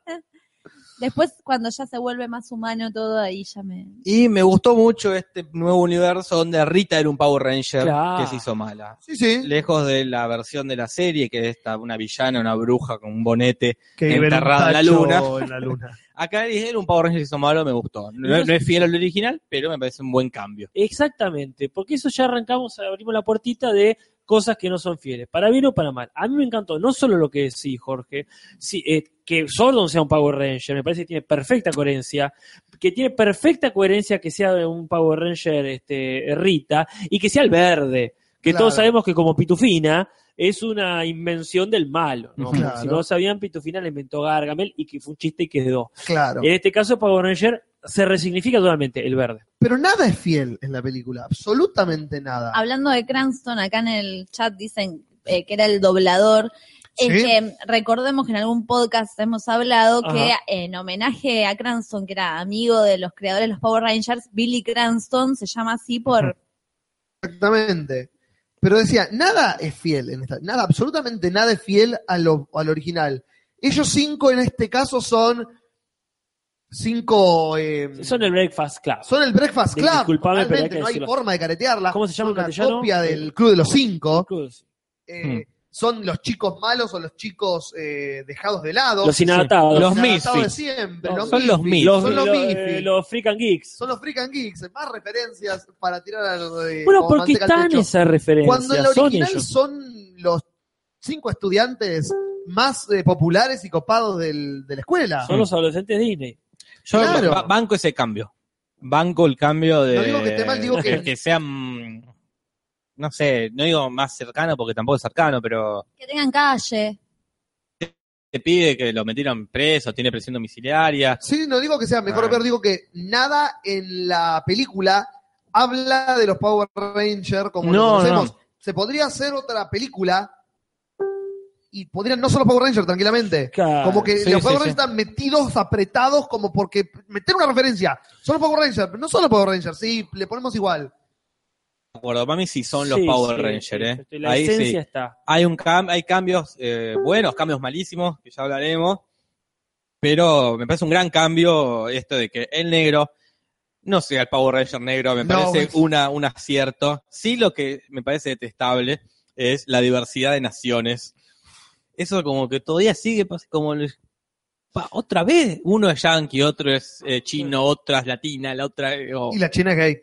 Después, cuando ya se vuelve más humano todo, ahí ya me... Y me gustó mucho este nuevo universo donde Rita era un Power Ranger Claro. que se hizo mala. Sí, sí. Lejos de la versión de la serie, que es esta, una villana, una bruja con un bonete. Que Enterrada en la Bertacho luna. en la luna. Acá dije, era un Power Ranger que se hizo malo, me gustó. No, no es fiel al original, pero me parece un buen cambio. Exactamente, porque eso ya arrancamos, abrimos la puertita de cosas que no son fieles, para bien o para mal. A mí me encantó no solo lo que decís, Jorge, sí, eh, que Sordon sea un Power Ranger, me parece que tiene perfecta coherencia, que tiene perfecta coherencia que sea un Power Ranger este, Rita y que sea el verde, que Claro. todos sabemos que como Pitufina es una invención del malo. ¿no? Claro. Si no sabían, Pitufina la inventó Gargamel y que fue un chiste y quedó. Claro. En este caso, Power Ranger se resignifica totalmente el verde. Pero nada es fiel en la película, absolutamente nada. Hablando de Cranston, acá en el chat dicen eh, que era el doblador. Es Sí. que recordemos que en algún podcast hemos hablado Ajá. que en homenaje a Cranston, que era amigo de los creadores de los Power Rangers, Billy Cranston se llama así por... Exactamente. Pero decía, nada es fiel en esta, nada, absolutamente nada es fiel a lo- al original. Ellos cinco en este caso son cinco eh, Son el Breakfast Club. son el Breakfast Di- Club. disculpame, pero hay realmente que no hay decirlo. forma de caretearla. ¿Cómo se llama Son en Ah, una castellano? Eh, copia del Club de los Cinco. Cruz. Eh, Son los chicos malos o los chicos eh, dejados de lado. Los inadaptados. Los inadaptados de Misfits. siempre, No, los son los Misfits. Los, Son los lo- eh, Misfits. los Freak and Geeks. Son los Freak and Geeks, más referencias para tirar a los de. bueno, como porque manteca al están techo. esas Cuando en la referencias. Son original son, ellos. los cinco estudiantes más eh, populares y copados del- de la Ah. escuela. Son los adolescentes Disney. Yo Claro. ba- banco ese cambio. Banco el cambio de. No digo que esté mal, digo que- sean. No sé, no digo más cercano porque tampoco es cercano, pero Que tengan calle. te pide que lo metieron preso, tiene presión domiciliaria. Sí, no digo que sea mejor Ah. o peor, digo que nada en la película habla de los Power Rangers como No, los conocemos. no. Se podría hacer otra película y podrían no solo Power Rangers, tranquilamente. Claro, Como que sí, los sí, Power sí. Rangers están metidos, apretados, como porque meter una referencia. Solo Power Rangers, pero no solo Power Rangers, sí, le ponemos igual. De acuerdo, para mí sí son los Sí, Power sí, Rangers, sí, ¿eh? sí, La Ahí sí. esencia está. Hay, un cam- hay cambios eh, buenos, cambios malísimos, que ya hablaremos. Pero me parece un gran cambio esto de que el negro no sea el Power Ranger negro, me No, parece bueno. una, un acierto. Sí, lo que me parece detestable es la diversidad de naciones. Eso como que todavía sigue pas- como el- pa- otra vez. Uno es yanqui, otro es eh, chino, otra es latina, la otra... eh, o- Y la China es gay.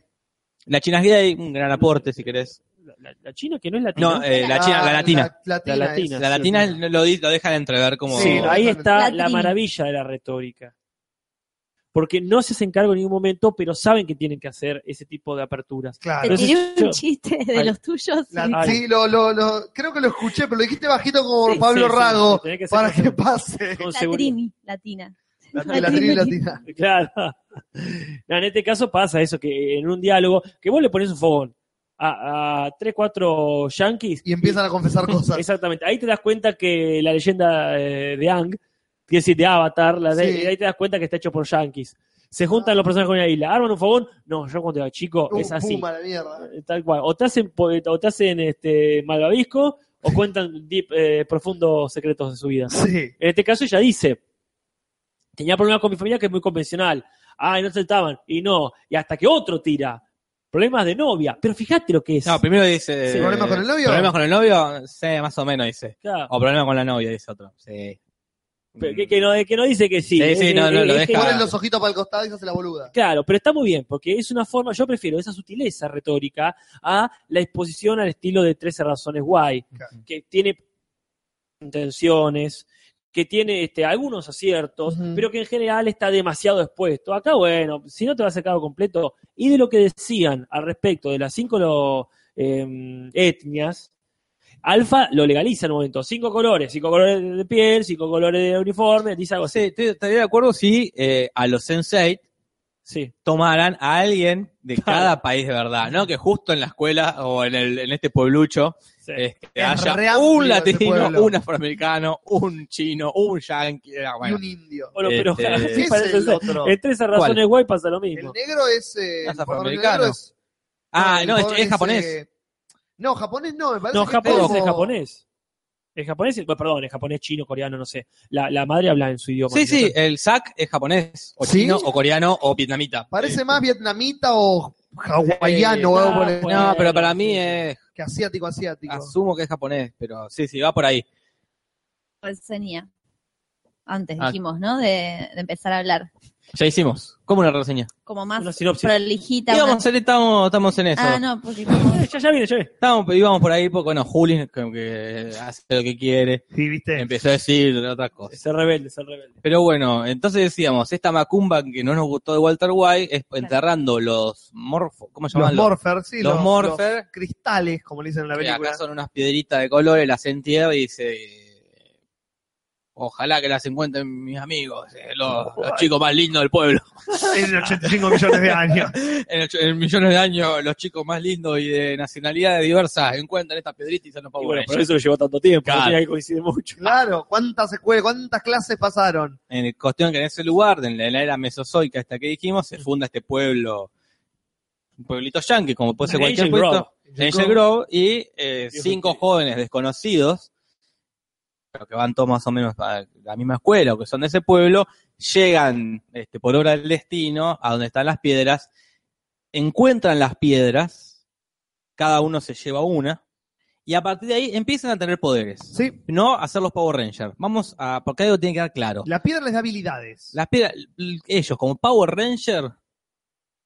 La china es gay, un gran aporte si querés. La, la- la china que no es latina. No, eh, la china, Ah, la latina. latina. La es. latina. La latina lo, di- lo dejan entrever como... Sí, Sí, no, ahí no, está no. la maravilla de la retórica. Porque no se hacen cargo en ningún momento, pero saben que tienen que hacer ese tipo de aperturas. Claro. Te Ah, Entonces, tiré yo- un chiste de Ay. los tuyos. La- y- Ay. sí, lo, lo, lo- creo que lo escuché, pero lo dijiste bajito como Sí, Pablo sí, sí, Rago tenés que ser para con- que pase. con la seguridad. trini, latina. La, La la tri- tri- latina. Claro. No, en este caso pasa eso, que en un diálogo, que vos le pones un fogón. a, a 3, 4 yankees. Y empiezan a confesar cosas. Exactamente. Ahí te das cuenta que la leyenda eh, de Ang, que decir, de Avatar, la de- Sí. ahí te das cuenta que está hecho por yankees. Se juntan los personajes con una isla. ¿Arman un fogón? No, yo cuando era chico Pum, es así. pum, a la mierda. Eh, Tal cual. O te hacen, po- o te hacen este, malvavisco o cuentan deep, eh, profundos secretos de su vida. Sí. En este caso ella dice, tenía problemas con mi familia que es muy convencional. Ay, no se trataban. Y no. Y hasta que otro tira. Problemas de novia. Pero fíjate lo que es. No, primero dice. eh, Sí, ¿problemas con el novio? ¿Problemas con el novio? Sí, más o menos dice. Claro. O problemas con la novia, dice otro. Sí. Pero que, que no, que no dice que sí. Sí, sí, Es- no, no, es- lo es que- deja- Ponen los ojitos para el costado y se hace la boluda. Claro, pero está muy bien, porque es una forma, yo prefiero esa sutileza retórica a la exposición al estilo de 13 razones guay, Claro. que tiene intenciones, que tiene este, algunos aciertos, Ujú. pero que en general está demasiado expuesto. Acá, bueno, si no te vas a cabo completo, y de lo que decían al respecto de las cinco lo- em, etnias, Alfa lo legaliza en un momento, cinco colores, cinco colores de piel, cinco colores de uniforme, dice algo así. Sí, estoy- estaría de acuerdo si eh, a los sensei Sí. tomaran a alguien de Claro. cada país de verdad, ¿no? Que justo en la escuela o en, el, en este pueblucho sí. este, Es re haya amplio un ese latino, pueblo. un afroamericano, un chino, un yanqui. eh, Y Bueno, un indio. Bueno, pero Este, así ¿Qué es Eh, parece el ser. otro? Entre esas razones guay pasa lo mismo. El negro es. eh, Es el afroamericano. negro es- ah, no, el es, pobre es ese- japonés. No, japonés no, me parece. No, que japonés como- es japonés. Es japonés, bueno, perdón, es japonés, chino, coreano, no sé. La, la madre habla en su idioma. Sí, ¿no? sí, el Zac es japonés, o ¿Sí? chino, o coreano, o vietnamita. Parece más vietnamita o hawaiano, Eh, o algo ah, por el- bueno. No, pero para mí Sí. es, que asiático, asiático. asumo que es japonés, pero sí, sí, va por ahí. Reseña. pues, Antes Ah. dijimos, ¿no? De, de empezar a hablar. Ya hicimos. ¿Cómo una reseña? Como más Una sinopsis. prolijita. una- Íbamos, estamos, estamos en eso. Ah, no, porque como- Eh, Ya, ya viene, ya viene. Estábamos, íbamos por ahí, porque, bueno, Juli como que hace lo que quiere. Sí, viste. Empezó a decir otras cosas. Se rebelde, se rebelde. Pero bueno, entonces decíamos, esta macumba que no nos gustó de Walter White es enterrando los morfos, ¿cómo se Los llaman? Los- morphers, sí, los los, Morpher. los cristales, como le dicen en la que película. acá son unas piedritas de colores, las entierra y dice, ojalá que las encuentren mis amigos, eh, los, los chicos más lindos del pueblo. En 85 millones de años. En, ocho- en millones de años, los chicos más lindos y de nacionalidades diversas encuentran estas piedritas y se nos Y pagan bueno, por eso lo llevó tanto tiempo, Oh, Claro. no tenía que coincidir mucho. Claro, cuántas escuelas, cuántas clases pasaron. en cuestión que en ese lugar, en la en la era mesozoica hasta que dijimos, se funda este pueblo, un pueblito yanqui, como puede ser Angel cualquier Grove. puesto, Angel Grove, y eh, Dios cinco mío. jóvenes desconocidos, pero que van todos más o menos a la misma escuela o que son de ese pueblo, llegan este, por obra del destino a donde están las piedras, encuentran las piedras, cada uno se lleva una, y a partir de ahí empiezan a tener poderes. Sí, No hacer los Power Rangers. Vamos a. Porque algo tiene que quedar claro. la piedra les da habilidades. Las piedras, ellos como Power Ranger, va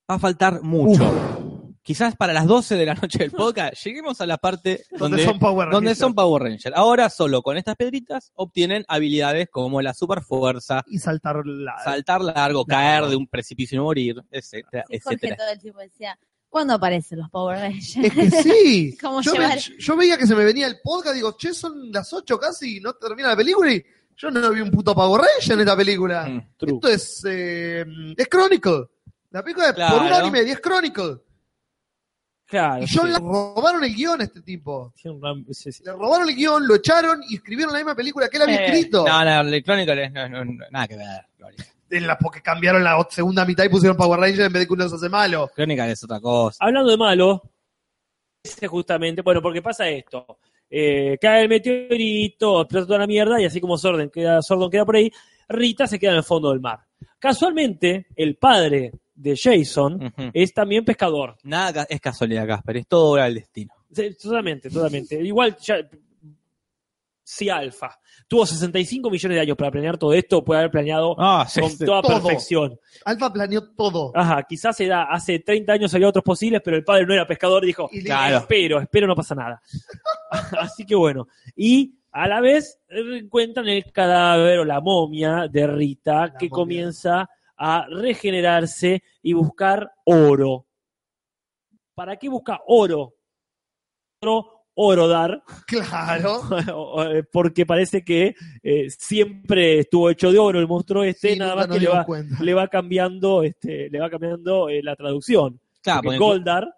a faltar mucho. Quizás para las 12 de la noche del podcast lleguemos a la parte donde, donde, son Power donde Rangers. son Power Ranger. Ahora solo con estas piedritas obtienen habilidades como la super fuerza, Y saltar la. saltar largo, caer de un precipicio y no morir, etcétera, Sí, Jorge etcétera. todo el tiempo decía, ¿cuándo aparecen los Power Rangers? Es que sí. ¿Cómo yo, llevar? ve- yo veía que se me venía el podcast, digo, che, son las 8 casi y no termina la película y yo no vi un puto Power Ranger en esta película. Mm. True. Esto es. eh, es Chronicle. La película es por un Claro. anime y es Chronicle. Claro. Y yo sí. le robaron el guión a este tipo. Tiene un ram- sí, sí. Le robaron el guión, lo echaron y escribieron la misma película que él había Eh, escrito. No, no, el Chronicle es- no, no, no, nada que ver. Chronicle. En la, porque cambiaron la segunda mitad y pusieron Power Ranger en vez de que uno se hace malo. Chronicle es otra cosa. Hablando de malo, ese justamente, bueno, porque pasa esto. Eh, cae el meteorito, explota toda la mierda y así como Sordon queda, Sordon queda por ahí, Rita se queda en el fondo del mar. Casualmente, el padre de Jason Ujú. es también pescador. Nada ca- es casualidad, Casper, es todo obra del destino. Sí, Totalmente, totalmente. Igual, ya, si Alfa tuvo 65 millones de años para planear todo esto, puede haber planeado Ah, sí, con sí. toda todo. perfección. Alfa planeó todo. Ajá, quizás se da, hace 30 años había otros posibles, pero el padre no era pescador y dijo, Y le- Claro. espero, espero no pasa nada. Así que bueno, y a la vez eh, encuentran el cadáver o la momia de Rita que momia. comienza a regenerarse y buscar oro. ¿Para qué busca oro? Oro, oro dar. Claro. O- o, eh, porque parece que eh, siempre estuvo hecho de oro el monstruo este, Sí, nada nunca más nos que le dimos va, cuenta. le va Ah, cambiando, este, le va cambiando eh, la traducción. Claro, Porque porque- Goldar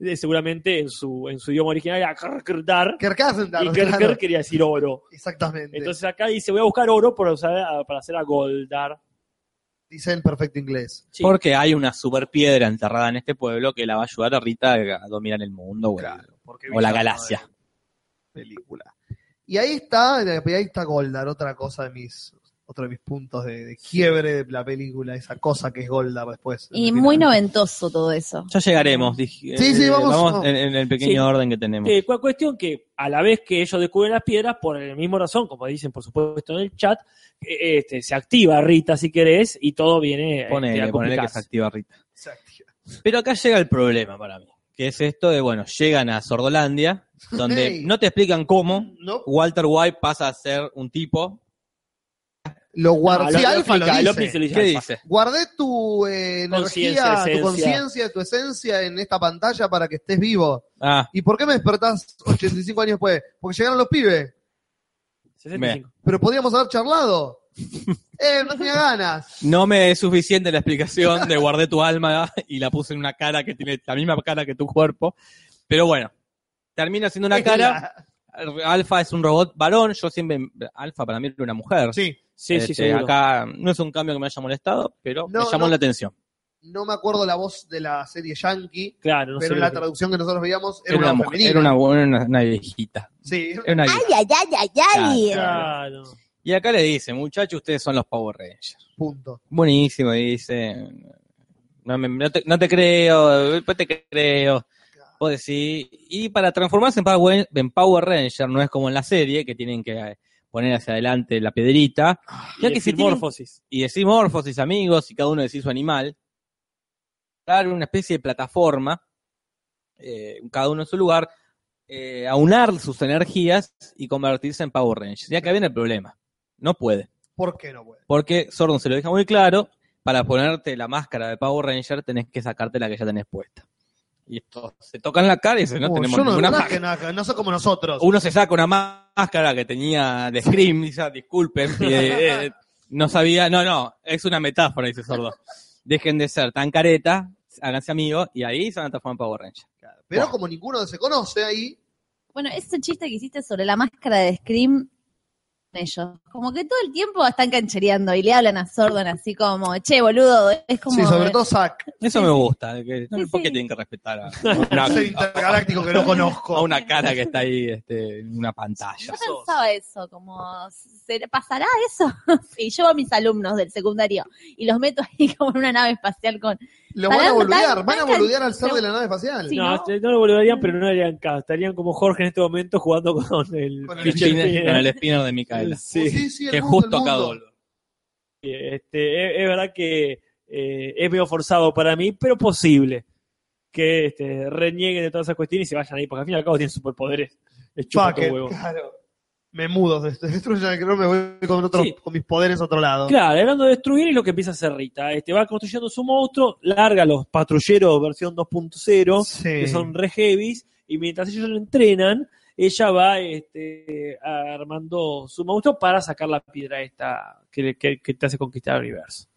eh, seguramente en su, en su idioma original era Kerkerdar, Kerkazendar, y Kerker claro. quería decir oro. Exactamente. Entonces acá dice, voy a buscar oro para, usar a- para hacer a Goldar. Dice en perfecto inglés. Sí. Porque hay una super piedra enterrada en este pueblo que la va a ayudar a Rita a dominar el mundo o, el- Porque o la villano galaxia. de Película. Y ahí está, y ahí está Goldar, otra cosa de mis, otro de mis puntos de, de quiebre de la película, esa cosa que es Goldar después. Y muy noventoso todo eso. Ya llegaremos, dije. eh, Sí, sí, vamos, vamos. en, en el pequeño Sí. orden que tenemos. Eh, cu- cuestión que a la vez que ellos descubren las piedras, por la misma razón, como dicen por supuesto en el chat, eh, este, se activa Rita si querés y todo viene Ponele, este, a ponele que se complicarse. activa Rita. Exacto. Pero acá llega el problema para mí, que es esto de, bueno, llegan a Sordolandia, donde Hey. no te explican cómo No, Walter White pasa a ser un tipo. lo Ah, guardé. lo- sí, lo Alfa lo explica, dice. lo dice, lo dice ¿Qué Alfa. dice? Guardé tu eh, Conciencia, energía, tu esencia. conciencia, tu esencia en esta pantalla para que estés vivo. Ah, ¿Y por qué me despertás 85 años después? Porque llegaron los pibes. 65. Pero podríamos haber charlado. Eh, no tenía ganas. no me es suficiente la explicación de guardé tu alma y la puse en una cara que tiene la misma cara que tu cuerpo. Pero bueno, termina siendo una cara. Alfa es un robot varón. Yo siempre. Alfa para mí era una mujer. Sí. Sí, sí, Este, seguro. acá no es un cambio que me haya molestado, pero No, me llamó no. la atención. No me acuerdo la voz de la serie Yankee, Claro, no pero sé la lo que- traducción que nosotros veíamos era, Era una voz mujer, femenina. era una, una- una viejita. Sí, Era una vieja. ay, ay, ay, ay. Claro. Y acá le dice, muchachos, ustedes son los Power Rangers. punto. Buenísimo, y dice. No, me- no te, no te creo, después te creo. Vos decís. Y para transformarse en Power, en Power Ranger, no es como en la serie, que tienen que eh, poner hacia adelante la piedrita. Ah, Ya Y que decir si tienen- morfosis. y decís morfosis, amigos, y cada uno decís su animal. Dar una especie de plataforma, eh, cada uno en su lugar, eh, aunar sus energías y convertirse en Power Rangers. Ya que viene el problema. No puede. ¿Por qué no puede? Porque Sordon se lo deja muy claro, para ponerte la máscara de Power Ranger tenés que sacarte la que ya tenés puesta. Y esto, se tocan la cara y dicen, no Oh, tenemos yo no, ninguna no, máscara. que nada, no soy como nosotros. Uno se saca una má- máscara que tenía de Scream, y dice, disculpen, eh, eh, no sabía, no, no, es una metáfora, dice Sordo. Dejen de ser tan careta, háganse amigos, y ahí se van a transformar en Power Ranger. Pero como ninguno se conoce ahí, Bueno, ese chiste que hiciste sobre la máscara de Scream, ellos. Como que todo el tiempo están canchereando y le hablan a Sordon así como, che, boludo, es como... sí, sobre todo Zack, Eso me gusta, que, no, Sí, ¿por qué sí. tienen que respetar a un ser una, intergaláctico que no a conozco. una cara que está ahí este, en una pantalla? Yo pensaba eso, como, ¿se- ¿pasará eso? sí, llevo a mis alumnos del secundario y los meto ahí como en una nave espacial con... Lo van a Tan- boludear, tan- van a tan- boludear al ser pero- de la nave espacial. Sí, no, ¿no? no lo volverían, pero no harían caso. Estarían como Jorge en este momento jugando con el Con el Con el pitcher spinner- spinner. con el spinner de Micaela. Sí. sí, el que mundo, el justo acá mundo. Dolor. Este, es, es verdad que eh, es medio forzado para mí, pero posible que este, renieguen de todas esas cuestiones y se vayan ahí, porque al fin y al cabo tienen superpoderes. Les chupa Fuck todo it, huevo. claro. Me mudo, des- destruyen el creo, me voy con, otro- Sí. con mis poderes a otro lado. Claro, hablando de destruir es lo que empieza a hacer Rita. Este, va construyendo su monstruo, larga los patrulleros versión 2.0, Sí. que son re heavies, y mientras ellos lo entrenan, ella va este, armando su monstruo para sacar la piedra esta que, le- que- que te hace conquistar el universo.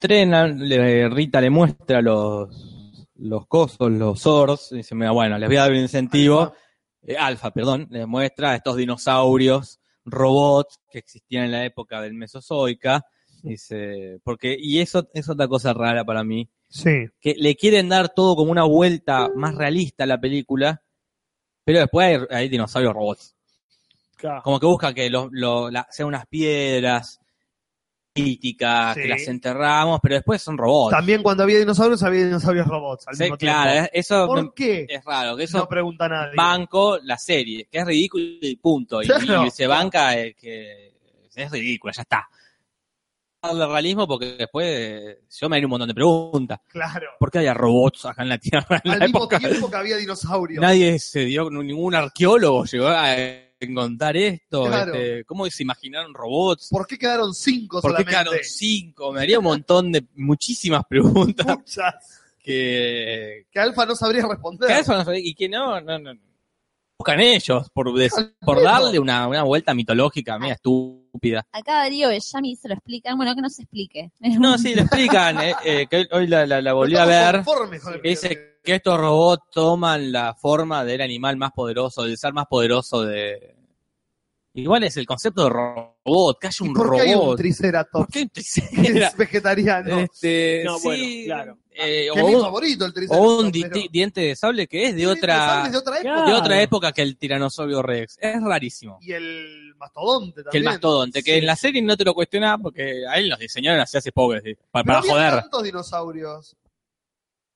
entrenan, le- Rita le muestra los, los cosos, los oros, y dice, mira, bueno, les voy a dar un incentivo, Alfa. Eh, alfa, perdón, les muestra estos dinosaurios, robots que existían en la época del Mesozoica, dice, porque, y eso es otra cosa rara para mí, Sí. que le quieren dar todo como una vuelta más realista a la película, pero después hay, hay dinosaurios robots. Claro. Como que busca que los- lo- la- sean unas piedras críticas, Sí. que las enterramos, pero después son robots. También cuando había dinosaurios, había dinosaurios robots. Al Sí, mismo claro, tiempo. eh, eso me- ¿Por qué? es raro, que eso No pregunta nadie. banco la serie, que es ridículo y punto. Y, Claro. y se banca eh, que es ridícula, ya está. Hablo de realismo porque después eh, yo me haré un montón de preguntas. Claro. ¿Por qué había robots acá en la Tierra en Al la mismo época? tiempo que había dinosaurios. Nadie se dio, ningún arqueólogo llegó a eh, encontrar esto. Claro. este, ¿Cómo se imaginaron robots? ¿Por qué quedaron cinco ¿Por qué solamente? quedaron cinco? Me haría un montón de muchísimas preguntas Muchas. que, Que Alfa no sabría responder. Claro, eso no sabía, y que no, no, no. buscan ellos por, des- por darle una, una vuelta mitológica, mía, estúpida. Acá Darío Bellamy se lo explica. Bueno, que no se explique. No, sí, lo explican, eh, eh, que hoy la, la- la volví a ver, que dice que estos robots toman la forma del animal más poderoso, del ser más poderoso de... Igual es el concepto de robot, que haya un ¿Por robot. qué hay un ¿Por triceratops? qué un que tricera? es vegetariano. Este, No, sí, bueno, claro. eh, Ah, que o, es mi un, favorito el o triceratops. un di- pero- diente de sable que es de Sí, otra, es de otra época. Claro. de otra época que el tiranosaurio rex. Es rarísimo. Y el mastodonte también. Que el mastodonte, que Sí. en la serie no te lo cuestiona porque a él los diseñaron así hace poco, así, pa- Pero para, había joder. tantos dinosaurios.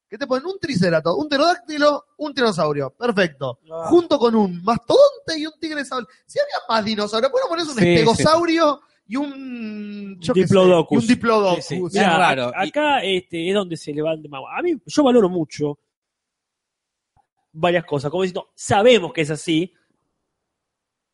¿Qué te ponen? Un triceratops, un pterodáctilo, un tiranosaurio. Perfecto. Ah. Junto con un mastodonte y un tigre sable. Si había más dinosaurios, ¿por qué no pones un Sí, estegosaurio y un... yo qué sé, Diplodocus. y un diplodocus. Sí, sí. Mirá, es raro. a- Acá este, es donde se levanta. A mí, yo valoro mucho varias cosas. Como diciendo, sabemos que es así.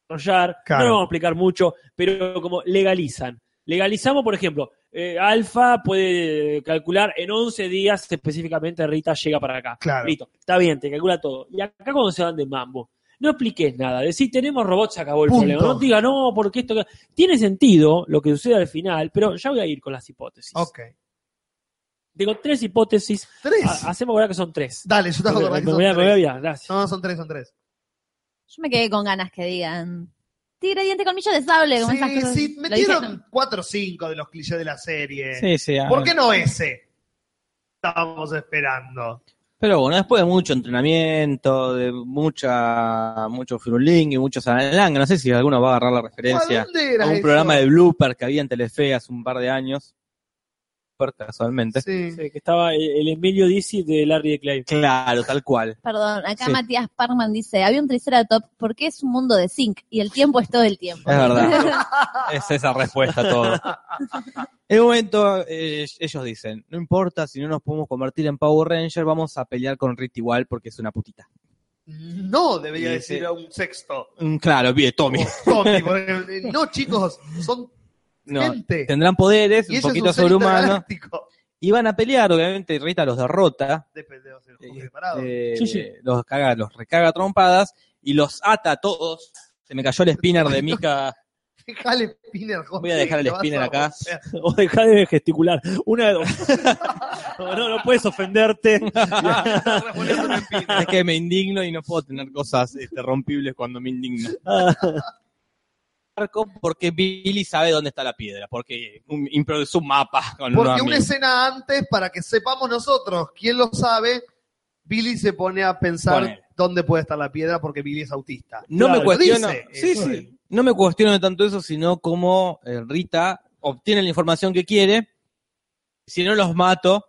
desarrollar, Claro. No lo vamos a explicar mucho, pero como legalizan. Legalizamos, por ejemplo, eh, Alfa puede calcular en 11 días específicamente Rita llega para acá. Claro. Listo, está bien, te calcula todo. Y acá cuando se van de mambo, no expliques nada. Decís, tenemos robots, se acabó el Punto. problema. No diga, no, porque esto... Tiene sentido lo que sucede al final, pero ya voy a ir con las hipótesis. Ok. Tengo tres hipótesis. Tres. Ha- hacemos ahora que son tres. Dale, yo te hago acordar me, que me son voy a, me tres. voy a mirar, gracias. No, son tres, son tres. Yo me quedé con ganas que digan. Tigre diente colmillo de sable. Como esas Sí, cosas. sí, Lo dijeron. metieron cuatro o cinco de los clichés de la serie. Sí, sí, ah. ¿Por qué no ese? Estábamos esperando. Pero bueno, después de mucho entrenamiento, de mucha mucho firuling y mucho salananga, no sé si alguno va a agarrar la referencia ¿Dónde a era un eso? programa de blooper que había en Telefe hace un par de años. Blooper, Casualmente. Sí. Sí, Eh, que estaba el, el Emilio Dizzy de Larry de Clay. Claro, tal cual. Perdón, acá Sí. Matías Parman dice, había un triceratops porque es un mundo de zinc y el tiempo es todo el tiempo. Es verdad. es esa respuesta a todo. En un momento, eh, ellos dicen, no importa si no nos podemos convertir en Power Ranger, vamos a pelear con Rit igual porque es una putita. No, debería Y decir ese- a un sexto. Mm, Claro, bien, Tommy. O Tommy, porque- eh, no, chicos, son No, gente. tendrán poderes, Y un ella es poquito un ser sobrehumano. intergaláctico. Y van a pelear, obviamente, Rita los derrota. Depende de ser Eh, preparado. eh, Sí, sí. Los caga, los recaga a trompadas y los ata a todos. Se me cayó el spinner de Mika. Dejale el spinner, Voy a dejar el spinner acá. O dejá de gesticular. Una de dos. No, no, no puedes ofenderte. es que me indigno y no puedo tener cosas este, rompibles cuando me indigno. Ah, Marco, porque Billy sabe dónde está la piedra, porque un- improvisó un mapa con unos Porque una amigos. escena antes, para que sepamos nosotros, quién lo sabe, Billy se pone a pensar Ponele. dónde puede estar la piedra porque Billy es autista. No Claro, me cuestiono, dice, sí, eso sí. es. no me cuestiono tanto eso, sino cómo eh, Rita obtiene la información que quiere. Si no los mato,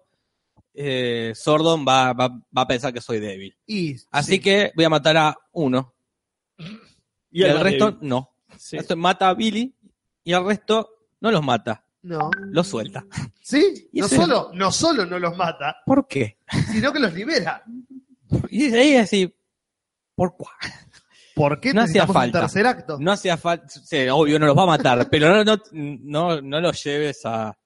eh, Sordon va, va- va a pensar que soy débil. Y, Así que voy a matar a uno. Y, el más resto débil. no. Sí. Entonces mata a Billy y al resto no los mata, no. los suelta. ¿Sí? Y No ese- solo, no solo no los mata, ¿Por qué? sino que los libera. Y ahí así, ¿por cuál? ¿Por qué No hacía necesitamos falta. un tercer acto? No hacía falta, sí, obvio no los va a matar, pero no, no, no, no los lleves a,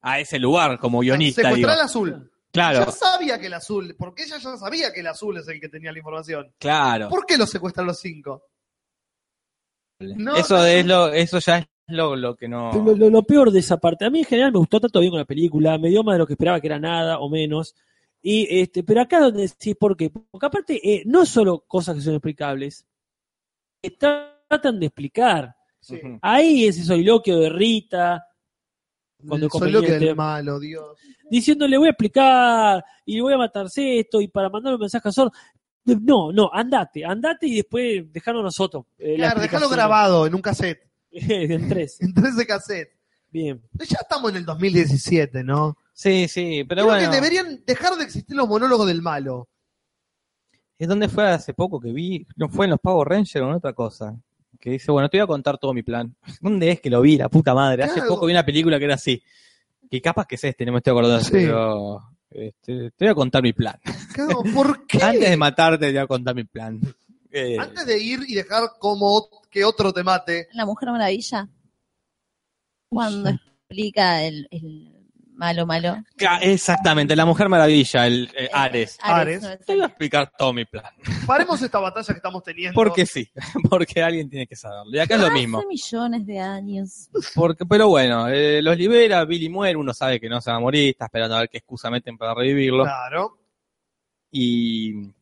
a ese lugar como guionista. Secuestrar al digo. azul. Claro, Ya sabía que el azul, porque ella ya sabía que el azul es el que tenía la información. claro. ¿Por qué lo secuestran los cinco? No, eso no. es lo, eso ya es lo, lo que no. Lo, lo- lo peor de esa parte, a mí en general me gustó tanto bien con la película, me dio más de lo que esperaba que era nada o menos. Y este, pero acá donde sí, ¿por qué? Porque aparte, eh, no solo cosas que son explicables, que tratan de explicar. Sí. Ujú. Ahí ese soliloquio de Rita, Cuando Soy lo que conveniente. del malo, Dios. diciéndole voy a explicar y voy a matarse esto y para mandar un mensaje a Zord. No, no, andate, andate y después dejarlo a nosotros. eh, la Claro, déjalo explicación. grabado en un cassette, en tres. en 13 cassettes. Bien. Ya estamos en el 2017, ¿no? Sí, sí, pero Creo bueno. que deberían dejar de existir los monólogos del malo. ¿Es donde fue hace poco que vi? ¿No fue en los Power Rangers o en otra cosa? Que dice, bueno, te voy a contar todo mi plan. ¿Dónde es que lo vi, la puta madre? Hace Claro. poco vi una película que era así. Que capaz que es este, no me estoy acordando, Sí. pero este, te voy a contar mi plan. Claro, ¿Por qué? Antes de matarte, te voy a contar mi plan. Eh, Antes de ir y dejar como ot- que otro te mate. La Mujer Maravilla. Cuando explica el, el Malo, malo. Ca- Exactamente, la Mujer Maravilla, el eh, Ares. Ares. no es Te voy a Ares. explicar todo mi plan. Paremos esta batalla que estamos teniendo. Porque sí, porque alguien tiene que saberlo. Y acá es lo mismo. Hace millones de años. Porque, pero bueno, eh, los libera, Billy muere, uno sabe que no se va a morir, está esperando a ver qué excusa meten para revivirlo. Claro. y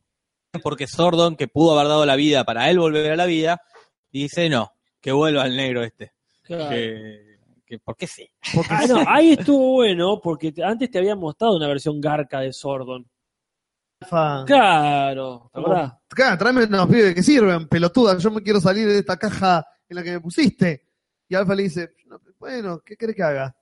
porque Sordon, que pudo haber dado la vida para él volver a la vida, dice no, que vuelva al negro este. Que, que- porque sí. Ah, no, ahí estuvo bueno, porque te- antes te había mostrado una versión garca de Sordon. Fa- Claro, ¿te Como- acordás? Claro, tráeme unos pibes que sirven, pelotuda. Yo me quiero salir de esta caja en la que me pusiste. Y Alfa le dice, "No, bueno, ¿qué querés que haga?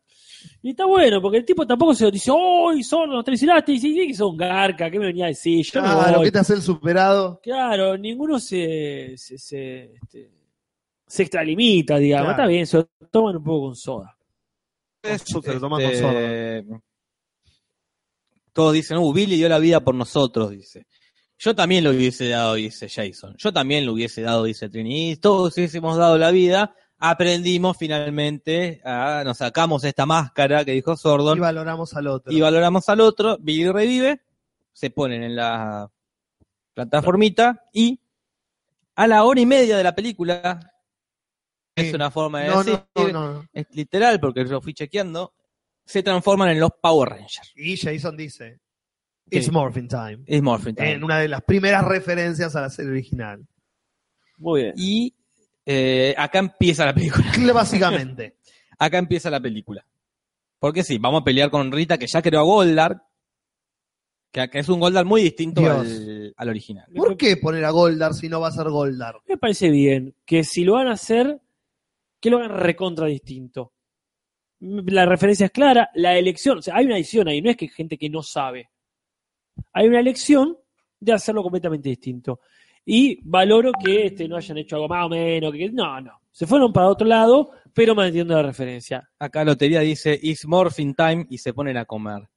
Y está bueno, porque el tipo tampoco se dice, ¡Uy, Sordon, nos traicionaste! Y dice, sí, que son garca, ¿qué me venía a decir? Yo me Claro, voy". ¿qué te hace el superado? Claro, ninguno se, se, se, este, se extralimita, digamos. Claro. Está bien, se lo toman un poco con soda. Se lo toman con Este, Todos dicen, uh, Billy dio la vida por nosotros, dice. Yo también lo hubiese dado, dice Jason. Yo también lo hubiese dado, dice Trini. Y Todos hubiésemos dado la vida. Aprendimos finalmente, a- nos sacamos esta máscara que dijo Sordon. Y valoramos al otro. y valoramos al otro, Billy revive, se ponen en la plataformita y a la hora y media de la película, es Sí. una forma de no, decir, no, no, no. es literal porque yo fui chequeando, se transforman en los Power Rangers. Y Jason dice, ¿Qué? It's Morphin Time. Es Morphin Time. En una de las primeras referencias a la serie original. Muy bien. Y eh, acá empieza la película. Básicamente. Acá empieza la película. Porque sí, vamos a pelear con Rita que ya creó a Goldar, que acá es un Goldar muy distinto Dios. al, al original. ¿Por qué poner a Goldar si no va a ser Goldar? Me parece bien que si lo van a hacer, que lo hagan recontra distinto. La referencia es clara, la elección, o sea, hay una elección ahí, no es que hay gente que no sabe. Hay una elección de hacerlo completamente distinto. Y valoro que este, no hayan hecho algo más o menos, que no, no. Se fueron para otro lado, pero manteniendo la referencia. Acá Lotería dice, it's morphine time, y se ponen a comer.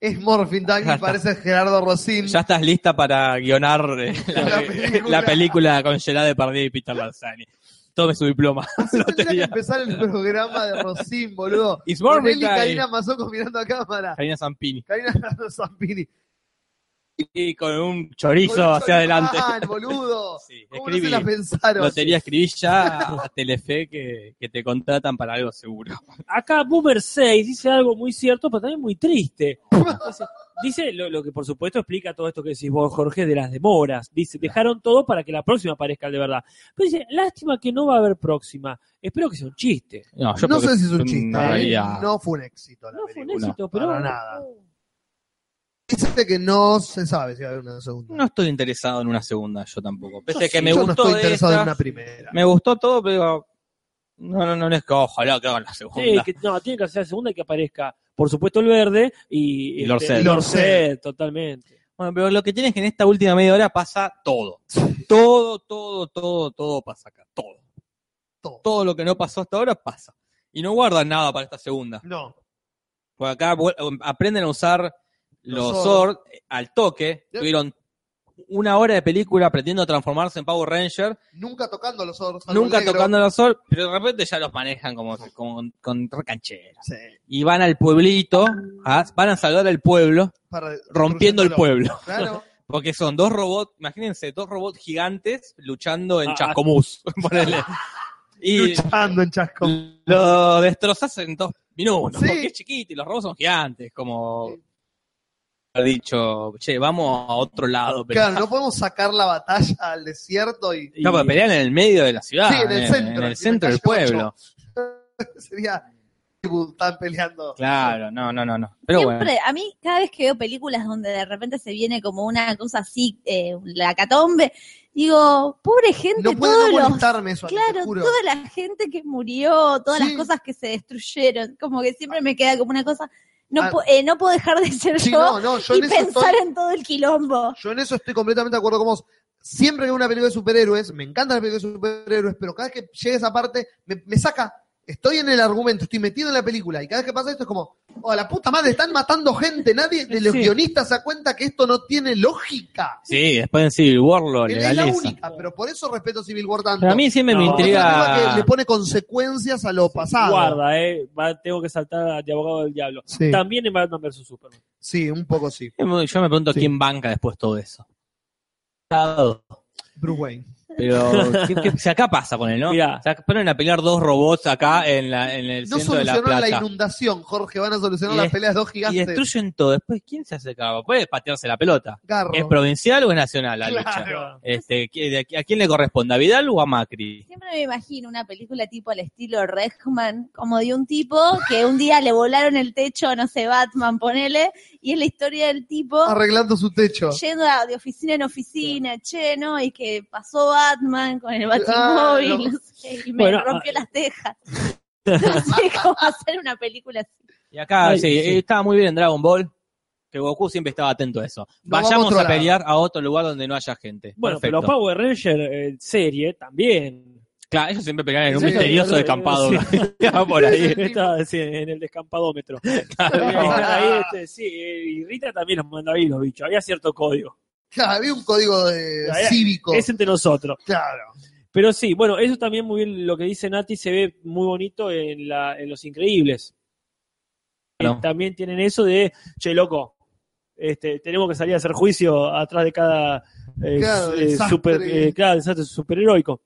Es Morphin Time Ya y está. parece Gerardo Rosin. Ya estás lista para guionar eh, la, La la película. película. con Gerard Depardieu y Peter Lanzani. Tome su diploma. Así tendría que Lotería. empezar el programa de Rosin, boludo. It's Con él morphine y Karina time. Mazoco mirando a cámara. Karina Zampini. Karina Gerardo Zampini. Y con un Boludo, chorizo hacia adelante. Choripán, boludo. Sí, ¿Cómo Ah, no se escribí. la pensaron? Lotería escribí ya a Telefe que, que te contratan para algo seguro. Acá Boomer 6 dice algo muy cierto, pero también muy triste. Dice, dice lo, lo que por supuesto explica todo esto que decís vos, Jorge, de las demoras. Dice, dejaron todo para que la próxima aparezca el de verdad. Pero dice, lástima que no va a haber próxima. Espero que sea un chiste. yo No porque sé si es un una chiste. realidad. ¿eh? No fue un éxito. La No fue un película. éxito, pero... para nada. Dice que no se sabe si va a haber una segunda. No estoy interesado en una segunda, yo tampoco. Pese a que me Yo no gustó estoy de interesado en esta, una primera. Me gustó todo, pero no, no, no, no es que ojalá que hagan la Sí, segunda. que, no, tiene que hacer la segunda y que aparezca, por supuesto, el verde y Y Lorcet. este, Lorcet, totalmente. Bueno, pero lo que tienes que en esta última media hora pasa todo. Todo, todo, todo, todo pasa acá. Todo. Todo. Todo lo que no pasó hasta ahora pasa. Y no guardan nada para esta segunda. No. Porque acá vuel- um, aprenden a usar Los los Zord. Zord al toque. Yep. Tuvieron una hora de película aprendiendo a transformarse en Power Ranger. Nunca tocando los oros. salvo Nunca el negro. tocando los Zord, pero de repente ya los manejan como, como con, con recanchera. Sí, y van al pueblito, a- van a salvar al pueblo, para- rompiendo el destruyéndolo. pueblo. Claro. Porque son dos robots, imagínense, dos robots gigantes luchando en Ah, Chascomús. ponele. y Luchando en Chasco. lo destrozas en dos minutos, Sí. porque es chiquito y los robots son gigantes, como ha dicho, che, vamos a otro lado. Pero, Claro, no podemos sacar la batalla al desierto y No, pero pelean en el medio de la ciudad, Sí, en el centro, en en la el centro del calle ocho. pueblo. sería. Están peleando. Claro, no, no, no, no. Pero Siempre, bueno, a mí cada vez que veo películas donde de repente se viene como una cosa así, eh, la catombe, digo, pobre gente, No puede todos no los... molestarme eso, te Claro, juro. toda la gente que murió, todas Sí. las cosas que se destruyeron, como que siempre me queda como una cosa, no, Ah. pu- eh, no puedo dejar de ser Sí, yo no, no, yo y en eso estoy- pensar en todo el quilombo. Yo en eso estoy completamente de acuerdo con vos. Siempre que veo una película de superhéroes, me encantan las películas de superhéroes, pero cada vez que llega esa parte, me, me saca. estoy en el argumento, estoy metido en la película y cada vez que pasa esto es como, oh, la puta madre, están matando gente, nadie de los Sí. guionistas se da cuenta que esto no tiene lógica. Sí, después en Civil War lo Es la- es la legaliza. única, pero por eso respeto Civil War tanto. Pero a mí siempre me No. Porque es una película intriga. que le pone consecuencias a lo pasado. Guarda, eh. va- tengo que saltar a- de abogado del diablo. Sí, También en Batman vs Superman. sí, un poco sí. Yo me pregunto Sí. quién banca después todo eso. Estado. Bruce Wayne. Pero ¿qué- qué- si acá pasa con él, ¿no? Mirá. Se ponen a pelear dos robots acá en, la, en el No centro de la solucionaron la, plata. inundación, Jorge, van a solucionar Y las es- peleas dos y gigantes. destruyen todo. Después, ¿quién se hace cargo? Puede patearse la pelota. Garro. ¿Es provincial o es nacional la Oh. Claro. lucha? Este, ¿qui- de aquí- ¿A quién le corresponde? ¿A Vidal o a Macri? Siempre me imagino una película tipo al estilo Regman, como de un tipo que un día le volaron el techo, no sé, Batman, ponele, y es la historia del tipo Arreglando su techo. yendo a- de oficina en oficina, che, ¿no? Y que pasó Batman con el Claro. batimóvil, no sé, y me Bueno, rompió ah, las tejas. No sé cómo hacer una película así. Y acá Ay, sí, sí. eh, estaba muy bien en Dragon Ball, que Goku siempre estaba atento a eso. Nos vamos Vayamos otro a lado. pelear a otro lugar donde no haya gente. Bueno, Perfecto. pero Power Ranger eh, serie también. Claro, ellos siempre pelean en un Sí, misterioso sí, descampado. sí. por ahí. Está sí, en el descampadómetro. Ahí, este, sí, eh, y Rita también nos manda ahí los bichos. Había cierto código. Claro, había un código de- Ahí- cívico. Es entre nosotros. Claro. Pero sí, bueno, eso también muy bien lo que dice Nati se ve muy bonito en, la, en Los Increíbles. Claro. Eh, También tienen eso de, che, loco, este, tenemos que salir a hacer juicio atrás de cada eh, Claro, su- eh, desastre. super, eh, claro, desastre superheroico.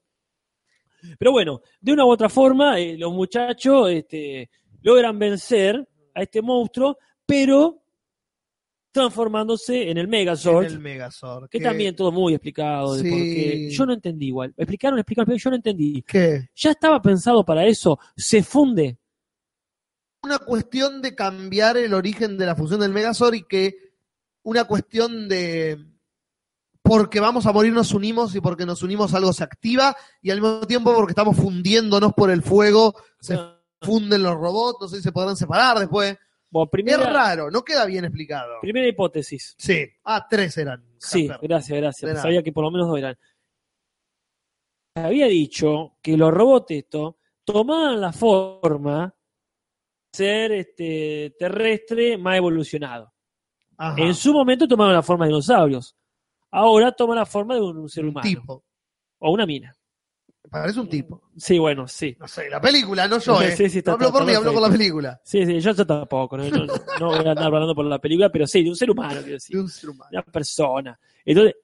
Pero bueno, de una u otra forma, eh, los muchachos este, logran vencer a este monstruo, pero transformándose en el Megazord. En el Megazord. Que ¿Qué- también todo muy explicado. de por Eh, Sí. qué. Yo no entendí igual. Explicaron, explicaron, pero yo no entendí. ¿Qué? Ya estaba pensado para eso. Se funde. Una cuestión de cambiar el origen de la fusión del Megazord y que una cuestión de porque vamos a morir nos unimos y porque nos unimos algo se activa y al mismo tiempo porque estamos fundiéndonos por el fuego se funden los robots, no sé si se podrán separar después. Bueno, Es primera, raro, no queda bien explicado. primera hipótesis. Sí. Ah, tres eran. Sí, Jasper. gracias, De gracias. nada. Sabía que por lo menos dos eran. Había dicho que los robots estos tomaban la forma de ser este, terrestre más evolucionado. Ajá. En su momento tomaron la forma de dinosaurios. Ahora toman la forma de un ser un humano. tipo. O una mina. Parece un tipo. Sí, bueno, sí. No sé, la película, no yo, eh. Sí, sí, está- No hablo está- por mí, está- hablo por la película. Sí, sí, yo, yo tampoco. No, no, no voy a andar hablando por la película, pero sí, de un ser humano, quiero De decir. un ser humano. Una persona. Entonces,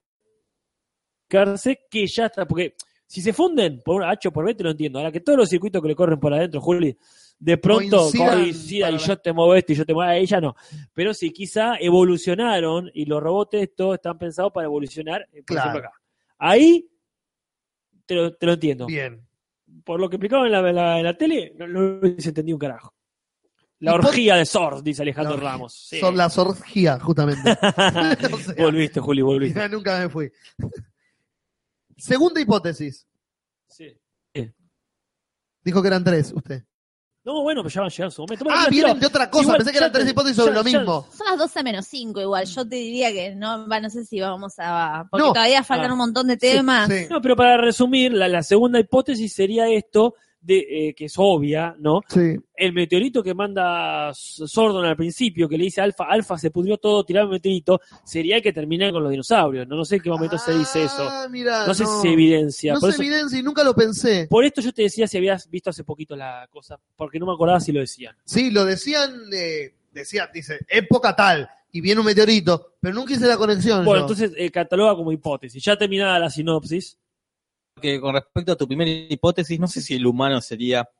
cárcel que ya está. Porque si se funden por una H o por B, te lo entiendo. Ahora que todos los circuitos que le corren por adentro, Juli, de pronto Coincidan coincidan y para- yo te muevo esto y yo te muevo a ella, no. Pero sí, quizá evolucionaron y los robots estos están pensados para evolucionar. eh, Por Claro. ejemplo, acá. Ahí te lo, te lo entiendo. Bien. Por lo que explicaban en la, en la- en la tele, no, no hubiese entendido un carajo. La ¿Y por- orgía de Sord, dice Alejandro La orgía- Ramos. Sí. Son las orgías, justamente. O sea, volviste, Juli, volviste. ya nunca me fui. Segunda hipótesis. Sí. Dijo que eran tres, usted. No, bueno, pero ya van a llegar en su momento. Bueno, Ah, no, vienen pero- de otra cosa. igual, Pensé que ya eran tres te- hipótesis sobre ya- lo ya- mismo. Son las 12 menos 5 igual, yo te diría que no, va, no sé si vamos a... Porque No. todavía faltan Ah. un montón de temas. Sí. No, pero para resumir, la, la segunda hipótesis sería esto, de, eh, que es obvia, ¿no? Sí. El meteorito que manda S- Sordon al principio, que le dice Alfa, Alfa se pudrió todo, tirar el meteorito, sería el que termina con los dinosaurios. No, no sé en qué momento se dice eso. Ah, mirá, No sé si se evidencia. No Por se eso- evidencia y nunca lo pensé. Por esto yo te decía si habías visto hace poquito la cosa, porque no me acordaba si lo decían. Sí, lo decían, eh, decían, dice, época tal, y viene un meteorito, pero nunca hice la conexión. Bueno, yo. entonces eh, cataloga como hipótesis. Ya terminada la sinopsis. que con respecto a tu primera hipótesis, no sé si el humano sería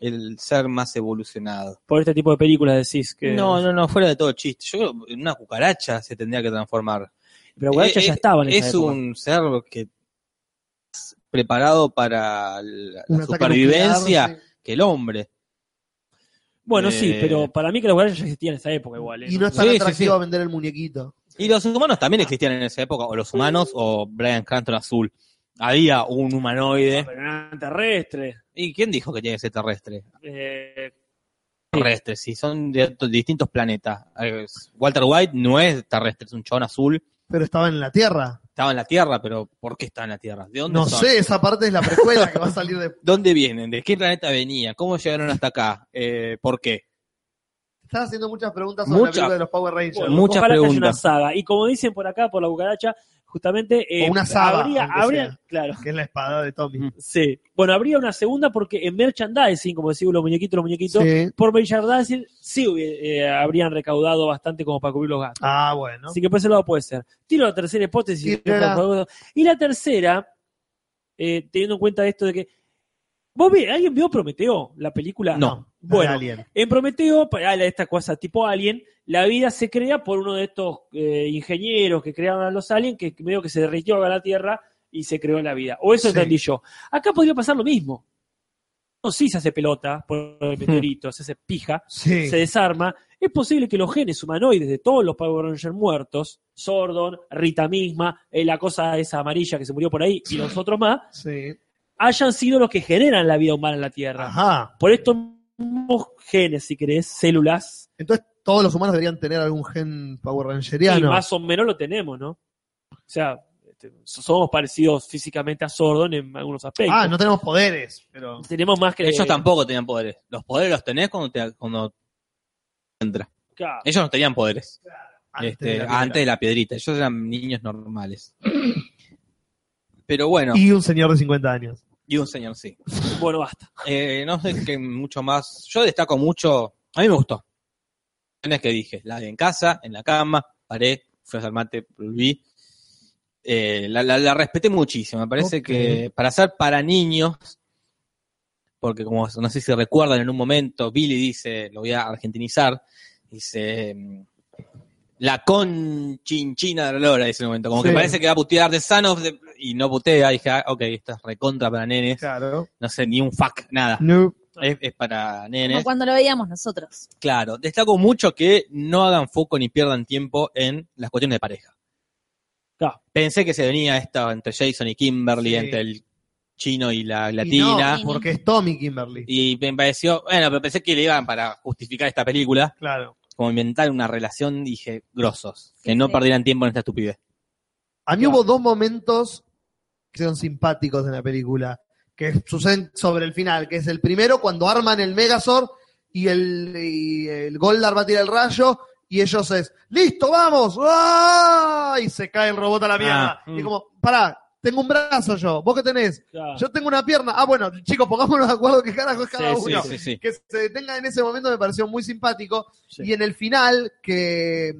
el ser más evolucionado. Por este tipo de películas decís que. No, no, no, fuera de todo chiste. Yo creo que en una cucaracha se tendría que transformar. Pero Guaracha Eh, ya eh, estaba en esa Es época. un ser que es preparado para la, la Un ataque supervivencia nuclear, sí. que el hombre. Bueno, sí, eh, pero para mí que los Guarachas ya existían en esa época igual. ¿eh? Y no es tan Sí, sí, atractivo sí. a vender el muñequito. Y los humanos también existían en esa época, o los humanos, o Brian Cranston Azul. Había un humanoide. Pero eran terrestres. ¿Y quién dijo que tiene que ser terrestre? Eh, terrestres, sí, son de otros- distintos planetas. Eh, Walter White no es terrestre, es un chabón azul. Pero estaba en la Tierra. Estaba en la Tierra, pero ¿por qué estaba en la Tierra? ¿De dónde No son? sé, esa parte es la precuela que va a salir de. ¿Dónde vienen? ¿De qué planeta venía? ¿Cómo llegaron hasta acá? Eh, ¿Por qué? Estás haciendo muchas preguntas sobre Mucha- la película de los Power Rangers. Mu- muchas Ojalá que haya una preguntas. saga. Y como dicen por acá, por la cucaracha, justamente. eh, O una saga, Habría, aunque habría- sea. claro. Que es la espada de Tommy. Sí. Bueno, habría una segunda porque en merchandising, como decimos, los muñequitos, los muñequitos, Sí. por merchandising sí hubie- eh, habrían recaudado bastante como para cubrir los gastos. Ah, bueno. Así que por ese lado puede ser. Tiro la tercera hipótesis. Tiro la- Y la tercera, eh, teniendo en cuenta esto de que. ¿Vos vi- ¿Alguien vio Prometeo, la película? No. Bueno, De Alien. en Prometeo, para ah, esta cosa tipo alien, la vida se crea por uno de estos eh, ingenieros que crearon a los aliens, que medio que se derritió a la Tierra y se creó la vida. O eso Sí. entendí yo. Acá podría pasar lo mismo. No, sí se hace pelota por Hmm. el meteorito, se hace pija, Sí. se desarma. Es posible que los genes humanoides de todos los Power Rangers muertos, Sordon, Rita misma, eh, la cosa esa amarilla que se murió por ahí y los otros más, Sí. hayan sido los que generan la vida humana en la Tierra Ajá. por estos mismos genes, si querés, células, Entonces, todos los humanos deberían tener algún gen Power y Rangeriano. más o menos lo tenemos, ¿no? O sea, este, so- somos parecidos físicamente a Sordon en algunos aspectos. ah, no tenemos poderes, pero. Tenemos más que... Ellos tampoco tenían poderes. Los poderes los tenés cuando te, cuando entra. Claro. Ellos no tenían poderes Este, antes antes, de la de primera. la piedrita. Ellos eran niños normales. Pero bueno, y, Y un señor de 50 años. un señor sí. Bueno, basta. Eh, no sé qué mucho más. Yo destaco mucho. A mí me gustó. Las que dije, la de en casa, en la cama, paré, fui al mate, volví. Eh, la, la- la respeté muchísimo. Me parece Ok. que para ser para niños, porque como no sé si recuerdan, en un momento Billy dice, lo voy a argentinizar, dice mm, la conchinchina de la lora, dice en un momento. Como Sí. que parece que va a putear de Son of the- y no putea. Dije, ah, ok, esto es recontra para nenes Claro. no sé, ni un fuck, nada. No. Es, es para Como nenes. cuando lo veíamos nosotros. Claro, destaco mucho que no hagan foco ni pierdan tiempo en las cuestiones de pareja. Claro. Pensé que se venía esto entre Jason y Kimberly, Sí. entre el chino y la Y no, latina. Sí. porque es Tommy Kimberly. Y me pareció, bueno, pero pensé que le iban para justificar esta película, Claro. como inventar una relación, dije, grosos, que Sí, no sí. perdieran tiempo en esta estupidez. A mí Claro. hubo dos momentos que son simpáticos en la película, que suceden sobre el final, que es el primero cuando arman el Megazord y el, y el Goldar va a tirar el rayo y ellos es, listo, vamos, ¡Ah! y se cae el robot a la mierda. Ah, Y mm. como, pará, tengo un brazo yo, vos qué tenés, yo tengo una pierna, ah bueno, chicos, pongámonos de acuerdo que carajo es cada Sí, sí, uno sí, sí. que se detenga en ese momento me pareció muy simpático. Sí. Y en el final, que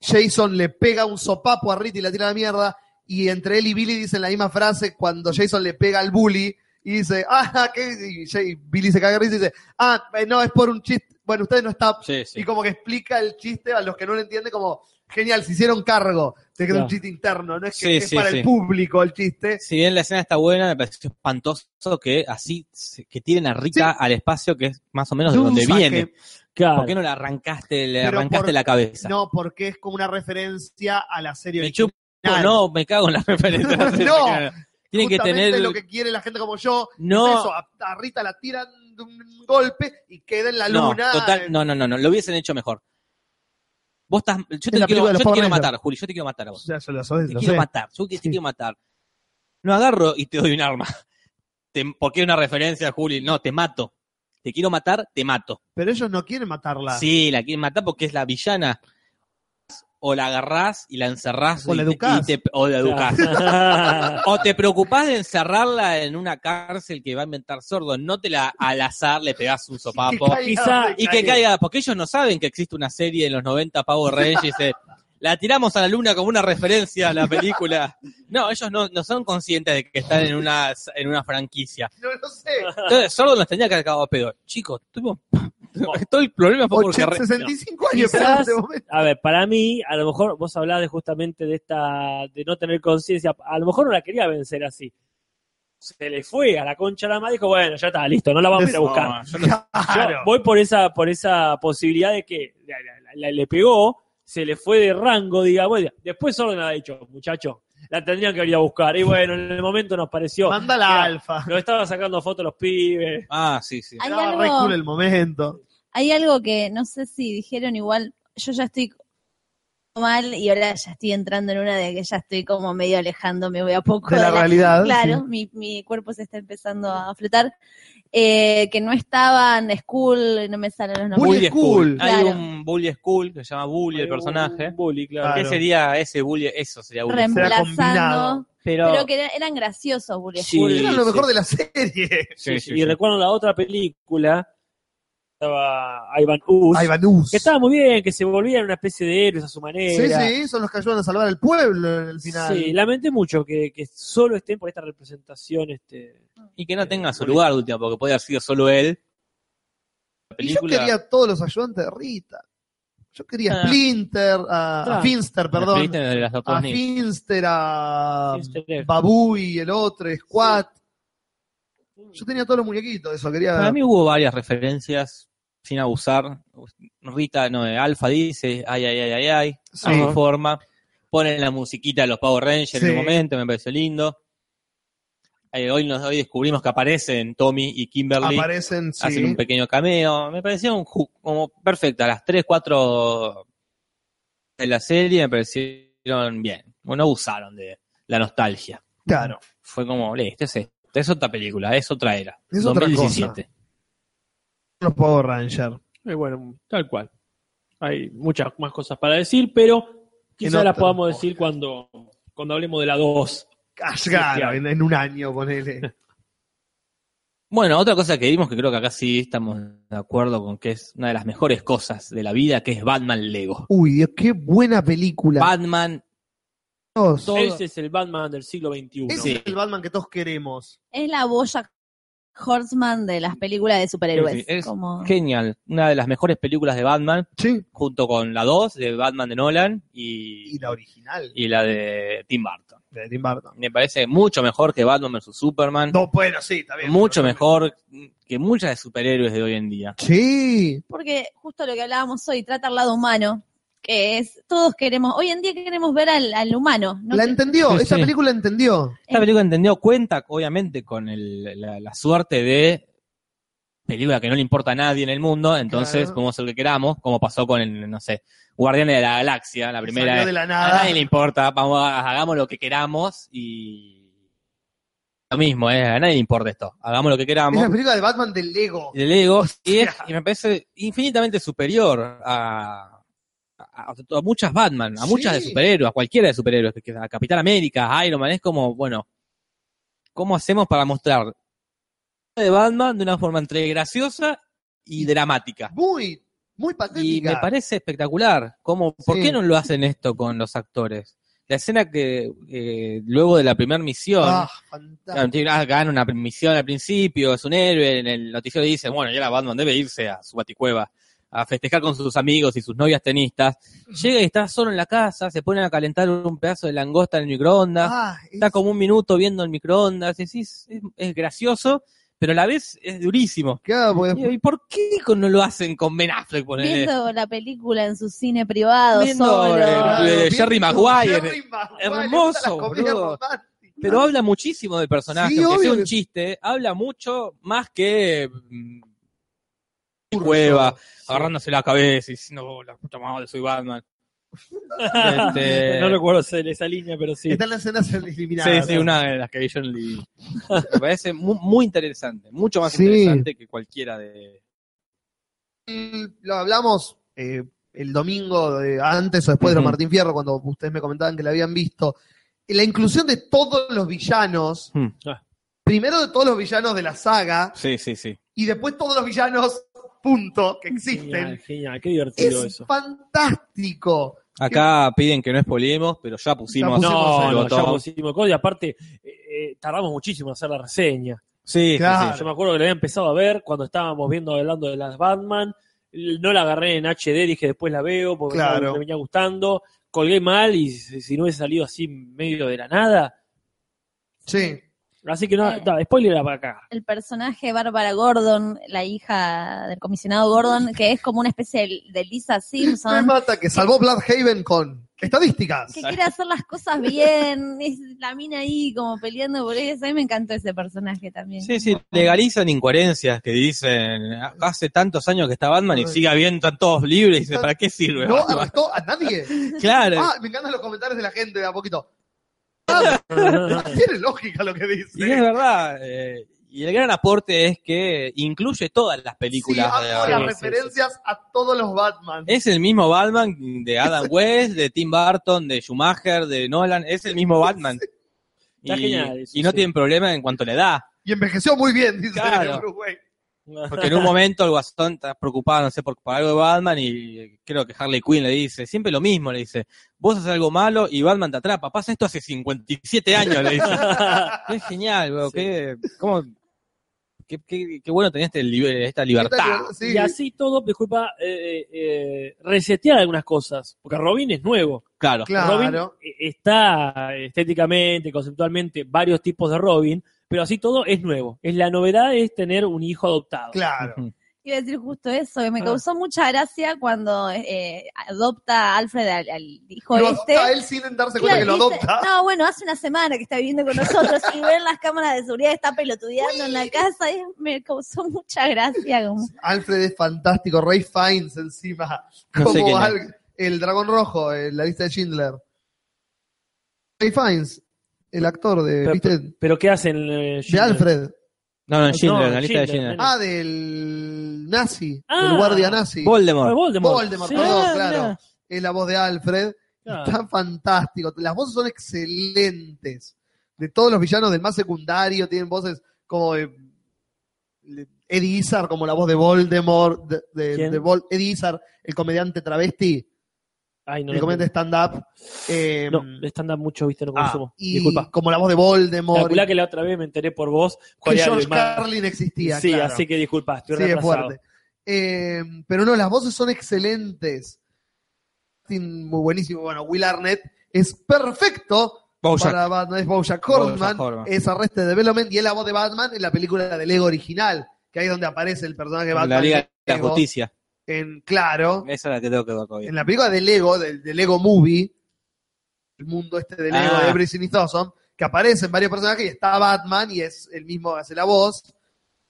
Jason le pega un sopapo a Rita y la tira a la mierda. Y entre él y Billy dicen la misma frase cuando Jason le pega al bully y dice, ah, ¿qué? Y Jay- y Billy se caga de risa y dice, ah, eh, no, es por un chiste. Bueno, ustedes no están. Sí, sí. Y como que explica el chiste a los que no lo entienden, como, genial, se hicieron cargo. Se queda Claro. un chiste interno, no es que, Sí, que es sí, para sí. el público el chiste. Si bien la escena está buena, me pareció espantoso que así, se- que tiren a Rita al espacio que es más o menos de De un donde saque. viene. Claro. ¿Por qué no le arrancaste, le Pero arrancaste por- la cabeza? No, porque es como una referencia a la serie me original. chupo, no, me cago en la referencia. No, sé, No. me cago. tienen que Justamente tener. lo que quiere la gente como yo. No. Es eso, a, a Rita la tiran de un golpe y queda en la no, luna. total, eh, no, no, no, no, lo hubiesen hecho mejor. Vos estás, yo te la película quiero, de yo los te Power quiero Rangers. matar, Juli, yo te quiero matar a vos. ya, yo lo sabés, Te lo quiero sé. matar, yo que te Sí. quiero matar. No agarro y te doy un arma. Te- porque hay una referencia, Juli. No, te mato. Te quiero matar, te mato. Pero ellos no quieren matarla. Sí, la quieren matar porque es la villana. O la agarrás y la encerrás. O y la te- y educás. te- o la educás. Claro. O te preocupás de encerrarla en una cárcel que va a inventar sordo, no te la al azar le pegás un sopapo caiga, quizá- y que caiga, porque ellos no saben que existe una serie en los 90 Power Rangers. eh, La tiramos a la luna como una referencia a la película. No, ellos no, no son conscientes de que están en una, en una franquicia. No lo sé. Entonces, Sordo nos tenía que haber cagado a pedo. Chicos, tuvimos- todo el problema fue porque... Ocho- re- 65 años Quizás- esperando este momento. A ver, para mí, a lo mejor vos hablás de justamente de esta, de no tener conciencia. A lo mejor no la quería vencer así. Se le fue a la concha de la madre y dijo, bueno, ya está, listo, no la vamos a ir a buscar. No, yo no- Yo Claro. voy por esa, por esa posibilidad de que la- la- la- la- le pegó, se le fue de rango, diga, bueno, después Sorden ha dicho, muchacho, la tendrían que ir a buscar. Y bueno, en el momento nos pareció, Manda la Mira, alfa. nos estaban sacando fotos los pibes. Ah, sí, sí. Hay Estaba re algo- cool el momento. Hay algo que no sé si dijeron igual, yo ya estoy mal y ahora ya estoy entrando en una de que ya estoy como medio alejándome, voy a poco. de la realidad. Claro, Ah, sí. mi, mi cuerpo se está empezando a flotar. Eh, que no estaban School, no me salen los nombres. Bully School. Hay Claro. un Bully School que se llama Bully el personaje. Un bully, claro. ¿Qué Claro. sería ese Bully? Eso sería Bully. Rem- Reemplazando. combinado. Pero, Pero que era- eran graciosos Bully Sí. School. Era lo sí. mejor de la serie. sí, sí, y sí. recuerdo la otra película, estaba Ivan Us, Ay, Banús. que estaba muy bien, que se volvían una especie de héroes a su Sí, manera. sí, son los que ayudan a salvar al pueblo en el final. Sí, lamenté mucho que, que solo estén por esta representación. Este... Y que no tenga su lugar, última, porque podía haber sido solo él. La y yo película. quería a todos los ayudantes de Rita. Yo quería Ah. a Splinter, a, a Claro. Finster, La perdón. película de las doctoras A Nick. Finster, a Finster, eh. Babu y el otro, Squat. Yo tenía todos los muñequitos de eso, quería. Para mí hubo varias referencias, sin abusar. Rita, no, eh, Alfa dice, ay, ay, ay, ay, ay. Sí. De forma. Ponen la musiquita de los Power Rangers en Sí. un momento, me pareció lindo. Eh, hoy, nos, hoy descubrimos que aparecen Tommy y Kimberly. aparecen, sí. Hacen un pequeño cameo. Me pareció un ju- como perfecta. Las tres, cuatro de la serie me parecieron bien. No abusaron de la nostalgia. Claro. Fue como, "Le, este es esto, es otra película, es otra era. Es otra 2017. cosa. Los Power Rangers. Eh, bueno, tal cual. Hay muchas más cosas para decir, pero En quizás otro las podamos decir cuando, cuando hablemos de la 2. Claro, en, en un año, ponele. Bueno, otra cosa que vimos que creo que acá sí estamos de acuerdo con que es una de las mejores cosas de la vida, que es Batman Lego. Uy, Dios, qué buena película. Batman, Dios. todo- Ese es el Batman del siglo XXI. Ese Sí. es el Batman que todos queremos. Es la boya Horseman de las películas de superhéroes. Sí, sí, es como... genial, una de las mejores películas de Batman, Sí. junto con la 2 de Batman de Nolan y, Y la original y la de Tim Burton. de Tim Burton. Me parece mucho mejor que Batman vs. Superman, No, bueno, sí, está bien. mucho pero- mejor que muchas de superhéroes de hoy en día. Sí. Porque justo lo que hablábamos hoy, trata al lado humano, que es, todos queremos, hoy en día queremos ver al, al humano. ¿no? La entendió, Sí, esa sí. película entendió. Esta película entendió cuenta, obviamente, con el- la, la suerte de película que no le importa a nadie en el mundo, entonces Claro. podemos hacer lo que queramos, como pasó con el, no sé, Guardianes de la Galaxia, la primera. Salió de la a nada. nadie le importa, vamos, hagamos lo que queramos y lo mismo, eh, a nadie le importa esto, hagamos lo que Es la queramos. película de Batman del Lego. El ego y, es- y me parece infinitamente superior a, a- a muchas Batman, a muchas de Sí. superhéroes, a cualquiera de superhéroes, que- a Capitán América, a Iron Man, es como, bueno, ¿cómo hacemos para mostrar de Batman de una forma entre graciosa y dramática? Muy, muy Y patética. me parece espectacular. Como, ¿Por Sí. qué no lo hacen esto con los actores? La escena que eh, luego de la primera misión, Ah, Claro, fantástico. tiene- ah, gana una misión al principio, es un héroe, en el noticiero dice, bueno, ya la Batman debe irse a su baticueva a festejar con sus amigos y sus novias tenistas. Llega y está solo en la casa, se ponen a calentar un pedazo de langosta en el microondas, Ah, es- está como un minuto viendo el microondas, es, es, es- es gracioso, pero a la vez es durísimo. Claro, porque ¿Y y por qué con- no lo hacen con Ben Affleck, ponele? Viendo la película en su cine privado, Viendo solo. el- Claro, eh, de bien, Jerry no, Maguire. eh, Jerry Maguire, Hermoso, las comedias boludo. románticas. Pero habla muchísimo del personaje, Ah. Sí, aunque sea obvio un que- chiste, habla mucho más que mm, cueva, agarrándose la cabeza y diciendo, "Oh, la puta madre, soy Batman. Este, No recuerdo esa- esa línea, pero sí. Están las escenas eliminadas. sí, sí, una de las que vi yo en el DVD. Me parece mu- muy, interesante, mucho más Sí. interesante que cualquiera de... El- Lo hablamos eh, el domingo, de- antes o después de los Ujú. Martín Fierro, cuando ustedes me comentaban que la habían visto. La inclusión de todos los villanos, Hmm. primero de todos los villanos de la saga, Sí, sí, sí. y después todos los villanos, punto, que Genial, existen. genial, qué divertido Es eso. fantástico. Acá piden que no spoilemos, pero ya pusimos... Ya No, pusimos el no, ya botón. pusimos cosas y aparte eh, eh, tardamos muchísimo en hacer la reseña. Sí, sí, Claro. sí. Yo me acuerdo que la había empezado a ver cuando estábamos viendo hablando de las Batman. No la agarré en HD, dije después la veo porque Claro. me- me venía gustando. Colgué mal y si si no hubiese salido así medio de la nada, Sí. Así que no, Eh. da, spoiler para acá. el personaje Bárbara Gordon, la hija del comisionado Gordon, que es como una especie de, de Lisa Me Simpson, mata que salvó Bloodhaven con estadísticas. que quiere hacer las cosas bien, es la mina ahí como peleando por eso. A mí me encantó ese personaje también. Sí, sí, legalizan incoherencias que dicen, hace tantos años que está Batman y Ay. sigue habiendo están todos libres, y dice, ¿para qué sirve? No Batman? arrestó a nadie. Claro, Ah, me encantan los comentarios de la gente de a poquito. Ah, no tiene lógica lo que dice. y es verdad. eh, y el gran aporte es que incluye todas las películas. Sí, ah, de Eh. amo las Batman. referencias a todos los Batman. Es el mismo Batman de Adam West, de Tim Burton, de Schumacher, de Nolan. Es el mismo Batman. Está y, genial eso, y no sí. tienen problema en cuanto a la edad. Y envejeció muy bien, dice Claro. Bruce Wayne. Porque en un momento el Guasón está preocupado, no sé, por, por algo de Batman y creo que Harley Quinn le dice, siempre lo mismo, le dice, vos haces algo malo y Batman te atrapa, pasa esto hace 57 años, le dice. es genial, bro, Sí. qué, cómo- qué- qué- qué bueno tenés este libe- esta libertad. Sí. Y así todo, disculpa, eh, eh, eh, resetear algunas cosas. Porque Robin es nuevo. Claro. Robin Claro. eh, está estéticamente, conceptualmente, varios tipos de Robin, pero así todo es nuevo. Es la novedad es tener un hijo adoptado. Claro. Ujú. Iba a decir justo eso, que me Ah. causó mucha gracia cuando eh, adopta a Alfred al, al hijo Lo este. adopta ah, él sin darse cuenta Claro, que lo dice, adopta. No, bueno, hace una semana que está viviendo con nosotros y ver las cámaras de seguridad está pelotudeando en la casa y me causó mucha gracia. como- Alfred es fantástico. Ray Fiennes encima. No sé Como quién es. al- el dragón rojo, en la lista de Schindler. Ray Fiennes, el actor de, Pero- ¿viste? Pero ¿qué hacen? eh, de Schindler? Alfred. No, no, Schindler, No, en la lista de Schindler, Schindler. no. Ah, del nazi, Ah. del guardia nazi. Ah, Voldemort. Voldemort. Voldemort, Sí, perdón, Ah, claro. mira. Es la voz de Alfred. claro. Está fantástico. Las voces son excelentes. De todos los villanos del más secundario, tienen voces como eh, Eddie Izzard, como la voz de Voldemort, de, de- ¿Quién? de Vol- Eddie Izzard, el comediante travesti, Ay, no, el no, comediante stand-up. eh, no, de stand-up mucho, viste, no Ah, consumo. y Disculpa. como la voz de Voldemort. Calculá que la otra vez me enteré por vos cuál que era el George más- Carlin existía. Sí, claro. así que disculpa, estoy Sí, es retrasado. fuerte. Eh, pero no, las voces son excelentes. Muy buenísimo. Bueno, Will Arnett es perfecto Bojack. para Batman. Es Bojack Bojack Horseman, Horseman. es Arrested Development y es la voz de Batman en la película del Lego original, que ahí es donde aparece el personaje de Batman. la Liga de la Lego, Justicia. En, claro, Esa es la que tengo que ver todavía. en la película de Lego, del de Lego Movie, el mundo este de Lego Ah. de Everything is Awesome, que aparecen varios personajes y está Batman y es el mismo que hace la voz.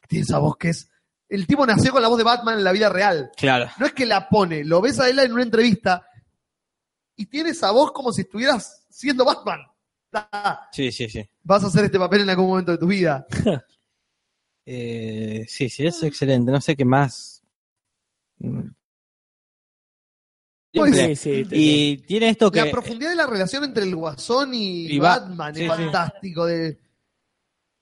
Tiene esa voz que es... El tipo nació con la voz de Batman en la vida real. Claro. No es que la pone, lo ves a él en una entrevista y tiene esa voz como si estuvieras siendo Batman. Ta, Sí, sí, sí. Vas a hacer este papel en algún momento de tu vida. Eh, sí, sí, es excelente. No sé qué más. Pues, Sí, Siempre. sí, te- y tiene esto que. La profundidad de la relación entre el Guasón y, Y Bat- Batman sí, es sí. fantástico. De,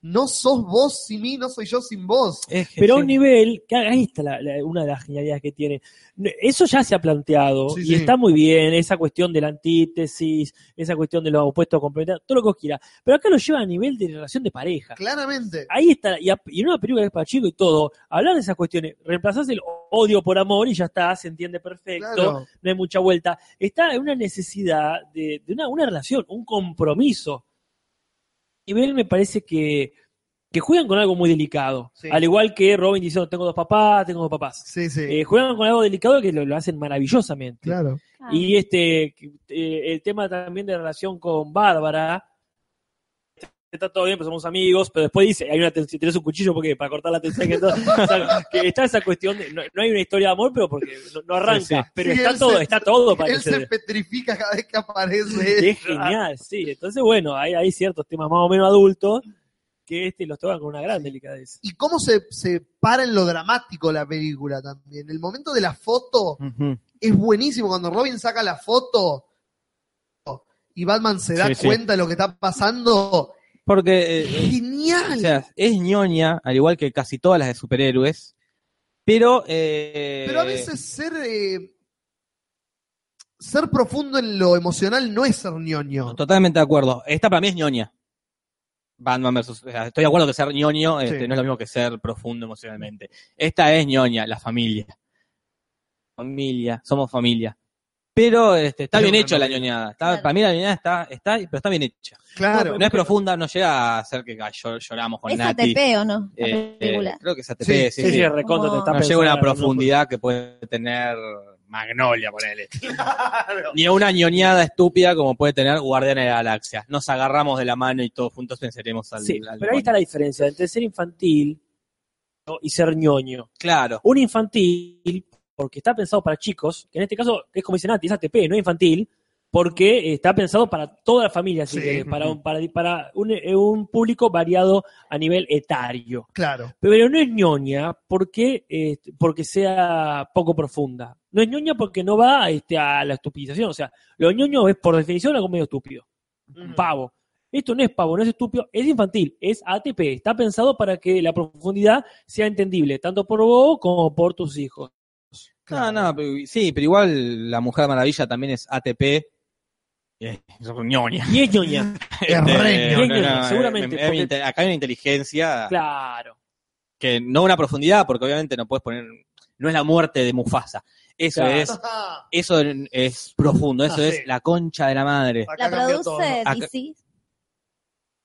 no sos vos sin mí, no soy yo sin vos. es que pero a sí. un nivel, que ahí está la- la- una de las genialidades que tiene. N- Eso ya se ha planteado Sí, y sí. está muy bien, esa cuestión de la antítesis, esa cuestión de los opuestos complementarios, todo lo que os quiera. Pero acá lo lleva a nivel de relación de pareja. Claramente. Ahí está, y, a- y en una película que es para chico y todo, hablar de esas cuestiones, reemplazás el odio por amor y ya está, se entiende perfecto, Claro. no hay mucha vuelta. Está en una necesidad de, de una, una relación, un compromiso. Y nivel me parece que, que juegan con algo muy delicado. Sí. Al igual que Robin diciendo, tengo dos papás, tengo dos papás. Sí, sí. Eh, juegan con algo delicado que lo, lo hacen maravillosamente. claro. "Ah, Y este que, eh, el tema también de relación con Bárbara. Está todo bien, pues somos amigos, pero después dice, hay una ten- si tenés un cuchillo porque para cortar la tensión que, entonces- o sea, que está esa cuestión de, no, no hay una historia de amor, pero porque no, no arranca, Sí, sí. pero Sí, está él todo, se- está todo para que Él se se- petrifica cada vez que aparece. es genial, sí. Entonces, bueno, hay, hay ciertos temas más o menos adultos que este los tocan con una gran delicadeza. Y cómo se, se para en lo dramático la película también. El momento de la foto. Ujú. es buenísimo cuando Robin saca la foto y Batman se da Sí, sí. cuenta de lo que está pasando. Porque. eh, Genial. O sea, es ñoña, al igual que casi todas las de superhéroes. Pero. eh, Pero a veces ser eh, ser profundo en lo emocional no es ser ñoño. Totalmente de acuerdo. Esta para mí es ñoña. Batman versus. o sea, estoy de acuerdo que ser ñoño este, Sí. no es lo mismo que ser profundo emocionalmente. Esta es ñoña, la familia. Familia, somos familia. Pero este, está Pero bien no, hecho no, la no. ñoñada. Está- Claro. Para mí la ñoñada está, está, pero está bien hecha. Claro. No es profunda, no llega a hacer que ah, llor- lloramos con ¿Es Nati. ATP o no? La Eh, película. creo que es ATP, Sí, sí, Sí, sí. sí, recontra te No. está No llega a una pensando, no, profundidad que puede tener Magnolia, ponele. Ni a una ñoñada estúpida como puede tener Guardián de la Galaxia. Nos agarramos de la mano y todos juntos pensaremos al. Sí, al- pero ahí está la diferencia entre ser infantil ¿no? y ser ñoño. Claro. Un infantil, porque está pensado para chicos, que en este caso es como dice Nati, es ATP, no es infantil, porque eh, está pensado para toda la familia, si Sí. querés, para, un, para, para un, eh, un público variado a nivel etario. Claro. Pero no es ñoña porque, eh, porque sea poco profunda. No es ñoña porque no va este, a la estupidización. O sea, lo ñoño es por definición algo medio estúpido un pavo. Esto no es pavo, no es estúpido, es infantil, es ATP. Está pensado para que la profundidad sea entendible, tanto por vos como por tus hijos. No, no, pero- sí, pero igual la Mujer Maravilla también es ATP. Eh, Es un ñoña. Y es ñoña, Es re Este, ñoña, no, no, no, seguramente, eh, eh, porque- inte- Acá hay una inteligencia claro. que no una profundidad, porque obviamente no puedes poner. No es la muerte de Mufasa. Eso Claro. es eso es profundo, eso Ah, es sí. la concha de la madre. La produce Acá- DC.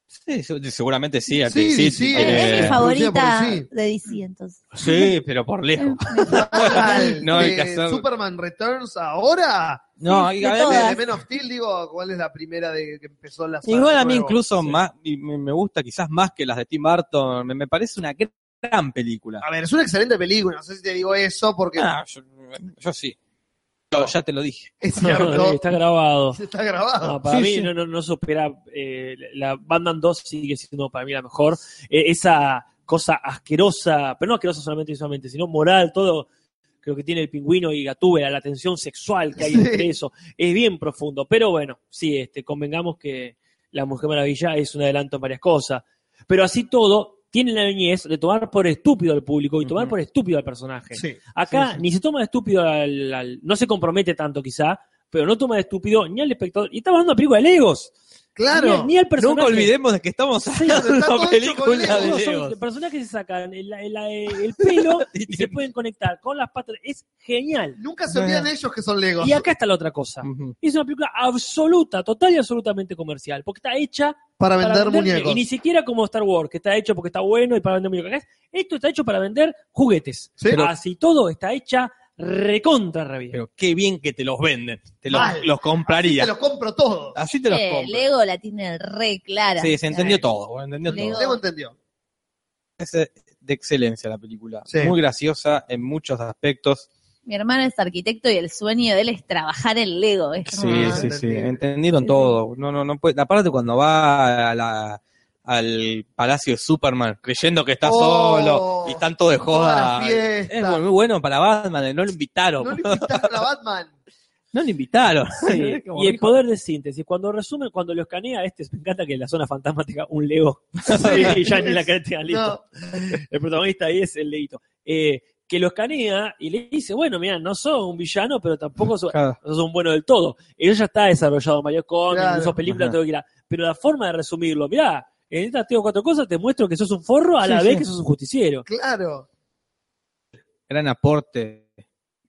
Sí, se- seguramente sí, a Sí, ti, sí, Eh, sí. es mi Eh, favorita producida por de DC, entonces. sí, pero por lejos. No, hay que hacer- Superman Returns ahora. No, Sí, hay- de a ver, todas. De Men of Steel, digo, ¿cuál es la primera de que empezó la saga igual a mí nueva? incluso Sí. más y me me gusta quizás más que las de Tim Burton, me, me parece una gran película. A ver, es una excelente película, no sé si te digo eso porque Ah, yo, yo sí. Yo ya te lo dije. es cierto, Está grabado. está grabado. No, para Sí, mí sí. No, no, no supera. eh, la Batman 2 sigue siendo para mí la mejor. Eh, esa cosa asquerosa, pero no asquerosa solamente visualmente, sino moral, todo creo que tiene el pingüino y Gatúbela, la tensión sexual que hay Sí. entre eso. Es bien profundo. Pero bueno, sí, este, convengamos que La Mujer Maravilla es un adelanto en varias cosas. Pero así todo, tiene la niñez de tomar por estúpido al público y tomar Ujú. por estúpido al personaje. Sí. Acá Sí, sí. ni se toma de estúpido al, al- No se compromete tanto, quizá, pero no toma de estúpido ni al espectador. Y estamos hablando de película de Legos. Claro. Ni, ni al personaje. Nunca olvidemos de que estamos hablando de está todo hecho una con película Lego. de Todos son Legos. personajes que se sacan el, el- el pelo y se pueden conectar con las patas. Es genial. Nunca se olvidan ellos que son Legos. Y acá está la otra cosa. Ujú. Es una película absoluta, total y absolutamente comercial, porque está hecha Para para vender venderte, muñecos. Y ni siquiera como Star Wars, que está hecho porque está bueno y para vender muñecos. Acá es- Esto está hecho para vender juguetes. Sí. Pero- Así todo está hecha recontra re bien. Pero qué bien que te los venden. Te los, Mal. los compraría. Te los compro todos. Así te los Eh, compro. Lego la tiene re clara. Sí, se entendió todo, bueno, entendió Lego. todo. Lego entendió. Es eh, de excelencia la película. Sí. Muy graciosa en muchos aspectos. Mi hermano es arquitecto y el sueño de él es trabajar el Lego. Es Sí, como- Ah, sí, sí. entendible. Entendieron Sí, todo. No, no, no puede. Aparte cuando va a la- al palacio de Superman creyendo que está Oh, solo y tanto de Todas joda. las Es fiestas. muy bueno para Batman, eh, no lo invitaron. No le invitaron a Batman. No lo invitaron. Sí, Como y el hijo. poder de síntesis. Cuando resume, cuando lo escanea, este me encanta que en la zona fantasma tenga un Lego. y ya ni la careta listo. No. El protagonista ahí es el Leito. Eh, que lo escanea y le dice, bueno, mira, no sos un villano, pero tampoco sos, Claro. no sos un bueno del todo. Eso ya está desarrollado en varios cómics, Claro. en sus películas, Ajá. todo lo que quieras. Pero la forma de resumirlo, mirá, en estas tres o cuatro cosas te muestro que sos un forro a la Sí, vez sí. que sos un justiciero. Claro. gran aporte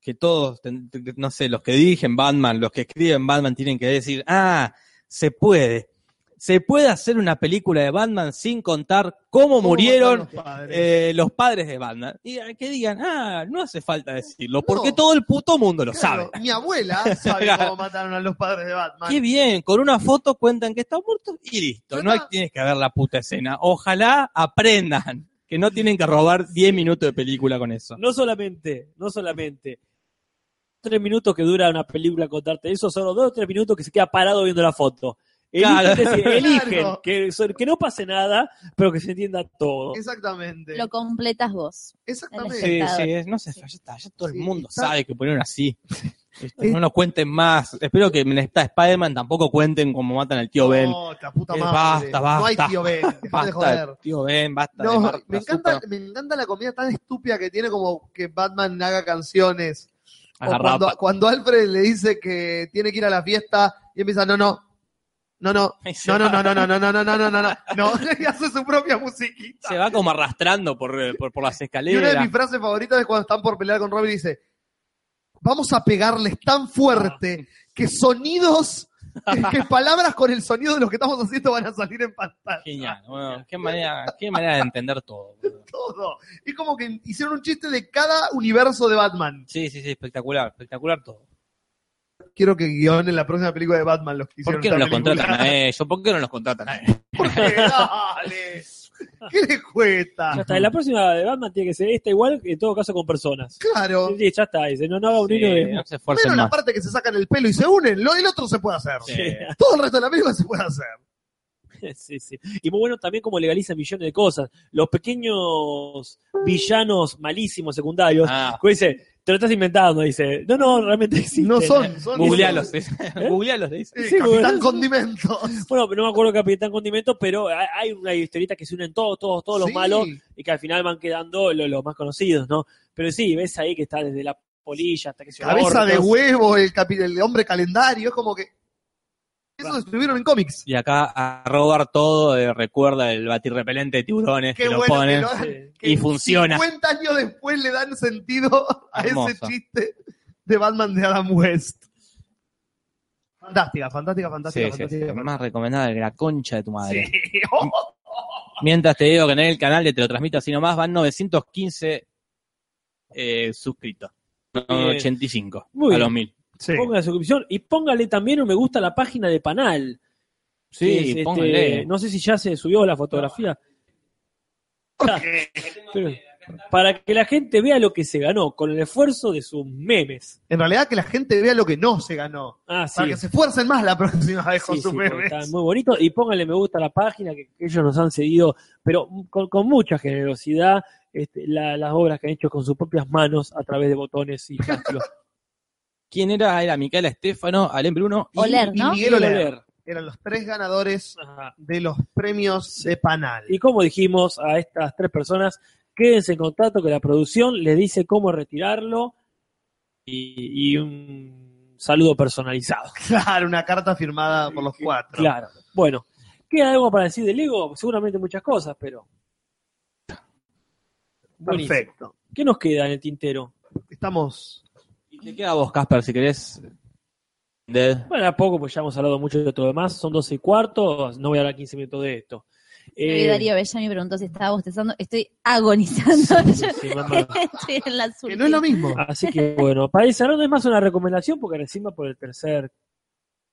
que todos, ten- ten- no sé, los que dirigen Batman, los que escriben Batman tienen que decir, ah, se puede. Se puede hacer una película de Batman sin contar cómo murieron Todos los padres. eh, los padres de Batman. Y eh, que digan, ah, no hace falta decirlo, porque No. todo el puto mundo lo Claro, sabe. Mi abuela sabe cómo mataron a los padres de Batman. Qué bien, con una foto cuentan que está muerto y listo. Ya No hay, está. tienes que ver la puta escena. Ojalá aprendan que no tienen que robar 10 minutos de película con eso. No solamente, no solamente. Tres minutos que dura una película contarte eso, solo dos o tres minutos que se queda parado viendo la foto. Eligen, Claro. es decir, eligen Claro. que, que no pase nada, pero que se entienda todo. Exactamente. Lo completas vos. Exactamente. Sí, Sí, espectador. sí, es- no sé, ya está, ya todo el Sí, mundo está- sabe que ponieron así. Esto, Es- No nos cuenten más. Espero que en esta Spider-Man tampoco cuenten cómo matan al tío No, Ben. la puta Eh, madre. basta, basta. No hay tío Ben. dejá de Basta, joder. del tío Ben, basta. de No, Marta me encanta, Supa. me encanta la comida tan estúpida que tiene como que Batman haga canciones. O Agarrapa. cuando, cuando Alfred le dice que tiene que ir a la fiesta y empieza, no, no. No, no. Y se No, no, va- no, no, no, no, no, no, no, no, no, no. No, y hace su propia musiquita. Se va como arrastrando por, eh, por, por las Y una de escaleras. mis frases favoritas es cuando están por pelear con Robin y dice, vamos a pegarles tan fuerte que sonidos, que palabras con el sonido de los que estamos haciendo van a salir en pantalla. Genial, bueno, qué manera, qué manera de entender todo. boludo. Todo. Es como que hicieron un chiste de cada universo de Batman. Sí, sí, sí, espectacular, espectacular todo. Quiero que guionen la próxima película de Batman los que hicieron ¿Por qué no esta los película. contratan a ellos? ¿Por qué no los contratan a ellos? ¿Por qué? Dale. ¿Qué les Ya cuesta? está, la próxima de Batman tiene que ser esta igual, en todo caso con personas. Claro. Sí, ya está, dice, no, no haga un hilo de... Sí, no se Menos esfuercen la más. parte que se sacan el pelo y se unen, lo, el otro se puede hacer. Sí. Todo el resto de la película se puede hacer. Sí, sí. Y muy bueno también cómo legaliza millones de cosas. Los pequeños villanos malísimos secundarios. Ah, que dice, te lo estás inventando, dice. No, no, realmente existen. No son, son googlealos, dice. googlealos, dice. Sí, Sí, Capitán bueno. Condimentos. Bueno, pero no me acuerdo Capitán Condimento, pero hay- hay una historieta que se unen todos, todos, todos los Sí. malos y que al final van quedando lo- los, más conocidos, ¿no? Pero sí, ves ahí que está desde la polilla hasta que se Cabeza de Orcos. huevo, el, capi- el hombre calendario, es como que. Eso lo escribieron en cómics. Y acá a robar todo eh, recuerda el batirrepelente de tiburones Qué que lo bueno que ponen. lo hagan. Sí. que Y funciona. 50 años después le dan sentido a ese Hermoso. chiste de Batman de Adam West. Fantástica, fantástica, fantástica, Sí, sí, fantástica. sí. Más recomendada que la concha de tu madre. Sí. Oh, Mientras te digo que en el canal de Te lo transmito así nomás van 915 eh, suscritos. Bien. 85 Muy a bien. los mil. sí. Ponga la suscripción y póngale también un me gusta a la página de Panal. Sí, Que es, este, póngale. no sé si ya se subió la fotografía. Ah, Pero- para que la gente vea lo que se ganó con el esfuerzo de sus memes. En realidad que la gente vea lo que no se ganó. Ah, sí. Para que se esfuercen más la próxima vez con Sí, sus sí, porque memes. están muy bonito. Y pónganle me gusta a la página, que, que ellos nos han seguido, pero con, con mucha generosidad, este, la- las obras que han hecho con sus propias manos a través de botones y cálculos. ¿Quién era? Era Micaela Estefano, Alem Bruno. y- Oler, y ¿no? Miguel Oler. Eran los tres ganadores Ajá. de los premios de Panal. Y como dijimos a estas tres personas, quédense en contacto que la producción les dice cómo retirarlo y, y un saludo personalizado. Claro, una carta firmada por los cuatro. Claro. Bueno, ¿queda algo para decir del Lego? Seguramente muchas cosas, pero. Buenísimo. Perfecto. ¿Qué nos queda en el tintero? Estamos. Y te queda a vos, Casper, si querés. De- Bueno, a poco, pues ya hemos hablado mucho de todo lo demás. Son 12 y cuarto, no voy a hablar 15 minutos de esto. Y Eh, Darío Bellamy preguntó si estaba bostezando. Estoy agonizando. sí, mamá. Estoy en la Que no es lo últimas. mismo. Así que bueno, para cerrar no es más una recomendación porque encima por el tercer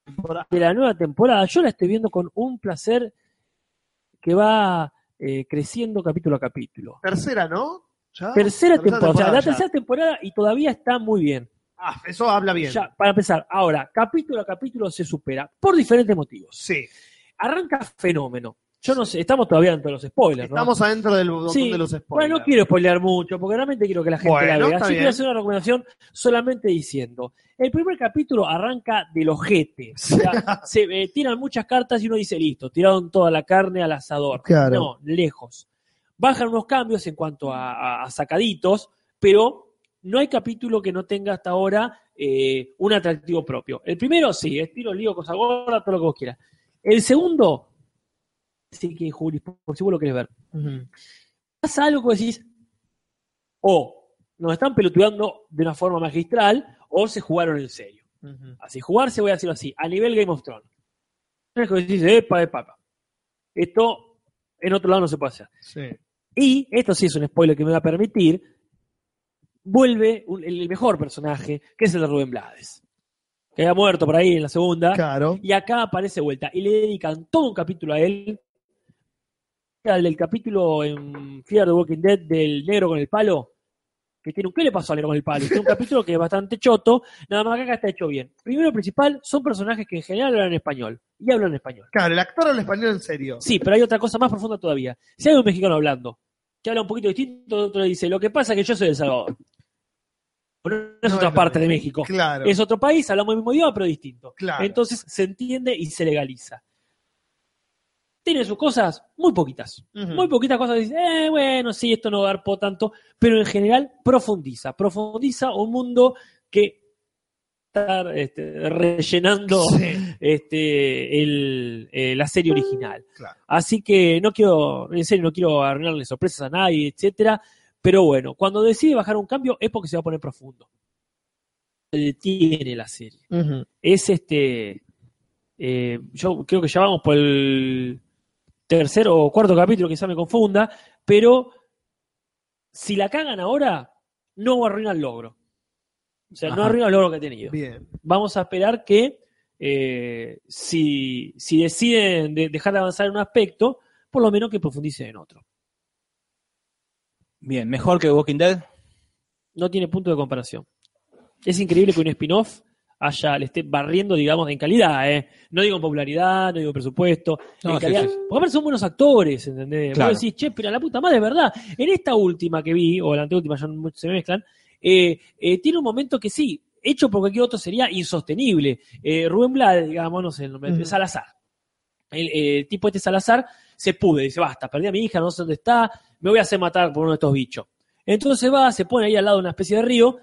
temporada- de la nueva temporada, yo la estoy viendo con un placer que va eh, creciendo capítulo a capítulo. Tercera, ¿no? ¿Ya? tercera temporada, o sea, la Ah, ya. tercera temporada y todavía está muy bien. Ah, eso habla bien. Ya, para empezar, ahora, capítulo a capítulo se supera por diferentes motivos. Sí. Arranca fenómeno. Yo no sé, estamos todavía dentro de los spoilers, ¿no? Estamos adentro del botón Sí. de los spoilers. Bueno, no quiero spoilear mucho, porque realmente quiero que la gente Bueno, la vea. está Así que bien. voy a hacer una recomendación solamente diciendo: el primer capítulo arranca del ojete. O sea, se eh, tiran muchas cartas y uno dice: listo, tiraron toda la carne al asador. Claro. No, lejos. Bajan unos cambios en cuanto a, a- a sacaditos, pero no hay capítulo que no tenga hasta ahora eh, un atractivo propio. El primero, sí, es tiro, lío, cosa gorda, todo lo que vos quieras. El segundo, sí que Juli, por, por si vos lo querés ver Ujú. pasa algo que decís, o nos están pelotudeando de una forma magistral, o se jugaron en serio. Ujú. Así, jugarse, voy a decirlo así, a nivel Game of Thrones. Es que decís, epa, epa, epa. Esto en otro lado no se puede hacer. Sí. Y esto sí es un spoiler que me va a permitir. Vuelve un- el el mejor personaje, que es el de Rubén Blades. Que había muerto por ahí en la segunda. Claro. Y acá aparece de vuelta. Y le dedican todo un capítulo a él. Al del capítulo en Fear the Walking Dead del negro con el palo. Que tiene un, ¿Qué le pasó al negro con el palo? Tiene un capítulo que es bastante choto. Nada más que acá está hecho bien. Primero principal, son personajes que en general hablan español. Y hablan español. Claro, el actor habla español en serio. Sí, pero hay otra cosa más profunda todavía. Si hay un mexicano hablando, que habla un poquito distinto, otro le dice, lo que pasa es que yo soy de El Salvador. Pero no es No otra es lo parte de mismo. México. Claro. Es otro país, hablamos el mismo idioma, pero distinto. Claro. Entonces se entiende y se legaliza. Tiene sus cosas, muy poquitas. Ujú. Muy poquitas cosas. Dice, eh, bueno, sí, esto no garpó tanto. Pero en general profundiza. Profundiza un mundo que está este, rellenando Sí. este, el, eh, la serie original. Claro. Así que no quiero, en serio, no quiero arruinarle sorpresas a nadie, etcétera. Pero bueno, cuando decide bajar un cambio es porque se va a poner profundo. detiene la serie. Ujú. Es este. eh, yo creo que ya vamos por el tercer o cuarto capítulo, quizá me confunda, pero si la cagan ahora, no arruina el logro. O sea, no Ajá. arruina el logro que ha tenido Bien. vamos a esperar que eh, si, si deciden de- dejar de avanzar en un aspecto, por lo menos que profundicen en otro. Bien, mejor que Walking Dead. No tiene punto de comparación. Es increíble que un spin-off haya, le esté barriendo, digamos, en calidad, ¿eh? No digo en popularidad, no digo en presupuesto, No, en sí, calidad. sí, sí. Porque aparte son buenos actores, ¿entendés? Claro. Vos decís, che, pero la puta madre, es verdad. En esta última que vi, o la anteúltima, ya no- se me mezclan, eh, eh, tiene un momento que sí, hecho por cualquier otro sería insostenible. Eh, Rubén Blades, digamos, no sé el nombre, Ujú. Salazar. El, el tipo este Salazar se pude, dice, basta, perdí a mi hija, no sé dónde está, me voy a hacer matar por uno de estos bichos. Entonces va, se pone ahí al lado de una especie de río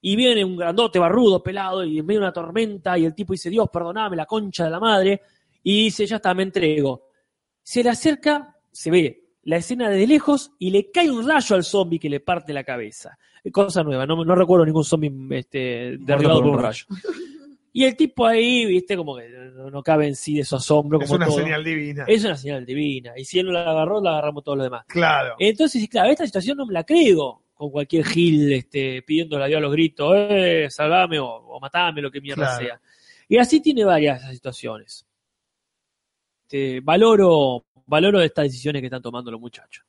y viene un grandote barrudo, pelado, y en medio de una tormenta, y el tipo dice, Dios, perdoname, la concha de la madre, y dice, ya está, me entrego. Se le acerca, se ve la escena de lejos y le cae un rayo al zombie que le parte la cabeza. Eh, Cosa nueva, no, no recuerdo ningún zombie este, derribado por un rayo. Y el tipo ahí, viste, como que no no cabe en sí de su asombro. Es como una todo. señal divina. Es una señal divina. Y si él no la agarró, la agarramos todos los demás. Claro. Entonces, claro, esta situación no me la creo con cualquier gil este, pidiéndole a Dios a los gritos, eh, salvame o, o matame, lo que mierda Claro. sea. Y así tiene varias esas situaciones. Este, valoro, valoro estas decisiones que están tomando los muchachos.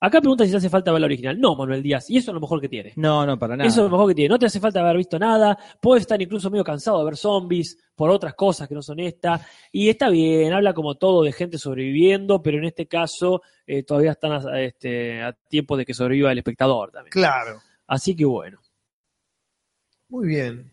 Acá pregunta si te hace falta ver la original. No, Manuel Díaz, y eso es lo mejor que tiene. No, no, para nada. Eso es lo mejor que tiene. No te hace falta haber visto nada. Puedes estar incluso medio cansado de ver zombies por otras cosas que no son estas. Y está bien, habla como todo de gente sobreviviendo, pero en este caso eh, todavía están a, este, a tiempo de que sobreviva el espectador también. Claro. Así que bueno. Muy bien.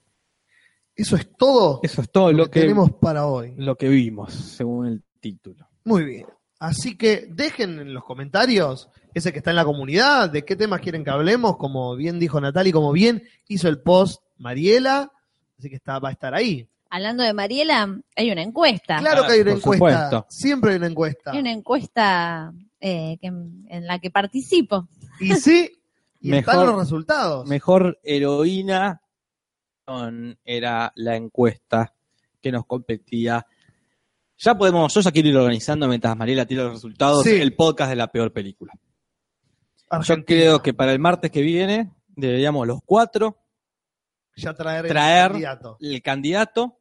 Eso es todo Eso es todo lo que tenemos para hoy. lo que vimos, según el título. Muy bien. Así que dejen en los comentarios, ese que está en la comunidad, de qué temas quieren que hablemos, como bien dijo Natali, como bien hizo el post Mariela, así que está, va a estar ahí. Hablando de Mariela, hay una encuesta. Claro que hay una por encuesta, supuesto. siempre hay una encuesta. Ah. Hay una encuesta eh, que- en la que participo. Y sí, y están Mejor- los resultados. Mejor heroína con- era la encuesta que nos competía. Ya podemos, yo ya quiero ir organizando mientras Mariela tira los resultados, Sí. el podcast de la peor película. Argentina. Yo creo que para el martes que viene deberíamos los cuatro, ya traer, el traer- candidato. el candidato,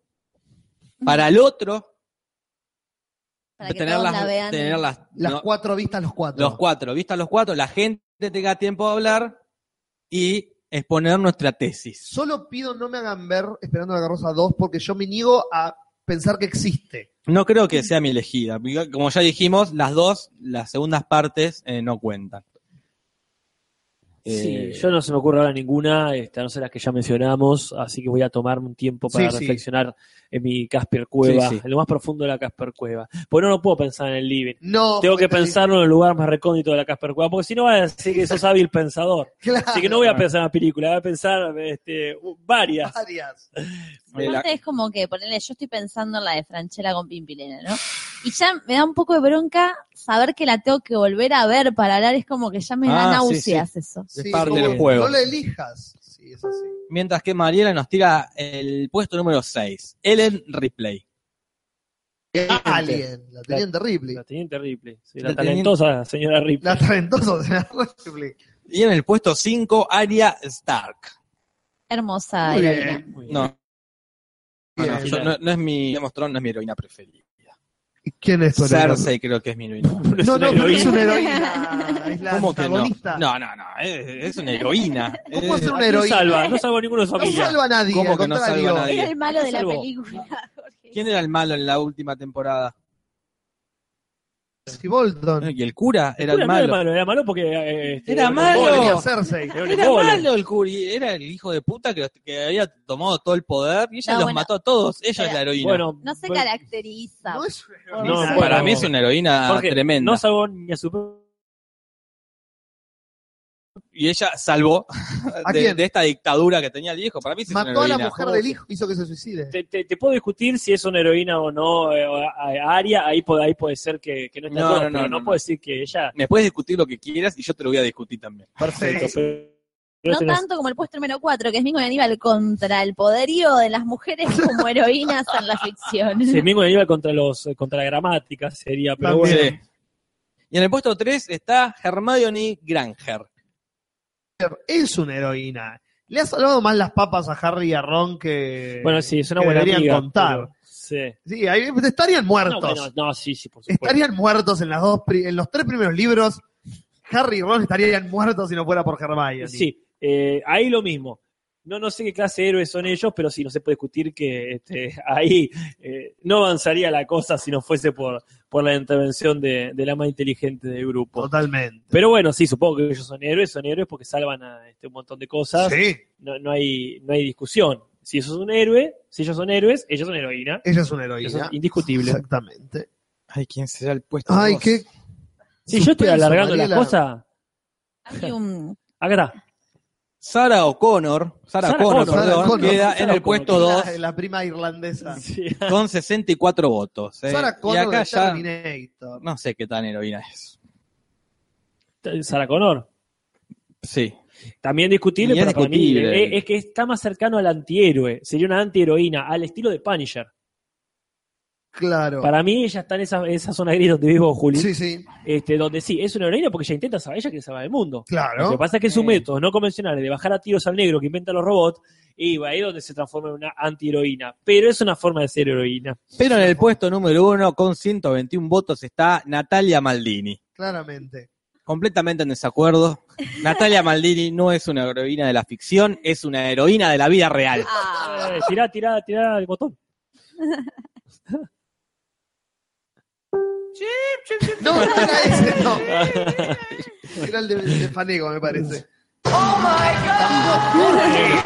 para el otro, Para que tener todos las, la vean. tener las, Las no, cuatro vistas, los cuatro. los cuatro, vista los cuatro, la gente tenga tiempo de hablar y exponer nuestra tesis. Solo pido no me hagan ver Esperando la Carroza 2 porque yo me niego a pensar que existe. No creo que sea mi elegida. porque Como ya dijimos, las dos, las segundas partes eh, no cuentan. Sí, Eh, yo no se me ocurre ahora ninguna, esta, no sé las que ya mencionamos, así que voy a tomarme un tiempo para Sí, sí. reflexionar en mi Casper Cueva, Sí, sí. en lo más profundo de la Casper Cueva. Porque no, no puedo pensar en el living. No. pues, Tengo que fue pensarlo en el lugar más recóndito de la Casper Cueva, porque si no vas a decir que sos hábil pensador. terrible. Claro. Así que no voy a pensar en la película, voy a pensar este, u- varias. Ah, Varias. eh, la- Aparte es como que, ponele, yo estoy pensando en la de Franchella con Pimpinela, ¿no? Y ya me da un poco de bronca saber que la tengo que volver a ver para hablar, es como que ya me da Ah, sí, náuseas eso. Es parte como del que juego. No la elijas. Sí, es así. mientras que Mariela nos tira el puesto número 6, Ellen Ripley. Alien, la teniente Ripley. La teniente Ripley, sí, La la talentosa señora Ripley. La talentosa teniente Ripley. Y en el puesto 5, Aria Stark. Hermosa Muy heroína. bien. Muy bien. No, no, no, Bien. yo- no- no es mi, Game of Thrones no es mi heroína preferida. ¿Y ¿Quién es tu heroína? Cersei creo que es mi heroína. No, no, pero es Heroína. una heroína. Es la ¿Cómo que no? antagonista. No, no, no, es, es una heroína. Eh, ¿Cómo Es- ser ¿A una quién heroína? salva? No salva a ninguno de su No familia. salva a nadie, ¿Cómo al que no salva a contrario. nadie? Era el malo de la Salvo. película, Jorge. ¿Quién era el malo en la última temporada? Si Eh, Bolton. Y el cura era el Era, no era malo. malo, era malo porque... eh, este, Era un malo. ¿Cómo embole. elegí a Cersei? Era un Era embole. malo el Curi, era el hijo de puta que, que había tomado todo el poder y ella No, los bueno. mató a todos. Ella Pero- es la heroína. Bueno, No se bueno, caracteriza. No es una heroína. No, para bueno. mí es una heroína Jorge, Ah, tremenda. No salvó ni a su propia y ella salvó ¿A de, quién? de esta dictadura que tenía el hijo. Para mí sí es una Mató a la heroína. mujer del hijo, hizo que se suicide. te, te- te puedo discutir si es una heroína o no, eh, o a- a- Aria, ahí puede, ahí puede ser que, que no esté de No, acuerdo, no, no, pero no, no, no. puedo decir que ella... Me puedes discutir lo que quieras y yo te lo voy a discutir también. Perfecto. Pero- No tenés- tanto como el puesto número 4, que es Mingo y Aníbal contra el poderío de las mujeres como heroínas en la ficción. Sí, Mingo y Aníbal contra, los, eh, contra la gramática sería, pero También. Ah, bueno. Sí. Y en el puesto 3 está Hermione Granger. Es una heroína. Le ha salvado más las papas a Harry y a Ron que, Bueno, sí, es una que buena deberían amiga, contar. pero- sí. Sí, ahí estarían muertos. No, bueno, no, sí, sí, por supuesto. Estarían muertos en, las dos, pri- en los tres primeros libros. Harry y Ron estarían muertos si no fuera por Hermione. Sí, eh, ahí lo mismo. No, no sé qué clase de héroes son ellos, pero sí, no se puede discutir que este, ahí eh, no avanzaría la cosa si no fuese por, por la intervención de, de la más inteligente del grupo. Totalmente. Pero bueno, sí, supongo que ellos son héroes, son héroes porque salvan a este, un montón de cosas. Sí, No, no, hay, no hay discusión. Si eso es un héroe, si ellos son héroes, ellos son heroína. ella es una Eso heroína. es indiscutible. Exactamente. Ay, ¿quién será el puesto Ay, qué Si yo estoy Suspenso, alargando la Mariela. cosa, Hay un- acá está. Sara O'Connor, Sara Sara O'Connor, O'Connor, perdón, Sarah Connor. queda en Sarah el O'Connor. puesto 2 La, la prima irlandesa. Sí. con 64 votos. eh. Sarah y Connor acá de ya Terminator. no sé qué tan heroína es. Sarah Connor. Sí. También discutible, Y es pero para mí, discutible. eh, es, que está más cercano al antihéroe. Sería una antiheroína, al estilo de Punisher. Claro. Para mí, ella está en esa, esa zona gris donde vivo, Juli. Sí, sí, Este, donde sí, es una heroína porque ella intenta salvar, ella quiere salvar el mundo. Lo que claro. pasa es que sus Sí. métodos no convencionales de bajar a tiros al negro que inventan los robots, y va ahí donde se transforma en una antiheroína. Pero es una forma de ser heroína. Pero en el puesto número 1 con 121 votos está Natalia Maldini. Claramente. Completamente en desacuerdo. Natalia Maldini no es una heroína de la ficción, es una heroína de la vida real. Ah, Eh, tirá, tirá, tirá el botón. No, no era ese, no. Era el de, de Fanego, me parece. Bueno,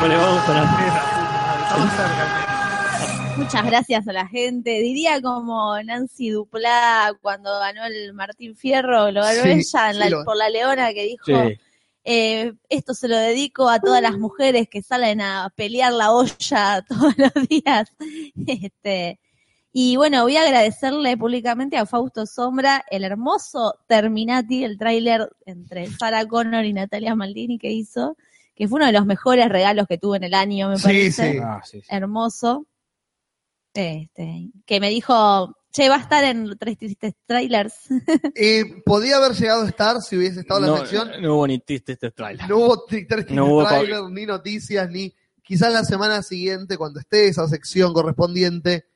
vamos a la- Estamos cerca. muchas gracias a la gente. Diría como Nancy Duplá cuando ganó el Martín Fierro, lo ganó Sí, ella en la- sí, lo- por la Leona que dijo. eh, esto se lo dedico a todas las mujeres que salen a pelear la olla todos los días. Este, y bueno, voy a agradecerle públicamente a Fausto Sombra el hermoso Terminati, el tráiler entre Sarah Connor y Natalia Maldini que hizo, que fue uno de los mejores regalos que tuve en el año, me Sí, parece. sí. Ah, sí, sí. Hermoso. Este, que me dijo, che, va a estar en tres tristes trailers. Eh, podía haber llegado a estar si hubiese estado la No, sección. no hubo ni triste este trailer. No hubo tic- tres No hubo trailer, ni noticias, ni quizás la semana siguiente, cuando esté esa sección correspondiente,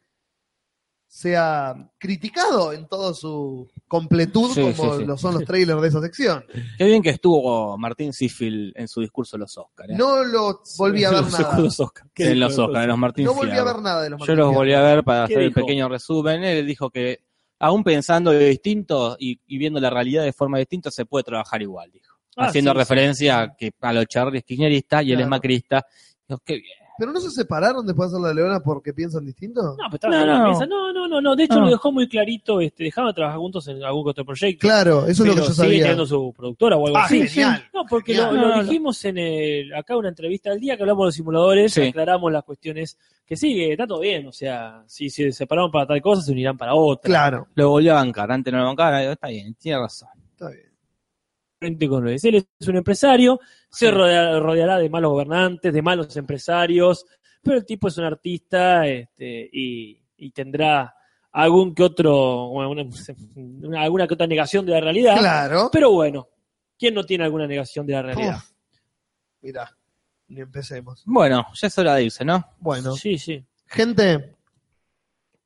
sea criticado en toda su completud, Sí, como sí, sí. lo son los trailers de esa sección. Qué bien que estuvo Martín Sifil en su discurso de los Oscars. ¿eh? No lo volví a ver los- nada. los Oscar. ¿Qué en dijo los después? Oscars, en los Martín No volví a Fierro. ver nada de los Yo los Martín volví a ver para ¿Qué hacer el dijo? pequeño resumen. Él dijo que aún pensando de distinto y, y viendo la realidad de forma distinta, se puede trabajar igual, dijo. Ah, Haciendo sí, referencia a, que, a los Charlie es kirchnerista y él es Claro. macrista. Dijo, qué bien. Fierro. ¿Pero no se separaron después de hacer la de Leona porque piensan distinto? No, pero estaban No, en la no. mesa. No, no, no, no. De hecho, No. lo dejó muy clarito. Este, dejaban de trabajar juntos en algún que otro proyecto. Claro, eso es lo que pero yo sigue sabía. teniendo su productora o algo Ah, así. genial. No, porque Genial. lo, No, lo no. dijimos en el, acá una entrevista al día que hablamos de los simuladores, Sí. aclaramos las cuestiones que sigue, está todo bien, o sea, si se separaron para tal cosa, se unirán para otra. Claro, Lo volvió a bancar. Antes no lo bancaba. digo, Está bien, tiene razón. está bien. Frente con lo que es. Él es un empresario, se Sí. rodea- rodeará de malos gobernantes, de malos empresarios, pero el tipo es un artista este, y, y tendrá algún que otro, bueno, una- una- alguna que otra negación de la Ah. realidad. Claro. Pero bueno, ¿quién no tiene alguna negación de la realidad? Uf, mirá, ni empecemos. Bueno, ya es hora de irse, ¿no? Bueno. Sí, sí. Gente,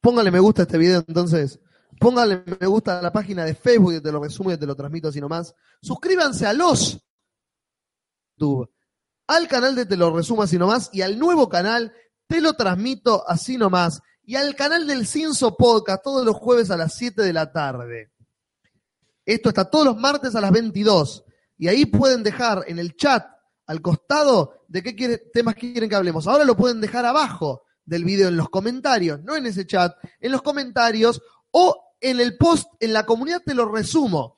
póngale me gusta a este video entonces. Póngale me gusta a la página de Facebook, que te lo resumo y te lo transmito así nomás. Suscríbanse a los YouTube, al canal de Te lo resumo así nomás y al nuevo canal Te lo transmito así nomás y al canal del Cinso Podcast todos los jueves a las 7 de la tarde. Esto está todos los martes a las 22 y ahí pueden dejar en el chat al costado de qué quiere- temas quieren que hablemos. Ahora lo pueden dejar abajo del video en los comentarios, no en ese chat, en los comentarios o en el post, en la comunidad te lo resumo.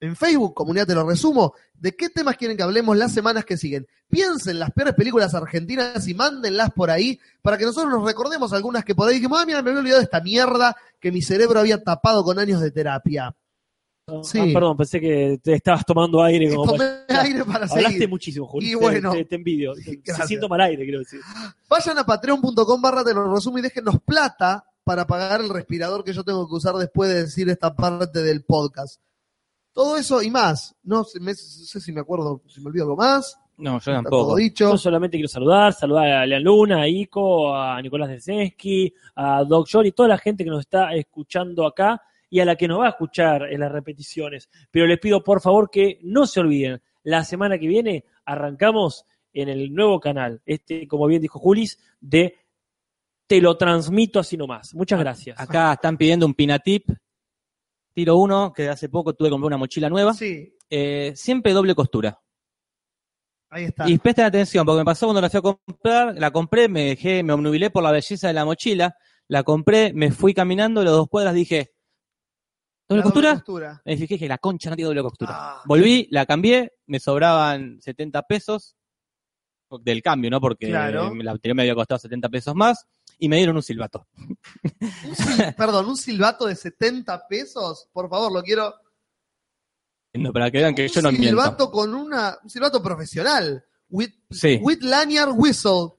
En Facebook, comunidad te lo resumo, de qué temas quieren que hablemos las semanas que siguen. Piensen las peores películas argentinas y mándenlas por ahí para que nosotros nos recordemos algunas que por ahí dijimos, ah, mira, me había olvidado de esta mierda que mi cerebro había tapado con años de terapia. Ah, Sí. perdón, pensé que te estabas tomando aire. Como Tomé para- aire para Hablaste seguir. muchísimo, Juli. Y te- bueno. Te, te envidio. Gracias. Se siento mal aire, quiero decir. Vayan a patreon.com barra te lo resumo y déjenos plata para pagar el respirador que yo tengo que usar después de decir esta parte del podcast. Todo eso y más. No sé, me- no sé si me acuerdo, si me olvido algo más. No, yo Está todo tampoco. dicho. Yo solamente quiero saludar, saludar a Lean Luna, a Ico, a Nicolás Denseski, a Doc Shore y toda la gente que nos está escuchando acá y a la que nos va a escuchar en las repeticiones. Pero les pido por favor que no se olviden, la semana que viene arrancamos en el nuevo canal, este, como bien dijo Julis, de Te lo transmito así nomás. Muchas gracias. Acá están pidiendo un pinatip. Tiro uno, que hace poco tuve que comprar una mochila nueva. Sí, Eh, siempre doble costura. ahí está. Y presten atención, porque me pasó cuando la fui a comprar, la compré, me dejé, me obnubilé por la belleza de la mochila, la compré, me fui caminando, las dos cuadras dije, La ¿doble costura? costura. Me fijé que la concha no tiene doble costura. Ah. Volví, la cambié, me sobraban 70 pesos del cambio, ¿no? Porque Claro. la anterior me había costado 70 pesos más y me dieron un silbato. Un sil- perdón, un silbato de 70 pesos. Por favor, lo quiero. No, para que vean que un yo no miento. silbato con una. Un silbato profesional. With, Sí, with lanyard whistle.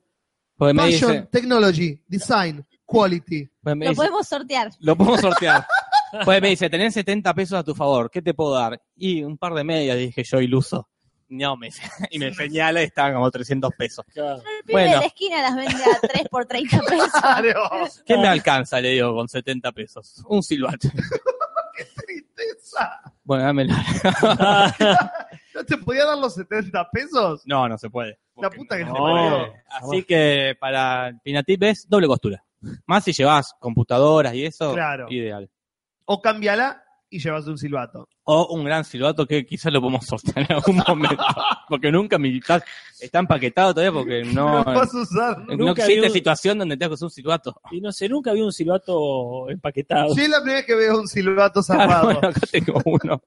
porque me Fashion, dice, technology, design, quality. porque me Lo dice- podemos sortear. Lo podemos sortear. Pues me dice, tenés 70 pesos a tu favor, ¿qué te puedo dar? Y un par de medias, dije yo, iluso. No, me dice. y me señala y estaban como 300 pesos. Claro. El pibe de Bueno. la esquina las vende a 3 por 30 pesos. Claro. ¿Qué me alcanza? Le digo, con 70 pesos. Un silbato. Tristeza. Bueno, dámelo. ¿No te podía dar los 70 pesos? No, no se puede. La puta que no. te parió. Así que para el Pinatip es doble costura. Más si llevas computadoras y eso, Claro. ideal. O cámbiala y llevas un silbato. O un gran silbato que quizás lo podemos sortear en algún momento. Porque nunca mi está, está empaquetado todavía porque no, No, vas a usar. No Nunca existe vi un- situación donde tengas que usar un silbato. Y no sé, nunca vi un silbato empaquetado. Sí, es la primera vez que veo un silbato Claro, zafado. bueno, acá tengo uno.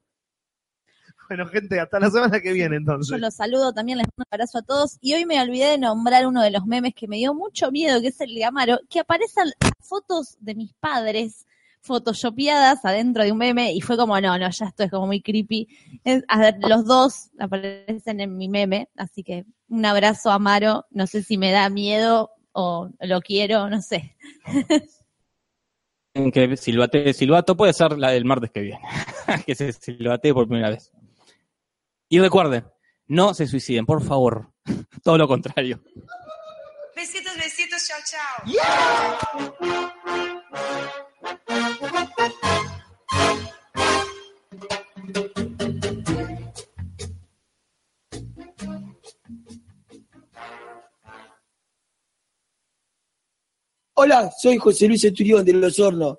Bueno, gente, hasta la semana que viene Yo entonces. los saludo también, les mando un abrazo a todos. Y hoy me olvidé de nombrar uno de los memes que me dio mucho miedo, que es el de Amaro, que aparecen fotos de mis padres photoshopeadas adentro de un meme y fue como, no, no, ya esto es como muy creepy. Es- a ver, los dos aparecen en mi meme, así que un abrazo a Amaro, no sé si me da miedo o lo quiero, no sé. En Que silbate, silbato puede ser la del martes que viene. que se silbatee por primera vez. Y recuerden, no se suiciden, por favor. Todo lo contrario. Besitos, besitos, chao, chao. Hola, soy José Luis Esturión de Los Hornos.